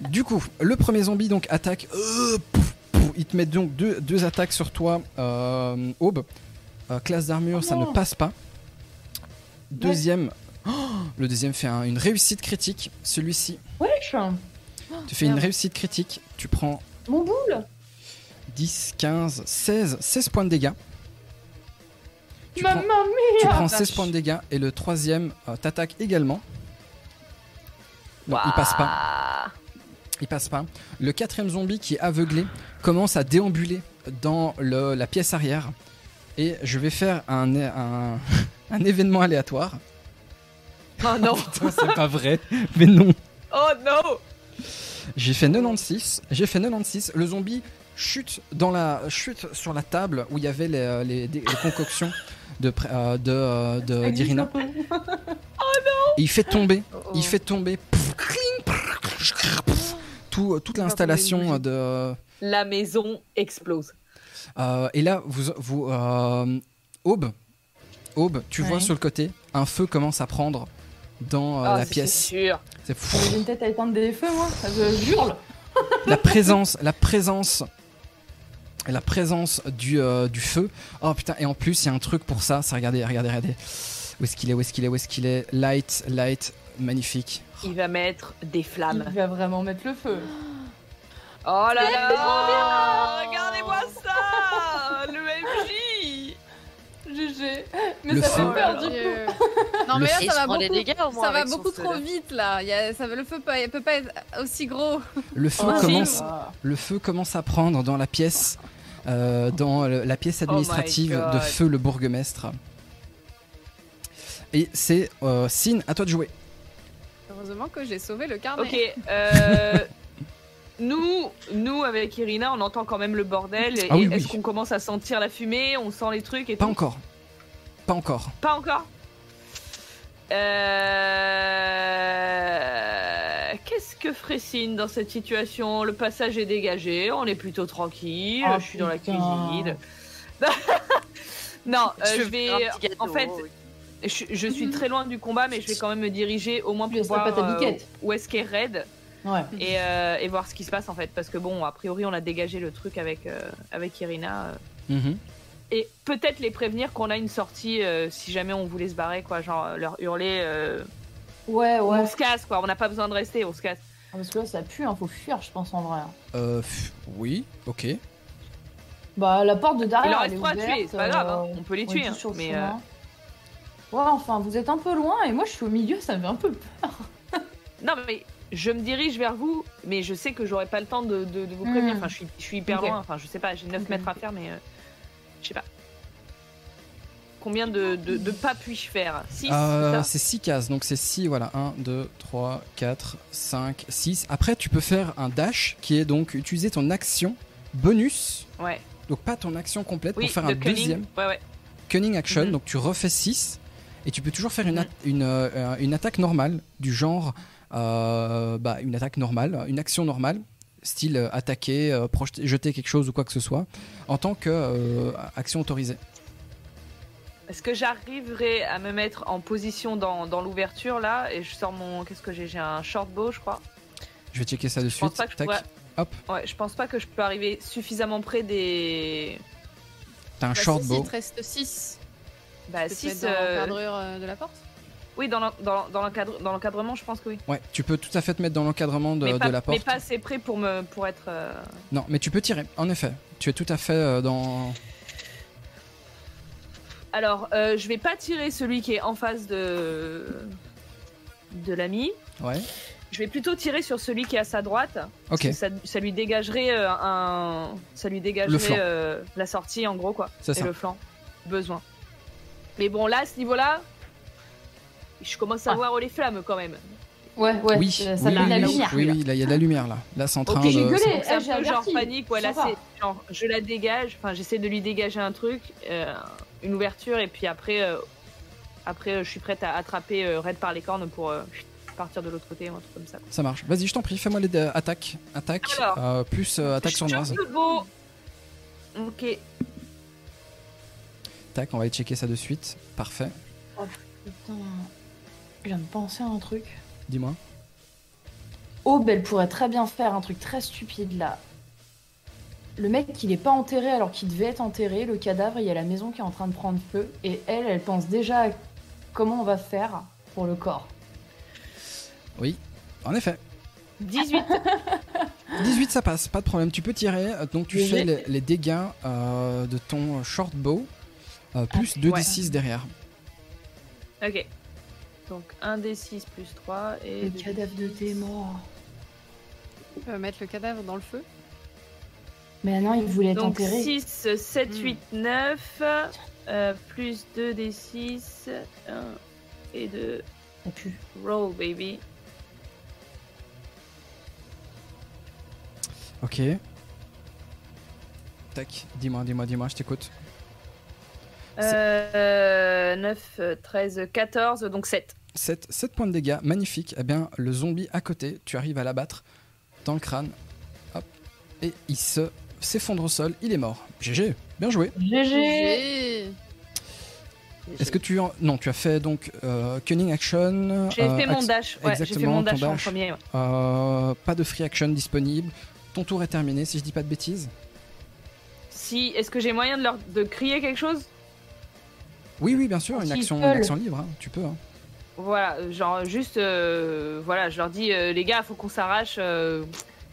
Speaker 2: du coup, le premier zombie donc attaque. Euh, pouf, pouf. il te met donc deux, deux attaques sur toi, euh, Aube. Euh, classe d'armure, ça ne
Speaker 14: non.
Speaker 2: passe pas. Deuxième. Oh, le deuxième fait un- une réussite critique. Celui-ci,
Speaker 4: Wesh
Speaker 2: tu fais une réussite critique. Tu prends
Speaker 4: Mon boule
Speaker 2: 10, 15, 16, 16 points de dégâts.
Speaker 4: Maman mia
Speaker 2: Tu prends 16 points de dégâts et le troisième euh, t'attaque également. Non, il passe
Speaker 5: Ah.
Speaker 2: pas. Il passe pas. Le quatrième zombie qui est aveuglé commence à déambuler dans le- la pièce arrière. Et je vais faire un, un, un événement aléatoire.
Speaker 5: Oh non
Speaker 2: Putain, c'est pas vrai. Mais non.
Speaker 5: Oh non
Speaker 2: J'ai fait 96. J'ai fait 96. Le zombie chute dans la chute sur la table où il y avait les, euh, les- les concoctions de pré- euh, de euh, de- d'Irina. Et il fait tomber.
Speaker 4: Oh,
Speaker 2: Il fait tomber. Pff, cling, prrr, prrr, prrr, prrr. Tout, euh, toute l'installation de.
Speaker 5: La maison explose.
Speaker 2: euh, et là, vous, vous euh, Aube, Aube, tu vois
Speaker 4: Ouais.
Speaker 2: sur le côté, un feu commence à prendre dans euh,
Speaker 4: Ah,
Speaker 2: la
Speaker 4: c'est
Speaker 2: pièce.
Speaker 5: sûr.
Speaker 2: C'est fou.
Speaker 4: J'ai une tête à éteindre des feux, moi. Je hurle.
Speaker 2: la présence, la présence, la présence du, euh, du feu. Oh putain, et en plus, il y a un truc pour ça. Ça, regardez, regardez, regardez. Où est-ce qu'il est, où est-ce qu'il est, où est-ce qu'il est Light, light, magnifique.
Speaker 5: Il va mettre des flammes.
Speaker 4: Il va vraiment mettre le feu.
Speaker 5: Oh là
Speaker 4: C'est trop
Speaker 5: là
Speaker 4: bien
Speaker 5: Regardez-moi ça Le MJ
Speaker 4: GG.
Speaker 2: Le
Speaker 4: Mais ça
Speaker 2: feu.
Speaker 4: fait peur du coup.
Speaker 1: Euh, Non,
Speaker 2: Le
Speaker 1: mais là,
Speaker 2: feu.
Speaker 1: ça va
Speaker 3: Il se prend
Speaker 1: beaucoup,
Speaker 3: des dégâts, au moins,
Speaker 1: ça va
Speaker 3: avec son
Speaker 1: beaucoup
Speaker 3: feu,
Speaker 1: trop
Speaker 3: là.
Speaker 1: vite là. Il y a- ça, va- le feu peut, il peut pas être aussi gros.
Speaker 2: Le feu
Speaker 1: Oh,
Speaker 2: commence,
Speaker 1: Jim.
Speaker 2: le feu commence à prendre dans la pièce, euh, dans le- la pièce
Speaker 5: Oh my
Speaker 2: administrative de
Speaker 5: God.
Speaker 2: feu le bourgmestre. Et c'est euh, Sin, à toi de jouer.
Speaker 1: Heureusement que j'ai sauvé le carnet.
Speaker 5: Ok, euh, nous, nous avec Irina, on entend quand même le bordel. Et
Speaker 2: Ah oui,
Speaker 5: Est-ce
Speaker 2: oui.
Speaker 5: qu'on commence à sentir la fumée On sent les trucs et
Speaker 2: Pas
Speaker 5: tout
Speaker 2: encore, pas encore.
Speaker 5: Pas encore Euh, Qu'est-ce que ferait Cine dans cette situation Le passage est dégagé, on est plutôt tranquille,
Speaker 4: Ah,
Speaker 5: je suis dans la
Speaker 4: putain.
Speaker 5: cuisine. non, euh,
Speaker 3: Je
Speaker 5: je
Speaker 3: vais
Speaker 5: vais.
Speaker 3: faire un petit gâteau,
Speaker 5: en fait,
Speaker 3: oui.
Speaker 5: je, je suis très loin du combat, mais je vais quand même me diriger au moins
Speaker 4: Tu lui
Speaker 5: pour
Speaker 4: laisseras
Speaker 5: voir
Speaker 4: pas ta
Speaker 5: euh,
Speaker 4: biquette.
Speaker 5: où est-ce qu'est Red
Speaker 4: Ouais.
Speaker 5: et, euh, et voir ce qui se passe en fait. Parce que bon, a priori, on a dégagé le truc avec, euh, avec Irina. euh,
Speaker 2: Mhm.
Speaker 5: et peut-être les prévenir qu'on a une sortie euh, si jamais on voulait se barrer quoi genre euh, leur hurler euh,
Speaker 4: Ouais, ouais.
Speaker 5: on se casse quoi on n'a pas besoin de rester on se casse
Speaker 4: Ah, Parce que là, ça pue, hein. faut fuir, je pense, en vrai.
Speaker 2: Euh, pff, oui, ok.
Speaker 4: Bah, la porte de
Speaker 5: il
Speaker 4: derrière,
Speaker 5: leur
Speaker 4: elle est
Speaker 5: reste trois à
Speaker 4: ouverte.
Speaker 5: tuer c'est pas grave hein.
Speaker 4: euh,
Speaker 5: on peut les
Speaker 4: on est
Speaker 5: tuer
Speaker 4: tous
Speaker 5: hein,
Speaker 4: sur le
Speaker 5: mais euh,
Speaker 4: chemin. Ouais, enfin, vous êtes un peu loin et moi, je suis au milieu, ça me fait un peu peur.
Speaker 5: euh, non mais je me dirige vers vous mais je sais que j'aurai pas le temps de, de- de vous prévenir
Speaker 4: Hmm.
Speaker 5: enfin je suis, je suis hyper
Speaker 4: Ok.
Speaker 5: loin enfin je sais pas j'ai 9
Speaker 4: Ok,
Speaker 5: mètres à faire mais euh, je sais pas combien de, de, de pas puis-je faire 6
Speaker 2: Euh, c'est 6 cases, donc c'est 6, voilà, 1, 2, 3, 4, 5, 6. Après, tu peux faire un dash qui est donc utiliser ton action bonus,
Speaker 5: ouais
Speaker 2: donc pas ton action complète,
Speaker 5: oui
Speaker 2: pour faire
Speaker 5: de
Speaker 2: un
Speaker 5: cunning.
Speaker 2: deuxième
Speaker 5: ouais ouais
Speaker 2: cunning action,
Speaker 5: Mhm.
Speaker 2: donc tu refais 6, et tu peux toujours faire une, at- une, euh, une attaque normale, du genre, euh, bah, une attaque normale, une action normale, style euh, attaquer, euh, projeter, jeter quelque chose ou quoi que ce soit, en tant que euh, action autorisée.
Speaker 5: Est-ce que j'arriverai à me mettre en position dans, dans l'ouverture là et je sors mon qu'est-ce que j'ai j'ai un short bow je crois.
Speaker 2: Je vais checker ça de
Speaker 5: Je pense
Speaker 2: suite.
Speaker 5: pas que je
Speaker 2: Tac.
Speaker 5: pourrais-
Speaker 2: Hop,
Speaker 5: Ouais, je pense pas que je peux arriver suffisamment près des
Speaker 2: t'as un
Speaker 1: Bah,
Speaker 2: short
Speaker 1: si, si,
Speaker 2: bow.
Speaker 1: il te reste 6.
Speaker 5: bah
Speaker 1: Tu peux te
Speaker 5: 6
Speaker 1: mettre dans l'encadrure euh, de la porte
Speaker 5: Oui, dans l'en- dans dans l'encadre- dans l'encadrement, je pense que oui.
Speaker 2: Ouais, tu peux tout à fait te mettre dans l'encadrement de,
Speaker 5: mais, pas,
Speaker 2: de la porte.
Speaker 5: mais pas assez près pour me pour être euh,
Speaker 2: Non, mais tu peux tirer, en effet. Tu es tout à fait euh, dans.
Speaker 5: Alors, euh, je vais pas tirer celui qui est en face de de l'ami.
Speaker 2: Ouais,
Speaker 5: Je vais plutôt tirer sur celui qui est à sa droite. parce
Speaker 2: ok,
Speaker 5: que Ça, ça lui dégagerait euh, un, ça lui
Speaker 2: Le flanc.
Speaker 5: dégagerait euh, la sortie en gros quoi.
Speaker 2: c'est
Speaker 5: et
Speaker 2: ça.
Speaker 5: le flanc. Besoin. Mais bon, là, à ce niveau-là, je commence à
Speaker 4: Ah.
Speaker 5: voir les flammes quand même.
Speaker 4: Ouais, ouais.
Speaker 2: oui,
Speaker 4: ça
Speaker 2: oui,
Speaker 4: fait de la
Speaker 2: oui,
Speaker 4: lumière.
Speaker 2: oui, oui, là, il y a de la lumière, là. Là, c'est en train
Speaker 4: Ok, j'ai
Speaker 2: de...
Speaker 4: gueulé.
Speaker 5: Donc, c'est
Speaker 4: Eh, j'ai
Speaker 5: un peu genre
Speaker 4: averti.
Speaker 5: panique, voilà,
Speaker 4: Ça va.
Speaker 5: c'est genre je la dégage, enfin j'essaie de lui dégager un truc, euh, une ouverture, et puis après, euh, après euh, je suis prête à attraper euh, Red par les cornes pour euh, partir de l'autre côté ou un truc comme ça.
Speaker 2: Ça marche. Vas-y, je t'en prie, fais-moi les dé- attaques. Attaque,
Speaker 5: Alors.
Speaker 2: euh, plus euh, attaque sournoise.
Speaker 5: Le beau Ok,
Speaker 2: Tac, on va aller checker ça de suite. Parfait.
Speaker 4: Putain, je viens de penser à un truc.
Speaker 2: Dis-moi.
Speaker 4: Aube, elle Oh, pourrait très bien faire un truc très stupide là. Le mec, il est pas enterré alors qu'il devait être enterré. Le cadavre, il y a la maison qui est en train de prendre feu. Et elle, elle pense déjà à comment on va faire pour le corps.
Speaker 2: Oui, en effet.
Speaker 5: 18
Speaker 2: 18, ça passe, pas de problème. Tu peux tirer, euh, donc tu
Speaker 4: Mais
Speaker 2: fais
Speaker 4: j'ai-
Speaker 2: les, les dégâts euh, de ton short bow, euh,
Speaker 4: Ah,
Speaker 2: plus 2d6 derrière.
Speaker 5: ok. Donc 1 d 6 plus 3 et. deux-
Speaker 4: de tes morts.
Speaker 1: Euh, mettre le cadavre dans le feu.
Speaker 4: Mais ah non, il voulait être
Speaker 5: Donc
Speaker 4: enterré.
Speaker 5: 6, 7,
Speaker 1: Hmm.
Speaker 5: 8, 9, euh, plus 2 d 6, 1 et 2.
Speaker 4: Ça pue.
Speaker 5: Roll baby.
Speaker 2: Ok. Tac, dis-moi, dis-moi, dis-moi, je t'écoute.
Speaker 5: Euh, 9, 13, 14, donc 7.
Speaker 2: 7, 7 points de dégâts, magnifique. Eh bien, le zombie à côté, tu arrives à l'abattre dans le crâne. Hop. Et il se s'effondre au sol, il est mort. GG, bien joué.
Speaker 4: GG
Speaker 1: J'ai-
Speaker 2: Est-ce que tu en... Non, tu as fait donc euh, Cunning Action.
Speaker 5: J'ai
Speaker 2: euh,
Speaker 5: fait mon
Speaker 2: axe-
Speaker 5: dash. Ouais, j'ai fait
Speaker 2: exactement,
Speaker 5: mon
Speaker 2: ton
Speaker 5: dash, en
Speaker 2: dash.
Speaker 5: premier. ouais.
Speaker 2: euh, pas de free action disponible. Ton tour est terminé, si je dis pas de bêtises.
Speaker 5: Si, est-ce que j'ai moyen de leur de crier quelque chose
Speaker 2: Oui, oui, bien sûr, une
Speaker 4: S'ils
Speaker 2: action, une
Speaker 4: veulent.
Speaker 2: action libre, hein, tu peux. hein.
Speaker 5: Voilà, genre juste, euh, voilà, je leur dis euh, les gars, faut qu'on s'arrache. euh,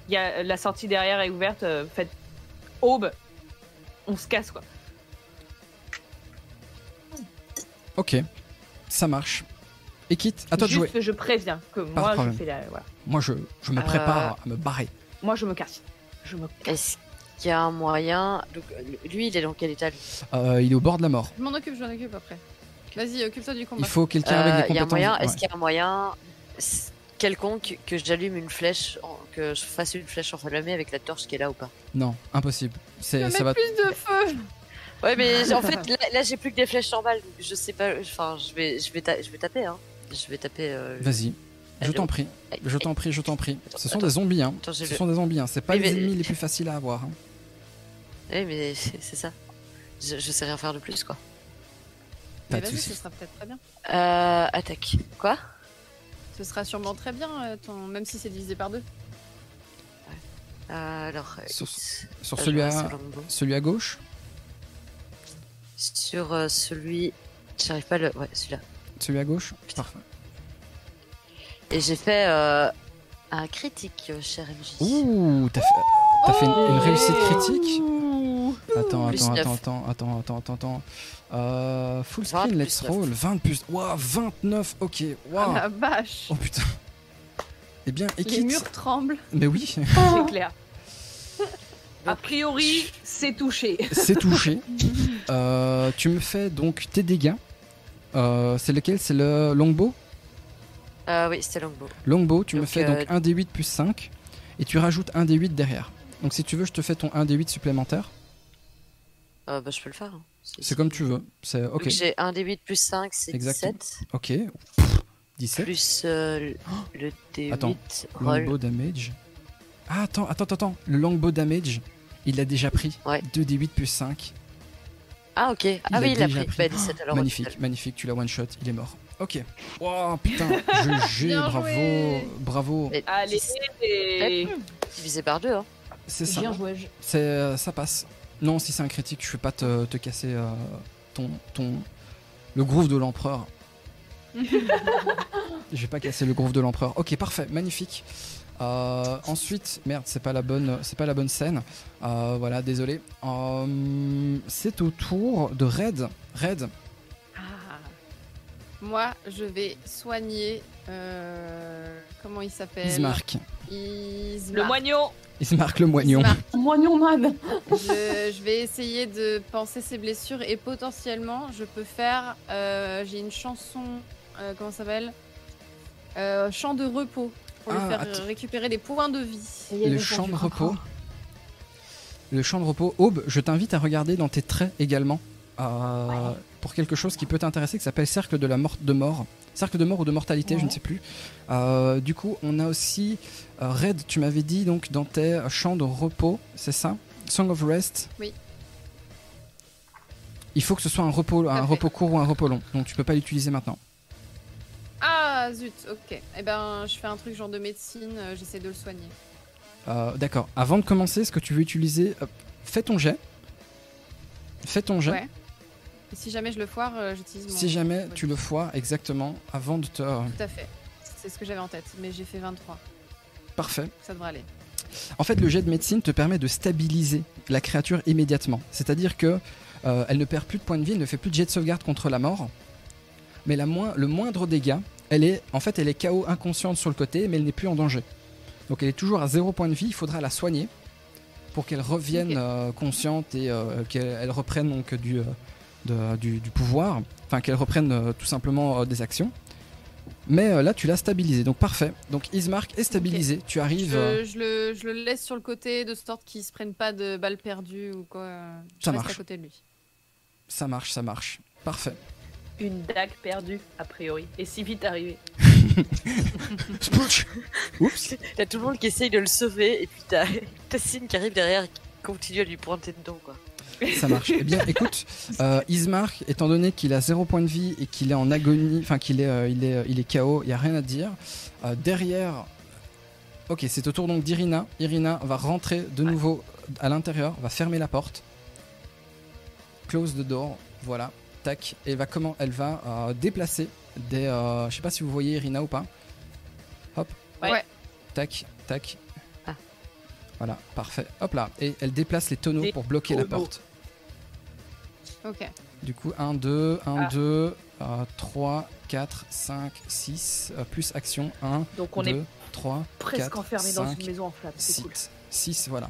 Speaker 5: Il y a la sortie derrière est ouverte. euh, faites aube, on se casse quoi.
Speaker 2: Ok, ça marche. Et quitte, à toi de
Speaker 5: juste
Speaker 2: jouer.
Speaker 5: je préviens que
Speaker 2: de
Speaker 5: moi je
Speaker 2: problème.
Speaker 5: fais la, voilà.
Speaker 2: Moi, je, je me
Speaker 3: Euh,
Speaker 2: prépare à me barrer.
Speaker 5: moi je me casse. Je me
Speaker 3: Est-ce qu'il y a un moyen. Donc, euh, lui, il est dans quel état lui
Speaker 2: Euh, il est au bord de la mort.
Speaker 1: Je m'en occupe, je m'en occupe après. Vas-y, occupe-toi du
Speaker 2: Il
Speaker 1: combat.
Speaker 2: faut quelqu'un
Speaker 3: Euh,
Speaker 2: avec des
Speaker 3: Il y a un
Speaker 2: compétences.
Speaker 3: moyen,
Speaker 2: ouais.
Speaker 3: est-ce qu'il y a un moyen s- quelconque que j'allume une flèche, en- que je fasse une flèche enflammée avec la torche qui est là ou pas
Speaker 2: Non, impossible.
Speaker 1: Je
Speaker 2: C'est,
Speaker 1: vais
Speaker 2: ça va.
Speaker 1: mettre plus de feu.
Speaker 3: Ouais, mais en fait, là, là, j'ai plus que des flèches sans balles, donc je sais pas. Enfin, je vais, je vais, ta- je vais taper, hein. Je vais taper. euh, le-
Speaker 2: Vas-y, je
Speaker 3: Allô
Speaker 2: t'en prie,
Speaker 3: Aïe,
Speaker 2: je
Speaker 3: aïe.
Speaker 2: t'en prie, je t'en prie. Ce sont
Speaker 3: Attends,
Speaker 2: des zombies, hein.
Speaker 3: attends,
Speaker 2: Ce
Speaker 3: j'ai le-
Speaker 2: sont des zombies, hein. C'est pas
Speaker 3: Oui,
Speaker 2: les
Speaker 3: mais-
Speaker 2: ennemis les plus faciles à avoir. hein.
Speaker 3: Oui, Eh, mais c'est c'est ça. Je, je sais rien faire de plus, quoi.
Speaker 2: Pas
Speaker 1: Mais
Speaker 2: de
Speaker 1: vas-y,
Speaker 2: soucis.
Speaker 1: ce sera peut-être très bien.
Speaker 3: Euh, attaque. Quoi
Speaker 1: Ce sera sûrement très bien, euh, ton... même si c'est divisé par deux.
Speaker 3: Euh, Alors. euh,
Speaker 2: Sur-
Speaker 3: écoute,
Speaker 2: Sur
Speaker 3: là,
Speaker 2: celui
Speaker 3: je reste
Speaker 2: à,
Speaker 3: longtemps.
Speaker 2: celui à gauche,
Speaker 3: Sur euh, celui. J'arrive pas à le. Ouais, celui-là.
Speaker 2: celui à gauche. Parfait.
Speaker 3: Et j'ai fait euh, un critique, euh, cher MJ.
Speaker 2: Ouh, t'as fait, t'as fait une, une réussite critique.
Speaker 1: Ouh.
Speaker 2: Attends,
Speaker 3: Oh. Plus
Speaker 2: attends,
Speaker 3: neuf.
Speaker 2: attends, attends, attends, attends, attends, attends. Euh, full
Speaker 3: 20
Speaker 2: screen,
Speaker 3: plus
Speaker 2: let's
Speaker 3: neuf. bah.
Speaker 2: roll. 20 plus. Waouh, 29, ok.
Speaker 1: Ah
Speaker 2: Waouh.
Speaker 1: La vache.
Speaker 2: Oh putain. Eh bien, et
Speaker 1: Les murs tremblent.
Speaker 2: Mais oui,
Speaker 5: c'est clair. A priori, c'est touché.
Speaker 2: c'est touché. Euh, tu me fais donc tes dégâts. Euh, c'est lequel C'est le longbow
Speaker 3: Euh, oui, c'était longbow.
Speaker 2: Longbow, tu me
Speaker 3: Donc,
Speaker 2: fais
Speaker 3: euh,
Speaker 2: donc 1 d 8 plus 5 et tu rajoutes 1 d 8 derrière. Donc si tu veux, je te fais ton 1 d 8 supplémentaire.
Speaker 3: Euh, bah, je peux le faire. hein.
Speaker 2: C'est comme tu veux. C'est ok.
Speaker 3: Donc j'ai 1 d 8 plus 5, c'est
Speaker 2: Exactement.
Speaker 3: 17.
Speaker 2: Ok. Pff, 17.
Speaker 3: Plus euh, le D8
Speaker 2: Attends,
Speaker 3: roll.
Speaker 2: Longbow damage. Ah, attends, attends, attends, attends. Le longbow damage, il l'a déjà pris.
Speaker 3: Ouais.
Speaker 2: 2 d 8 plus 5.
Speaker 3: Ah ok, ah oui, il
Speaker 2: l'a
Speaker 3: l'a
Speaker 2: déjà
Speaker 3: pris.
Speaker 2: pris.
Speaker 3: Bah, 17 alors. au
Speaker 2: magnifique,
Speaker 3: total.
Speaker 2: magnifique. Tu l'as one shot, il est mort. Ok. Oh putain, je
Speaker 1: Bien
Speaker 2: bravo,
Speaker 1: joué.
Speaker 2: bravo.
Speaker 3: Mais
Speaker 5: Allez, et-
Speaker 3: divisé par deux. Hein.
Speaker 2: C'est ça.
Speaker 4: Bien joué. je-
Speaker 2: C'est euh, ça passe. Non, si c'est un critique, je vais pas te, te casser euh, ton ton le groove de l'empereur. je vais pas casser le groove de l'empereur. Ok, parfait, magnifique. Euh, ensuite, merde, c'est pas la bonne, c'est pas la bonne scène. Euh, voilà, désolé. Euh, c'est au tour de Red. Red,
Speaker 1: Ah. Moi, je vais soigner. euh, Comment il s'appelle
Speaker 2: Ismark.
Speaker 5: le Ah.
Speaker 1: Ismark.
Speaker 5: moignon.
Speaker 2: Ismark le moignon.
Speaker 1: Ismark.
Speaker 4: Moignon man
Speaker 1: je, je vais essayer de penser ses blessures et potentiellement je peux faire. euh, J'ai une chanson. euh, comment ça s'appelle Euh, champ de repos pour lui
Speaker 2: Ah,
Speaker 1: faire
Speaker 2: attends.
Speaker 1: euh, récupérer des points de vie.
Speaker 2: Le champ de repos. Le champ de repos. Aube, je t'invite à regarder dans tes traits également euh, pour quelque chose qui peut t'intéresser qui s'appelle Cercle de la mort de mort. Cercle de mort ou de mortalité, je ne sais plus. Euh, du coup, on a aussi euh, Red, tu m'avais dit donc dans tes euh, champs de repos, c'est ça Song of Rest.
Speaker 1: Oui.
Speaker 2: Il faut que ce soit un repos, un repos court ou un repos long, donc tu peux pas l'utiliser maintenant.
Speaker 1: Ah zut, ok. Eh ben, je fais un truc genre de médecine, euh, j'essaie de le soigner.
Speaker 2: Euh, D'accord. Avant de commencer, est-ce que tu veux utiliser. euh, fais ton jet. Fais ton jet.
Speaker 1: Ouais. Et si jamais je le foire, euh, j'utilise mon.
Speaker 2: Si jamais tu le foires exactement avant de te.
Speaker 1: Tout à fait. C'est ce que j'avais en tête, mais j'ai fait 23.
Speaker 2: Parfait.
Speaker 1: Ça devrait aller.
Speaker 2: En fait, le jet de médecine te permet de stabiliser la créature immédiatement. C'est-à-dire que euh, elle ne perd plus de points de vie, elle ne fait plus de jet de sauvegarde contre la mort. Mais la moins- le moindre dégât, elle est en fait elle est KO inconsciente sur le côté, mais elle n'est plus en danger. Donc elle est toujours à zéro point de vie. Il faudra la soigner pour qu'elle revienne euh, consciente et euh, qu'elle elle reprenne donc du, euh, de- du, du pouvoir, enfin qu'elle reprenne euh, tout simplement euh, des actions. Mais euh, là, tu l'as stabilisée, donc parfait. Donc Ismark est stabilisé. Tu arrives. euh,
Speaker 1: Je, je le, je le laisse sur le côté de sorte qu'il se prenne pas de balles perdues ou quoi. Je
Speaker 2: Ça
Speaker 1: reste
Speaker 2: marche.
Speaker 1: à côté de lui.
Speaker 2: Ça marche, ça marche. Parfait.
Speaker 5: Une dague perdue, a priori. Et si vite arrivée.
Speaker 2: Oups
Speaker 3: T'as tout le monde qui essaye de le sauver, et puis t'as t'as Cine qui arrive derrière et qui continue à lui pointer dedans, quoi.
Speaker 2: Ça marche. eh bien, écoute, euh, Ismark, étant donné qu'il a zéro point de vie et qu'il est en agonie, enfin qu'il est, euh, il est, il est KO, il n'y a rien à dire. Euh, derrière. euh, Ok, c'est au tour donc d'Irina. Irina va rentrer de nouveau à l'intérieur, va fermer la porte. Close the door, voilà. Tac. Et va comment Elle va euh, déplacer des. euh, Je sais pas si vous voyez Irina ou pas. Hop.
Speaker 1: Ouais. Ah.
Speaker 2: Tac, tac. Voilà, parfait. Hop là. Et elle déplace les tonneaux
Speaker 1: Des
Speaker 2: pour bloquer la
Speaker 1: tonneaux.
Speaker 2: porte.
Speaker 1: Ok.
Speaker 2: Du coup, 1, 2, 1,
Speaker 1: Ah.
Speaker 2: 2, 3, 4, 5, 6, euh, plus action, 1,
Speaker 5: Donc on
Speaker 2: 2,
Speaker 5: est
Speaker 2: 3,
Speaker 5: presque
Speaker 2: 4,
Speaker 5: enfermé
Speaker 2: 5,
Speaker 5: dans une maison en flammes, c'est
Speaker 2: 6,
Speaker 5: cool.
Speaker 2: 6, voilà.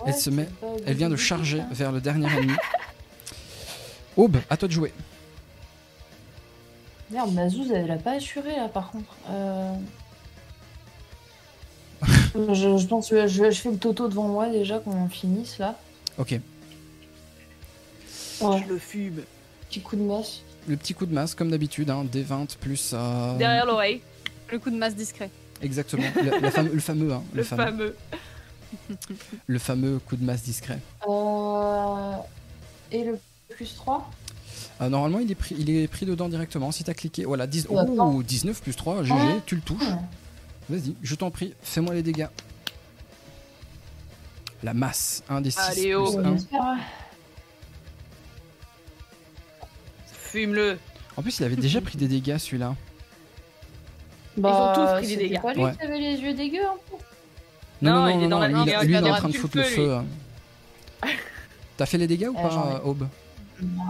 Speaker 5: Ouais,
Speaker 2: elle se met,
Speaker 5: c'est pas
Speaker 2: elle vient de
Speaker 5: du tout
Speaker 2: charger
Speaker 5: ça.
Speaker 2: vers le dernier ennemi. Aube, à toi de jouer.
Speaker 4: Merde, Mazouz, elle a pas assuré là par contre. Euh, je, je pense que je, je fais le toto devant moi déjà qu'on finisse là.
Speaker 2: Ok.
Speaker 4: Je le fume. Petit coup de masse.
Speaker 2: Le petit coup de masse, comme d'habitude, hein, D20 plus. euh,
Speaker 5: l'oreille.
Speaker 1: Le coup de masse discret.
Speaker 2: Exactement, le, la fame- le fameux, hein, le,
Speaker 5: Le
Speaker 2: fameux,
Speaker 5: fameux.
Speaker 2: le fameux coup de masse discret.
Speaker 4: Euh, Et le plus 3
Speaker 2: Euh, normalement, il est, pris, il est pris dedans directement. Si t'as cliqué, voilà, 10,
Speaker 4: Ouais,
Speaker 2: ouh,
Speaker 4: attends.
Speaker 2: 19 plus 3, GG,
Speaker 4: Ouais.
Speaker 2: tu le touches. Vas-y, je t'en prie, fais-moi les dégâts. La masse, 1 des 6
Speaker 5: Allez,
Speaker 2: plus
Speaker 5: oh.
Speaker 2: 1.
Speaker 4: Ah,
Speaker 5: Fume-le.
Speaker 2: En plus, il avait déjà pris des dégâts celui-là.
Speaker 4: Bah,
Speaker 5: Ils ont tous pris des
Speaker 4: c'était
Speaker 5: dégâts.
Speaker 4: pas lui
Speaker 2: Ouais.
Speaker 4: qui avait les yeux dégueux hein. un peu
Speaker 5: Non, il est dans la
Speaker 2: il a-
Speaker 5: lumière,
Speaker 2: lui, il est en
Speaker 5: regardera
Speaker 2: train de
Speaker 5: tout le
Speaker 2: foutre le
Speaker 5: feu, lui.
Speaker 2: feu. hein. T'as fait les dégâts ou
Speaker 4: Euh, j'en ai.
Speaker 2: pas, Aube
Speaker 4: Non.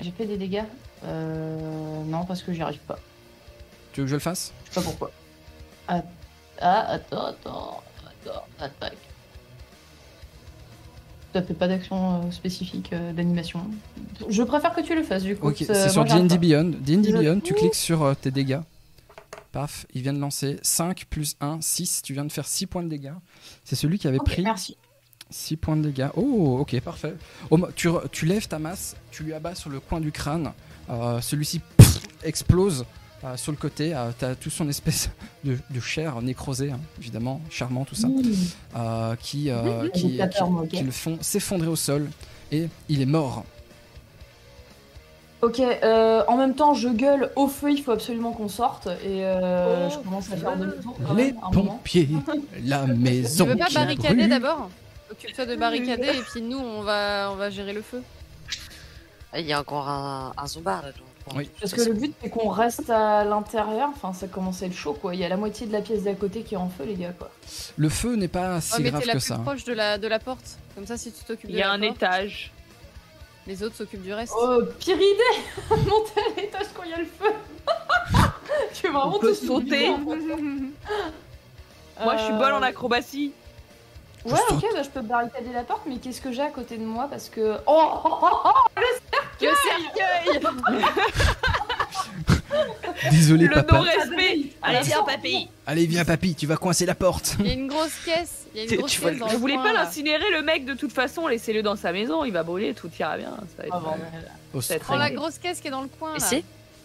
Speaker 4: J'ai fait des dégâts Euh, Non, parce que j'y arrive pas.
Speaker 2: Tu veux que je le fasse
Speaker 4: Je sais pas pourquoi. Ah, ah, attends, attends, attends, attaque. Ça fait pas d'action euh, spécifique euh, d'animation. Je préfère que tu le fasses du coup.
Speaker 2: Ok,
Speaker 4: Euh,
Speaker 2: c'est sur
Speaker 4: moi, j'arrive
Speaker 2: D&D
Speaker 4: pas.
Speaker 2: Beyond. D&D
Speaker 4: Je-
Speaker 2: Beyond, tu cliques sur euh, tes dégâts. Paf, il vient de lancer 5 plus 1, 6. Tu viens de faire 6 points de dégâts. C'est celui qui avait
Speaker 4: Ok,
Speaker 2: pris
Speaker 4: Merci.
Speaker 2: 6 points de dégâts. Oh, ok, parfait. Oh, ma- tu, re- tu lèves ta masse, tu lui abats sur le coin du crâne. Euh, Celui-ci pff, explose euh, sur le côté. Euh, T'as tout son espèce de, de chair nécrosée, hein, évidemment, charmant, tout ça,
Speaker 4: Mmh.
Speaker 2: euh, qui, euh,
Speaker 4: Mmh.
Speaker 2: qui,
Speaker 4: J'ai pas peur,
Speaker 2: qui-
Speaker 4: moi, ok.
Speaker 2: qui le font s'effondrer au sol. Et il est mort.
Speaker 4: Ok, euh, en même temps, je gueule au feu, il faut absolument qu'on sorte. Et euh,
Speaker 5: Oh,
Speaker 4: je commence à faire demi-tour. quand
Speaker 2: Les
Speaker 4: même, à un moment.
Speaker 2: pompiers, la maison.
Speaker 1: tu veux pas
Speaker 2: qui
Speaker 1: barricader
Speaker 2: brûle.
Speaker 1: d'abord Occupe-toi de barricader et puis nous, on va, on va gérer le feu.
Speaker 3: Ah, Il y a encore un, un zombard là. donc-
Speaker 2: Oui.
Speaker 4: Parce que le but, c'est qu'on reste à l'intérieur. Enfin, ça commence à être chaud, quoi. Il y a la moitié de la pièce d'à côté qui est en feu, les gars, quoi.
Speaker 2: Le feu n'est pas
Speaker 1: Ouais,
Speaker 2: si
Speaker 1: Oh, mais
Speaker 2: grave
Speaker 1: t'es la
Speaker 2: que
Speaker 1: plus
Speaker 2: ça. hein.
Speaker 1: proche de la, de la porte. Comme ça, si tu t'occupes
Speaker 5: Il
Speaker 1: de
Speaker 5: y a
Speaker 1: la
Speaker 5: un
Speaker 1: porte,
Speaker 5: étage.
Speaker 1: les autres s'occupent du reste.
Speaker 4: Oh, pire idée Monter à l'étage quand il y a le feu Tu veux vraiment
Speaker 5: On peut
Speaker 4: tous nous
Speaker 5: sauter.
Speaker 4: vider, en fait.
Speaker 5: Moi, je suis
Speaker 4: Euh,
Speaker 5: bonne en acrobatie.
Speaker 4: Ouais, ok, bah, je peux barricader la porte, mais qu'est-ce que j'ai à côté de moi Parce que. Oh, oh, oh, oh
Speaker 1: Le cercueil
Speaker 2: Désolé,
Speaker 5: le
Speaker 2: papa.
Speaker 5: non-respect. Allez, viens, papy.
Speaker 2: Allez, viens, papy, tu vas coincer la porte.
Speaker 1: Il y a une grosse caisse. Il y a
Speaker 2: Tu
Speaker 1: une grosse
Speaker 2: vois
Speaker 1: caisse
Speaker 2: le-
Speaker 1: dans
Speaker 5: Vous
Speaker 1: le
Speaker 5: voulez
Speaker 1: coin,
Speaker 5: pas
Speaker 1: là.
Speaker 5: l'incinérer, le mec, de toute façon, laissez-le dans sa maison, il va brûler, tout ira bien. Ça
Speaker 4: Ah,
Speaker 5: va être-
Speaker 2: Au
Speaker 5: ça va être
Speaker 1: Prends la
Speaker 5: réglé.
Speaker 1: grosse caisse qui est dans le coin. Là.
Speaker 3: Ici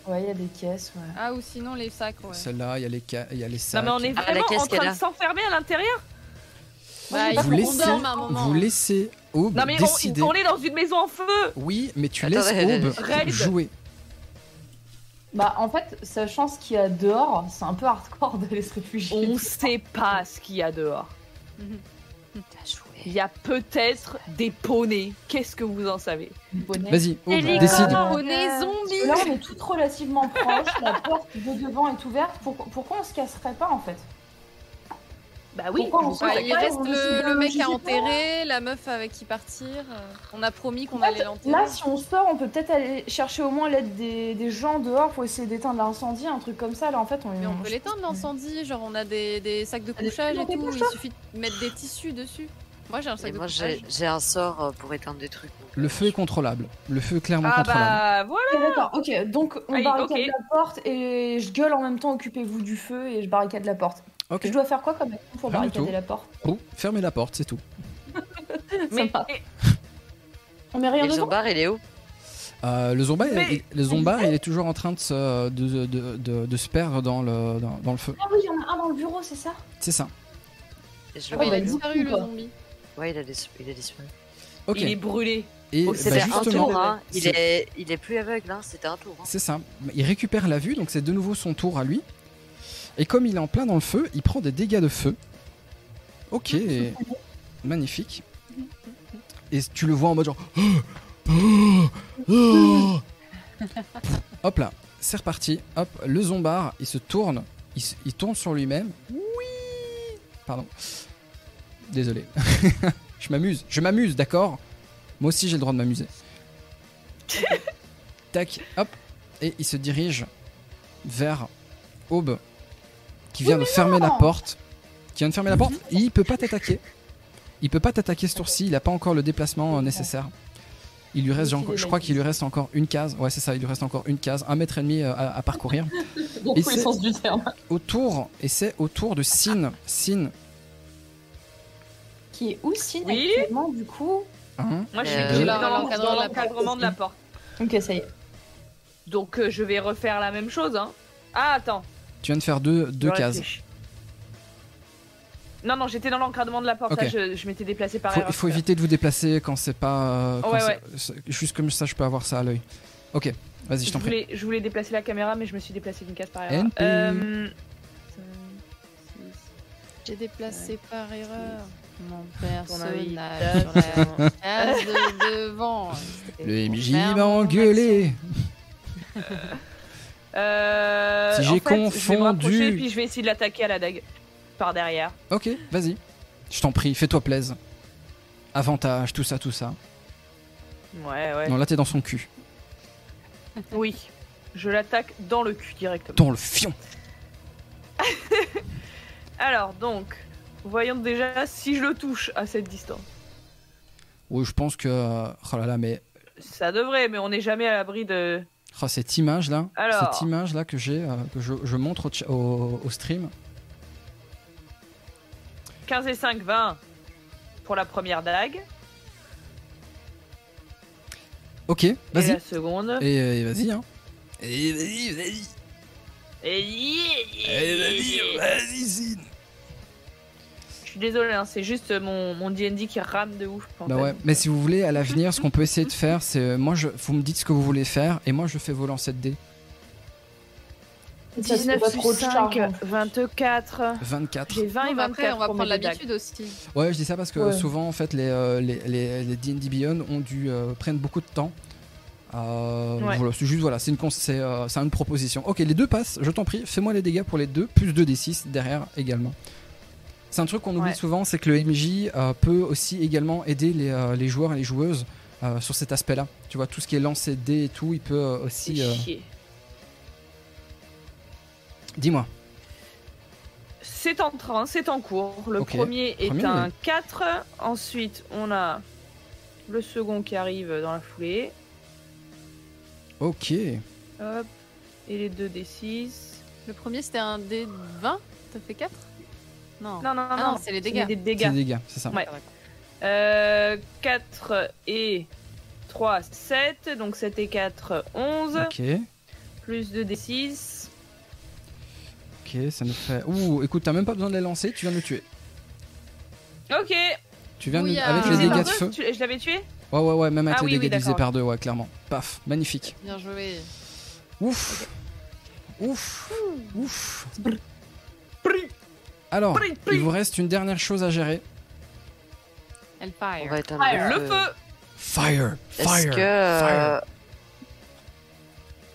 Speaker 4: Ouais, il y a des caisses, ouais.
Speaker 1: Ah, ou sinon les sacs, ouais.
Speaker 2: Celle-là, il y a les ca- il y a les
Speaker 5: Non,
Speaker 2: sacs.
Speaker 5: mais on est
Speaker 3: Ah, la
Speaker 5: vraiment
Speaker 3: caisse
Speaker 5: en
Speaker 3: qu'elle
Speaker 5: train
Speaker 3: a.
Speaker 5: de s'enfermer à l'intérieur
Speaker 1: Bah, il
Speaker 2: Vous
Speaker 1: faut qu'on
Speaker 2: laissez,
Speaker 1: dorme à un moment. hein.
Speaker 2: vous laissez Aube
Speaker 5: Non, mais
Speaker 2: décider.
Speaker 5: on, on est dans une maison en feu
Speaker 2: Oui, mais tu
Speaker 3: Attends,
Speaker 2: laisses
Speaker 3: ouais, ouais,
Speaker 2: Aube
Speaker 5: ouais.
Speaker 2: jouer.
Speaker 4: Bah, en fait, sachant ce qu'il y a dehors, c'est un peu hardcore d'aller se réfugier.
Speaker 5: On sait pas ce qu'il y a dehors.
Speaker 3: T'as joué.
Speaker 5: Il y a peut-être des poneys. Qu'est-ce que vous en savez
Speaker 2: Vas-y, Aube,
Speaker 13: les
Speaker 2: décide.
Speaker 13: commandes.
Speaker 1: On est zombies
Speaker 4: Là, on est toutes relativement proches, la porte de devant est ouverte. Pour- Pourquoi on se casserait pas en fait
Speaker 5: Bah oui,
Speaker 4: Pourquoi on
Speaker 5: je
Speaker 4: sait
Speaker 5: sais
Speaker 1: Bah,
Speaker 4: pas
Speaker 5: pas.
Speaker 1: il reste
Speaker 4: on
Speaker 1: le,
Speaker 4: décide,
Speaker 1: le
Speaker 4: euh,
Speaker 1: mec
Speaker 4: je sais
Speaker 1: à
Speaker 4: pas.
Speaker 1: enterrer, la meuf avec qui partir. euh, On a promis qu'on
Speaker 4: En fait,
Speaker 1: allait l'enterrer.
Speaker 4: Là, si on sort, on peut peut-être aller chercher au moins l'aide des, des gens dehors pour essayer d'éteindre l'incendie, un truc comme ça. Là, en fait, on,
Speaker 1: Mais on peut l'éteindre l'incendie, genre on a des, Ah, des sacs de couchage et
Speaker 4: des
Speaker 1: tout, il suffit de mettre des tissus dessus. Moi j'ai un
Speaker 3: Et
Speaker 1: sac de
Speaker 3: moi,
Speaker 1: couchage. Oh,
Speaker 3: j'ai j'ai un sort euh, pour éteindre des trucs. donc,
Speaker 2: Le
Speaker 3: euh,
Speaker 2: feu est contrôlable. Le feu est clairement
Speaker 5: Ah
Speaker 2: contrôlable.
Speaker 5: bah voilà
Speaker 4: Ok, D'accord, ok. Donc, on
Speaker 5: Allez,
Speaker 4: barricade
Speaker 5: ok.
Speaker 4: la porte et je gueule en même temps, occupez-vous du feu et je barricade la porte.
Speaker 2: Ok,
Speaker 4: Je dois faire quoi comme action pour
Speaker 2: Rien du
Speaker 4: barricader
Speaker 2: tout.
Speaker 4: la porte
Speaker 5: bah.
Speaker 2: Bon, fermez la porte, c'est tout.
Speaker 5: Mais
Speaker 4: Sympa.
Speaker 5: et-
Speaker 4: On met
Speaker 3: Et
Speaker 4: rien
Speaker 3: le
Speaker 4: dedans
Speaker 3: zombar, il est où
Speaker 2: Euh, le zomba, il-
Speaker 5: Mais-
Speaker 2: le zomba, il est toujours en train de se, de, de- de- de se perdre dans le, dans, dans le feu.
Speaker 4: Ah oui, il y en a un dans le bureau, c'est ça
Speaker 2: C'est ça.
Speaker 3: Et je
Speaker 4: Ah
Speaker 3: le
Speaker 4: bah,
Speaker 1: Ouais, il
Speaker 3: vois
Speaker 1: a
Speaker 4: il
Speaker 3: où
Speaker 1: disparu le
Speaker 4: quoi.
Speaker 1: zombie.
Speaker 3: Ouais, il a, dis- il a disparu.
Speaker 2: Ok.
Speaker 5: il est brûlé.
Speaker 2: Et
Speaker 5: Oh,
Speaker 2: bah,
Speaker 5: c'est
Speaker 3: C'était un
Speaker 2: justement,
Speaker 3: tour, hein. Il
Speaker 2: c'est-
Speaker 3: est... il est plus aveugle, hein. C'était un tour. hein.
Speaker 2: c'est ça. Il récupère la vue, donc c'est de nouveau son tour à lui. Et comme il est en plein dans le feu, il prend des dégâts de feu. Ok, magnifique. Et tu le vois en mode genre. Hop là, c'est reparti. Hop, le zombard, il se tourne, il, se- il tourne sur lui-même. Oui Pardon. Désolé. je m'amuse, je m'amuse, d'accord Moi aussi j'ai le droit de m'amuser. Tac, hop, et il se dirige vers Aube, qui vient de fermer la porte. Qui vient de fermer la porte, il peut pas t'attaquer. Il peut pas t'attaquer ce tour-ci, il a pas encore le déplacement euh, nécessaire. Il lui reste,
Speaker 4: Donc,
Speaker 2: genre-
Speaker 4: il est
Speaker 2: je crois
Speaker 4: là,
Speaker 2: qu'il lui reste encore une case. Ouais, c'est ça, il lui reste encore une case, un mètre et demi euh, à, à parcourir.
Speaker 4: Dans
Speaker 2: Et tous les c'est- sens
Speaker 4: du terme.
Speaker 2: Autour, et c'est autour de Sin. Sin,
Speaker 4: Qui est où, Sine,
Speaker 5: Oui.
Speaker 4: actuellement, du coup
Speaker 2: hein,
Speaker 5: Moi je
Speaker 3: Euh,
Speaker 5: suis
Speaker 3: là,
Speaker 5: dans,
Speaker 1: l'encadrement
Speaker 5: dans
Speaker 1: de la
Speaker 5: l'encadrement de la porte.
Speaker 4: Ok, ça y est.
Speaker 5: Donc euh, je vais refaire la même chose. Hein. Ah attends.
Speaker 2: tu viens de faire deux, deux
Speaker 5: je
Speaker 2: cases.
Speaker 5: réfléchis. Non non j'étais dans l'encadrement de la porte.
Speaker 2: Ok.
Speaker 5: Là, je, je m'étais déplacé par
Speaker 2: Faut-
Speaker 5: erreur.
Speaker 2: il faut éviter de vous déplacer quand c'est pas. euh, quand
Speaker 5: Oh, Ouais,
Speaker 2: c'est-
Speaker 5: ouais.
Speaker 2: c'est- Juste comme ça, je peux avoir ça à l'œil. Ok, vas-y, je
Speaker 5: Je
Speaker 2: t'en prie.
Speaker 5: voulais, je voulais déplacer la caméra, mais je me suis déplacé d'une case par erreur.
Speaker 2: NP.
Speaker 5: Euh, cinq,
Speaker 1: J'ai déplacé par erreur mon
Speaker 5: Ton invité.
Speaker 1: personnage sur la case de devant.
Speaker 2: Le MJ
Speaker 1: Ferme
Speaker 2: m'a
Speaker 1: mon
Speaker 2: engueulé
Speaker 5: six. Euh,
Speaker 2: Si
Speaker 5: en
Speaker 2: j'ai
Speaker 5: fait, Je vais me rapprocher,
Speaker 2: confondu.
Speaker 5: puis je vais essayer de l'attaquer à la dague. Par derrière.
Speaker 2: Ok, vas-y. Je t'en prie, fais-toi plaise. Avantage, tout ça, tout ça.
Speaker 5: Ouais, ouais.
Speaker 2: Non, là, t'es dans son cul.
Speaker 5: Oui. Je l'attaque dans le cul directement.
Speaker 2: Dans le fion
Speaker 5: Alors, donc, voyons déjà si je le touche à cette distance.
Speaker 2: Oui, je pense que. Oh là là, mais.
Speaker 5: Ça devrait, mais on n'est jamais à l'abri de.
Speaker 2: oh, cette image-là.
Speaker 5: Alors.
Speaker 2: Cette image-là que j'ai, euh, que je, je montre au, cha- au- au stream.
Speaker 5: 15 et 5, 20 pour la première dague.
Speaker 2: Ok,
Speaker 5: Et
Speaker 2: vas-y.
Speaker 5: la seconde.
Speaker 2: Et, euh, et vas-y, hein. Et vas-y, vas-y.
Speaker 5: Et.
Speaker 2: Et Eh, vas-y, vas-y, Zin.
Speaker 5: Je suis désolé, hein, c'est juste mon mon DD qui rame de ouf. en
Speaker 2: Bah
Speaker 5: fait.
Speaker 2: ouais, mais si vous voulez, à l'avenir, ce qu'on peut essayer de faire, c'est. euh, Moi, je... vous me dites ce que vous voulez faire, et moi, je fais vos lancers de dés.
Speaker 4: Ça, c'est
Speaker 5: 19
Speaker 4: pas
Speaker 5: plus
Speaker 4: trop de charge,
Speaker 5: 5, 24.
Speaker 2: 24.
Speaker 5: J'ai 20 et 24
Speaker 1: Après, on va
Speaker 5: pour
Speaker 1: prendre
Speaker 5: mes deux dagues.
Speaker 1: l'habitude aussi.
Speaker 2: Ouais, je dis ça parce que
Speaker 4: Ouais.
Speaker 2: souvent, en fait, les, euh, les, les, les D&D Beyond ont dû, euh, prennent beaucoup de temps. Euh,
Speaker 5: Ouais.
Speaker 2: Voilà, c'est juste, voilà, c'est une, cons- c'est, euh, c'est une proposition. Ok, les deux passent, je t'en prie, fais-moi les dégâts pour les deux, plus 2d6 derrière également. C'est un truc qu'on oublie
Speaker 5: Ouais.
Speaker 2: souvent, c'est que le MJ euh, peut aussi également aider les, euh, les joueurs et les joueuses euh, sur cet aspect-là. Tu vois, tout ce qui est lancé de dés et tout, il peut euh,
Speaker 5: C'est
Speaker 2: aussi... euh,
Speaker 5: chier.
Speaker 2: Dis-moi.
Speaker 5: C'est en train, c'est en cours. Le
Speaker 2: Ok.
Speaker 5: premier est
Speaker 2: Premier.
Speaker 5: un 4. Ensuite, on a le second qui arrive dans la foulée.
Speaker 2: Ok.
Speaker 5: Hop. Et les 2d6.
Speaker 1: Le premier, c'était un dé de 20 T'as fait 4 Non.
Speaker 5: Non, non,
Speaker 1: Ah
Speaker 5: non,
Speaker 1: non, c'est les dégâts.
Speaker 5: Des
Speaker 2: C'est
Speaker 5: dégâts.
Speaker 2: des dégâts, c'est ça.
Speaker 5: Ouais. Euh, 4 et 3, 7. Donc 7 et 4, 11.
Speaker 2: Ok,
Speaker 5: Plus 2d6.
Speaker 2: ok, ça nous fait. Ouh, écoute, t'as même pas besoin de les lancer, tu viens de le tuer.
Speaker 5: Ok. Euh,
Speaker 2: Tu viens de...
Speaker 1: Ouya.
Speaker 2: avec
Speaker 1: Tu
Speaker 2: les
Speaker 1: les as
Speaker 2: dégâts de
Speaker 5: deux
Speaker 2: feu.
Speaker 5: Tu- Je l'avais tué
Speaker 2: Ouais, ouais, ouais, même avec
Speaker 5: Ah
Speaker 2: les
Speaker 5: oui, oui,
Speaker 2: dégâts divisés
Speaker 5: d'accord.
Speaker 2: par deux, ouais, clairement. Paf, magnifique.
Speaker 1: Bien joué.
Speaker 2: Ouf, ouf, ouf. Alors,
Speaker 5: Pri, pri.
Speaker 2: il vous reste une dernière chose à gérer.
Speaker 1: Elle
Speaker 3: On
Speaker 1: fire.
Speaker 3: va éteindre
Speaker 5: Ah, Le
Speaker 2: Euh.
Speaker 5: feu
Speaker 2: Fire,
Speaker 3: Est-ce
Speaker 2: fire,
Speaker 3: que. euh,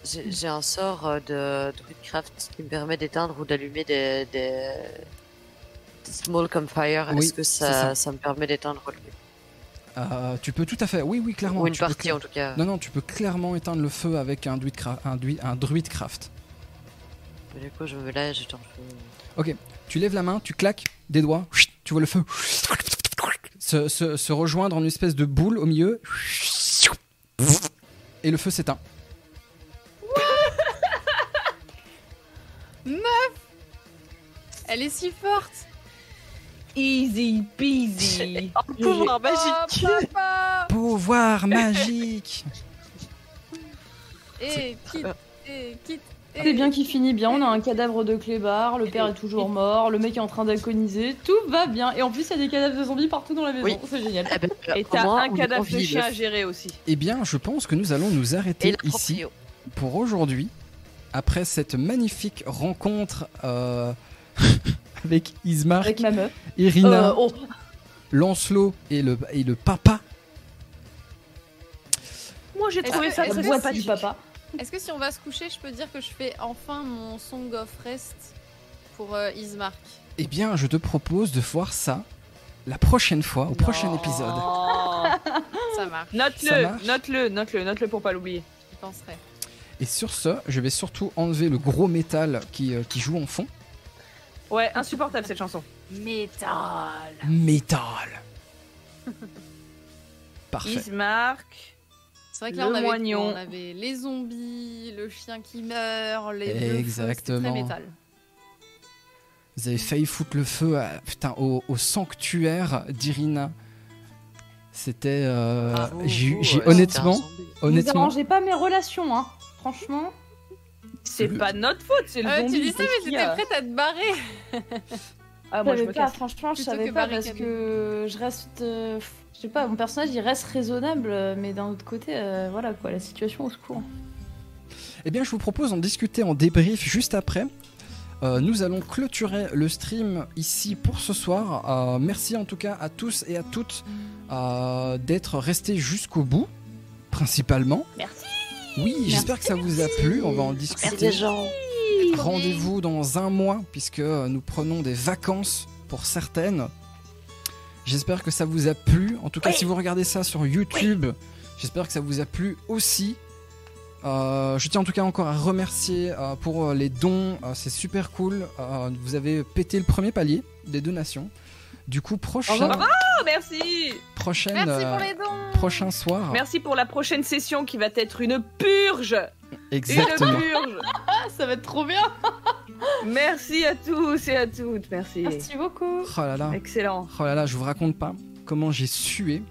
Speaker 3: J'ai j'ai un sort euh, de Druidcraft qui me permet d'éteindre ou d'allumer des, des... des small comme fire.
Speaker 2: Oui,
Speaker 3: Est-ce que
Speaker 2: c'est
Speaker 3: ça,
Speaker 2: ça.
Speaker 3: ça. me permet d'éteindre le feu
Speaker 2: Euh, tu peux tout à fait. Oui, oui, clairement.
Speaker 3: Ou une
Speaker 2: tu peux
Speaker 3: partie
Speaker 2: cla-
Speaker 3: en tout cas.
Speaker 2: Non, non, tu peux clairement éteindre le feu avec un druidcraft. Un, druid- un druidcraft.
Speaker 3: Du coup, je me lève, j'éteins le feu.
Speaker 2: Tu lèves la main, tu claques des doigts, chut, tu vois le feu se, se- se rejoindre en une espèce de boule au milieu. Et le feu s'éteint.
Speaker 1: Elle est si forte
Speaker 5: Easy peasy.
Speaker 3: Pouvoir magique
Speaker 1: Oh, papa
Speaker 2: Pouvoir magique
Speaker 1: Et quitte, et quitte. eh,
Speaker 4: C'est bien qui finit bien, on a un cadavre de clébar, le père est toujours mort, le mec est en train d'agoniser, tout va bien. Et en plus, il y a des cadavres de zombies partout dans la maison,
Speaker 3: Oui.
Speaker 4: c'est génial.
Speaker 3: Eh ben,
Speaker 5: Et
Speaker 3: au
Speaker 5: t'as
Speaker 3: moins,
Speaker 5: un
Speaker 3: on est
Speaker 5: cadavre
Speaker 3: en
Speaker 5: de
Speaker 3: vie,
Speaker 5: chien
Speaker 3: le
Speaker 5: à gérer aussi.
Speaker 2: Eh bien, je pense que nous allons nous
Speaker 3: Et euh,
Speaker 2: arrêter
Speaker 3: la
Speaker 2: ici
Speaker 3: proprio.
Speaker 2: pour aujourd'hui. Après cette magnifique rencontre euh, avec Ismar,
Speaker 4: Avec ma meuf.
Speaker 2: Irina,
Speaker 4: Euh, oh,
Speaker 2: Lancelot et le, et le papa.
Speaker 5: Moi j'ai
Speaker 1: Est-ce
Speaker 5: trouvé
Speaker 1: que-
Speaker 5: ça
Speaker 1: est-ce
Speaker 4: la
Speaker 5: très
Speaker 1: que
Speaker 4: boîte du
Speaker 5: sympathique.
Speaker 4: papa.
Speaker 1: Est-ce que si on va se coucher, je peux dire que je fais enfin mon Song of Rest pour euh, Ismark
Speaker 2: Eh bien, je te propose de voir ça la prochaine fois, au prochain épisode.
Speaker 5: Oh.
Speaker 4: Ah.
Speaker 1: Ça marche,
Speaker 2: Ça
Speaker 5: Note-le,
Speaker 2: marche
Speaker 5: note-le, note-le, note-le pour pas l'oublier.
Speaker 1: je penserais.
Speaker 2: Et sur ce, je vais surtout enlever le gros métal qui, euh, qui joue en fond.
Speaker 5: Ouais, insupportable cette chanson.
Speaker 1: Métal
Speaker 2: Métal Parfait.
Speaker 5: Ismark.
Speaker 1: C'est vrai que là,
Speaker 5: Le
Speaker 1: on avait, tout,
Speaker 5: moignon.
Speaker 1: on avait les zombies, le chien qui meurt, les le feu, c'était
Speaker 2: Exactement.
Speaker 1: très métal.
Speaker 2: Vous avez failli foutre le feu à- putain, au, au sanctuaire d'Irina. C'était. euh,
Speaker 3: Bravo,
Speaker 2: j'ai eu-
Speaker 3: vous,
Speaker 2: j'ai
Speaker 3: euh,
Speaker 2: honnêtement.
Speaker 3: c'était un zombie.
Speaker 4: Vous
Speaker 2: Honnêtement.
Speaker 4: arrangez pas mes relations, hein. Franchement,
Speaker 5: C'est
Speaker 2: Le-
Speaker 5: pas notre faute, c'est le
Speaker 1: Euh,
Speaker 5: zombie.
Speaker 1: tu dis ça,
Speaker 5: c'est
Speaker 1: mais
Speaker 5: qui,
Speaker 1: t'étais
Speaker 5: euh
Speaker 1: prête à te barrer.
Speaker 5: Ah,
Speaker 4: je
Speaker 5: moi je
Speaker 4: savais
Speaker 5: me
Speaker 4: pas,
Speaker 5: casse.
Speaker 4: franchement, je
Speaker 1: Plutôt
Speaker 4: savais
Speaker 1: que
Speaker 4: pas parce
Speaker 1: barricader.
Speaker 4: que je reste. euh, Je sais pas, mon personnage il reste raisonnable, euh, mais d'un autre côté, euh, voilà quoi, la situation au secours.
Speaker 2: Eh bien, je vous propose d'en discuter en débrief juste après. Euh, nous allons clôturer le stream ici pour ce soir. Euh, merci en tout cas à tous et à toutes euh, d'être restés jusqu'au bout, principalement.
Speaker 5: Merci.
Speaker 2: Oui, j'espère que ça vous a plu. On va en
Speaker 3: Merci
Speaker 2: discuter.
Speaker 3: les gens.
Speaker 2: Rendez-vous dans un mois puisque euh, nous prenons des vacances pour certaines. J'espère que ça vous a plu. En tout cas, si vous regardez ça sur YouTube, j'espère que ça vous a plu aussi. Euh, je tiens en tout cas encore à remercier euh, pour euh, les dons. Euh, c'est super cool. Euh, vous avez pété le premier palier des donations. Du coup, prochain,
Speaker 5: revoir. Oh, merci.
Speaker 2: prochaine,
Speaker 1: Merci pour
Speaker 2: euh,
Speaker 1: les dons.
Speaker 2: prochain soir.
Speaker 5: Merci pour la prochaine session qui va être une purge.
Speaker 2: Exactement.
Speaker 5: Une purge.
Speaker 4: Ah, ça va être trop bien!
Speaker 5: Merci à tous et à toutes. Merci.
Speaker 4: Merci beaucoup!
Speaker 2: Oh là là.
Speaker 5: Excellent.
Speaker 2: Oh là là, je vous raconte pas comment j'ai sué.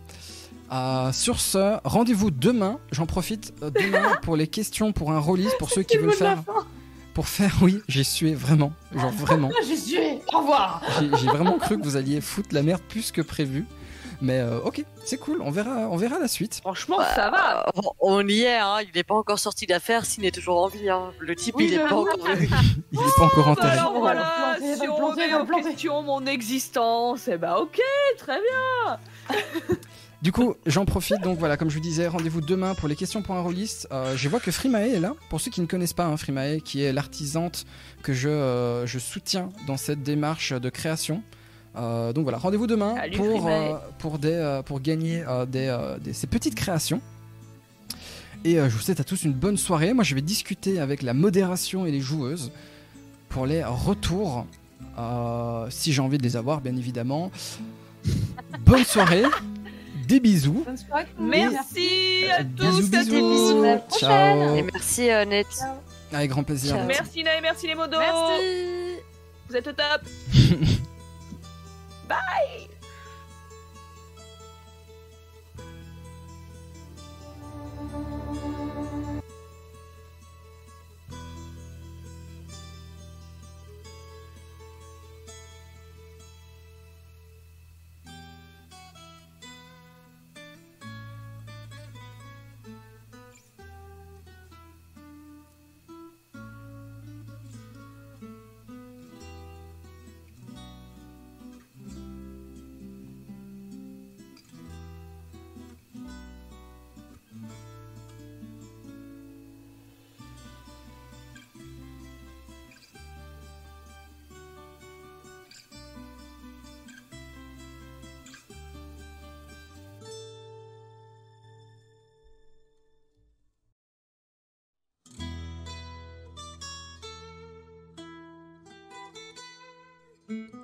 Speaker 2: Euh, sur ce, rendez-vous demain. J'en profite euh, demain pour les questions, pour un release, pour ceux qui
Speaker 4: C'est le
Speaker 2: veulent
Speaker 4: mot de la
Speaker 2: faire. Pour faire, oui, j'ai sué vraiment. Genre vraiment.
Speaker 4: Ah, j'ai sué! Au revoir!
Speaker 2: J'ai j'ai vraiment cru que vous alliez foutre la merde plus que prévu. Mais euh, ok, c'est cool, on verra, on verra la suite.
Speaker 5: Franchement, ça va.
Speaker 3: Ah, on- on y est, hein. il n'est pas encore sorti d'affaire, s'il est toujours en vie. hein. Le type,
Speaker 4: Oui,
Speaker 3: il
Speaker 4: je-
Speaker 3: n'est pas encore.
Speaker 2: Il est pas
Speaker 4: Oh,
Speaker 2: encore
Speaker 5: Bah
Speaker 2: enterré.
Speaker 5: alors
Speaker 4: Va
Speaker 5: voilà,
Speaker 4: le planter, va
Speaker 5: si
Speaker 4: le
Speaker 5: on
Speaker 4: planter,
Speaker 5: met
Speaker 4: va le
Speaker 5: en
Speaker 4: planter.
Speaker 5: question mon existence, et bah ok, très bien.
Speaker 2: Du coup, j'en profite, donc voilà, comme je vous disais, rendez-vous demain pour les questions pour un release. Euh, je vois que Frimae est là. Pour ceux qui ne connaissent pas, hein, Frimae, qui est l'artisante que je, euh, je soutiens dans cette démarche de création. Euh, donc voilà, rendez-vous demain
Speaker 5: Salut,
Speaker 2: pour,
Speaker 5: Frimae.
Speaker 2: euh, pour, des, euh, pour gagner euh, des, euh, des- ces petites créations. Et euh, je vous souhaite à tous une bonne soirée. Moi, je vais discuter avec la modération et les joueuses pour les retours. Euh, si j'ai envie de les avoir, bien évidemment. Bonne soirée, des bisous.
Speaker 4: Bonne soirée!
Speaker 5: Merci à
Speaker 2: Bisous,
Speaker 5: tous, à
Speaker 2: bisous.
Speaker 5: tous.
Speaker 4: À la prochaine.
Speaker 2: Ciao.
Speaker 3: Et merci, euh, Net.
Speaker 2: Avec grand plaisir. Nathan.
Speaker 5: Merci Nae, merci les modos.
Speaker 1: Merci.
Speaker 5: Vous êtes au top. Bye.
Speaker 9: Thank you.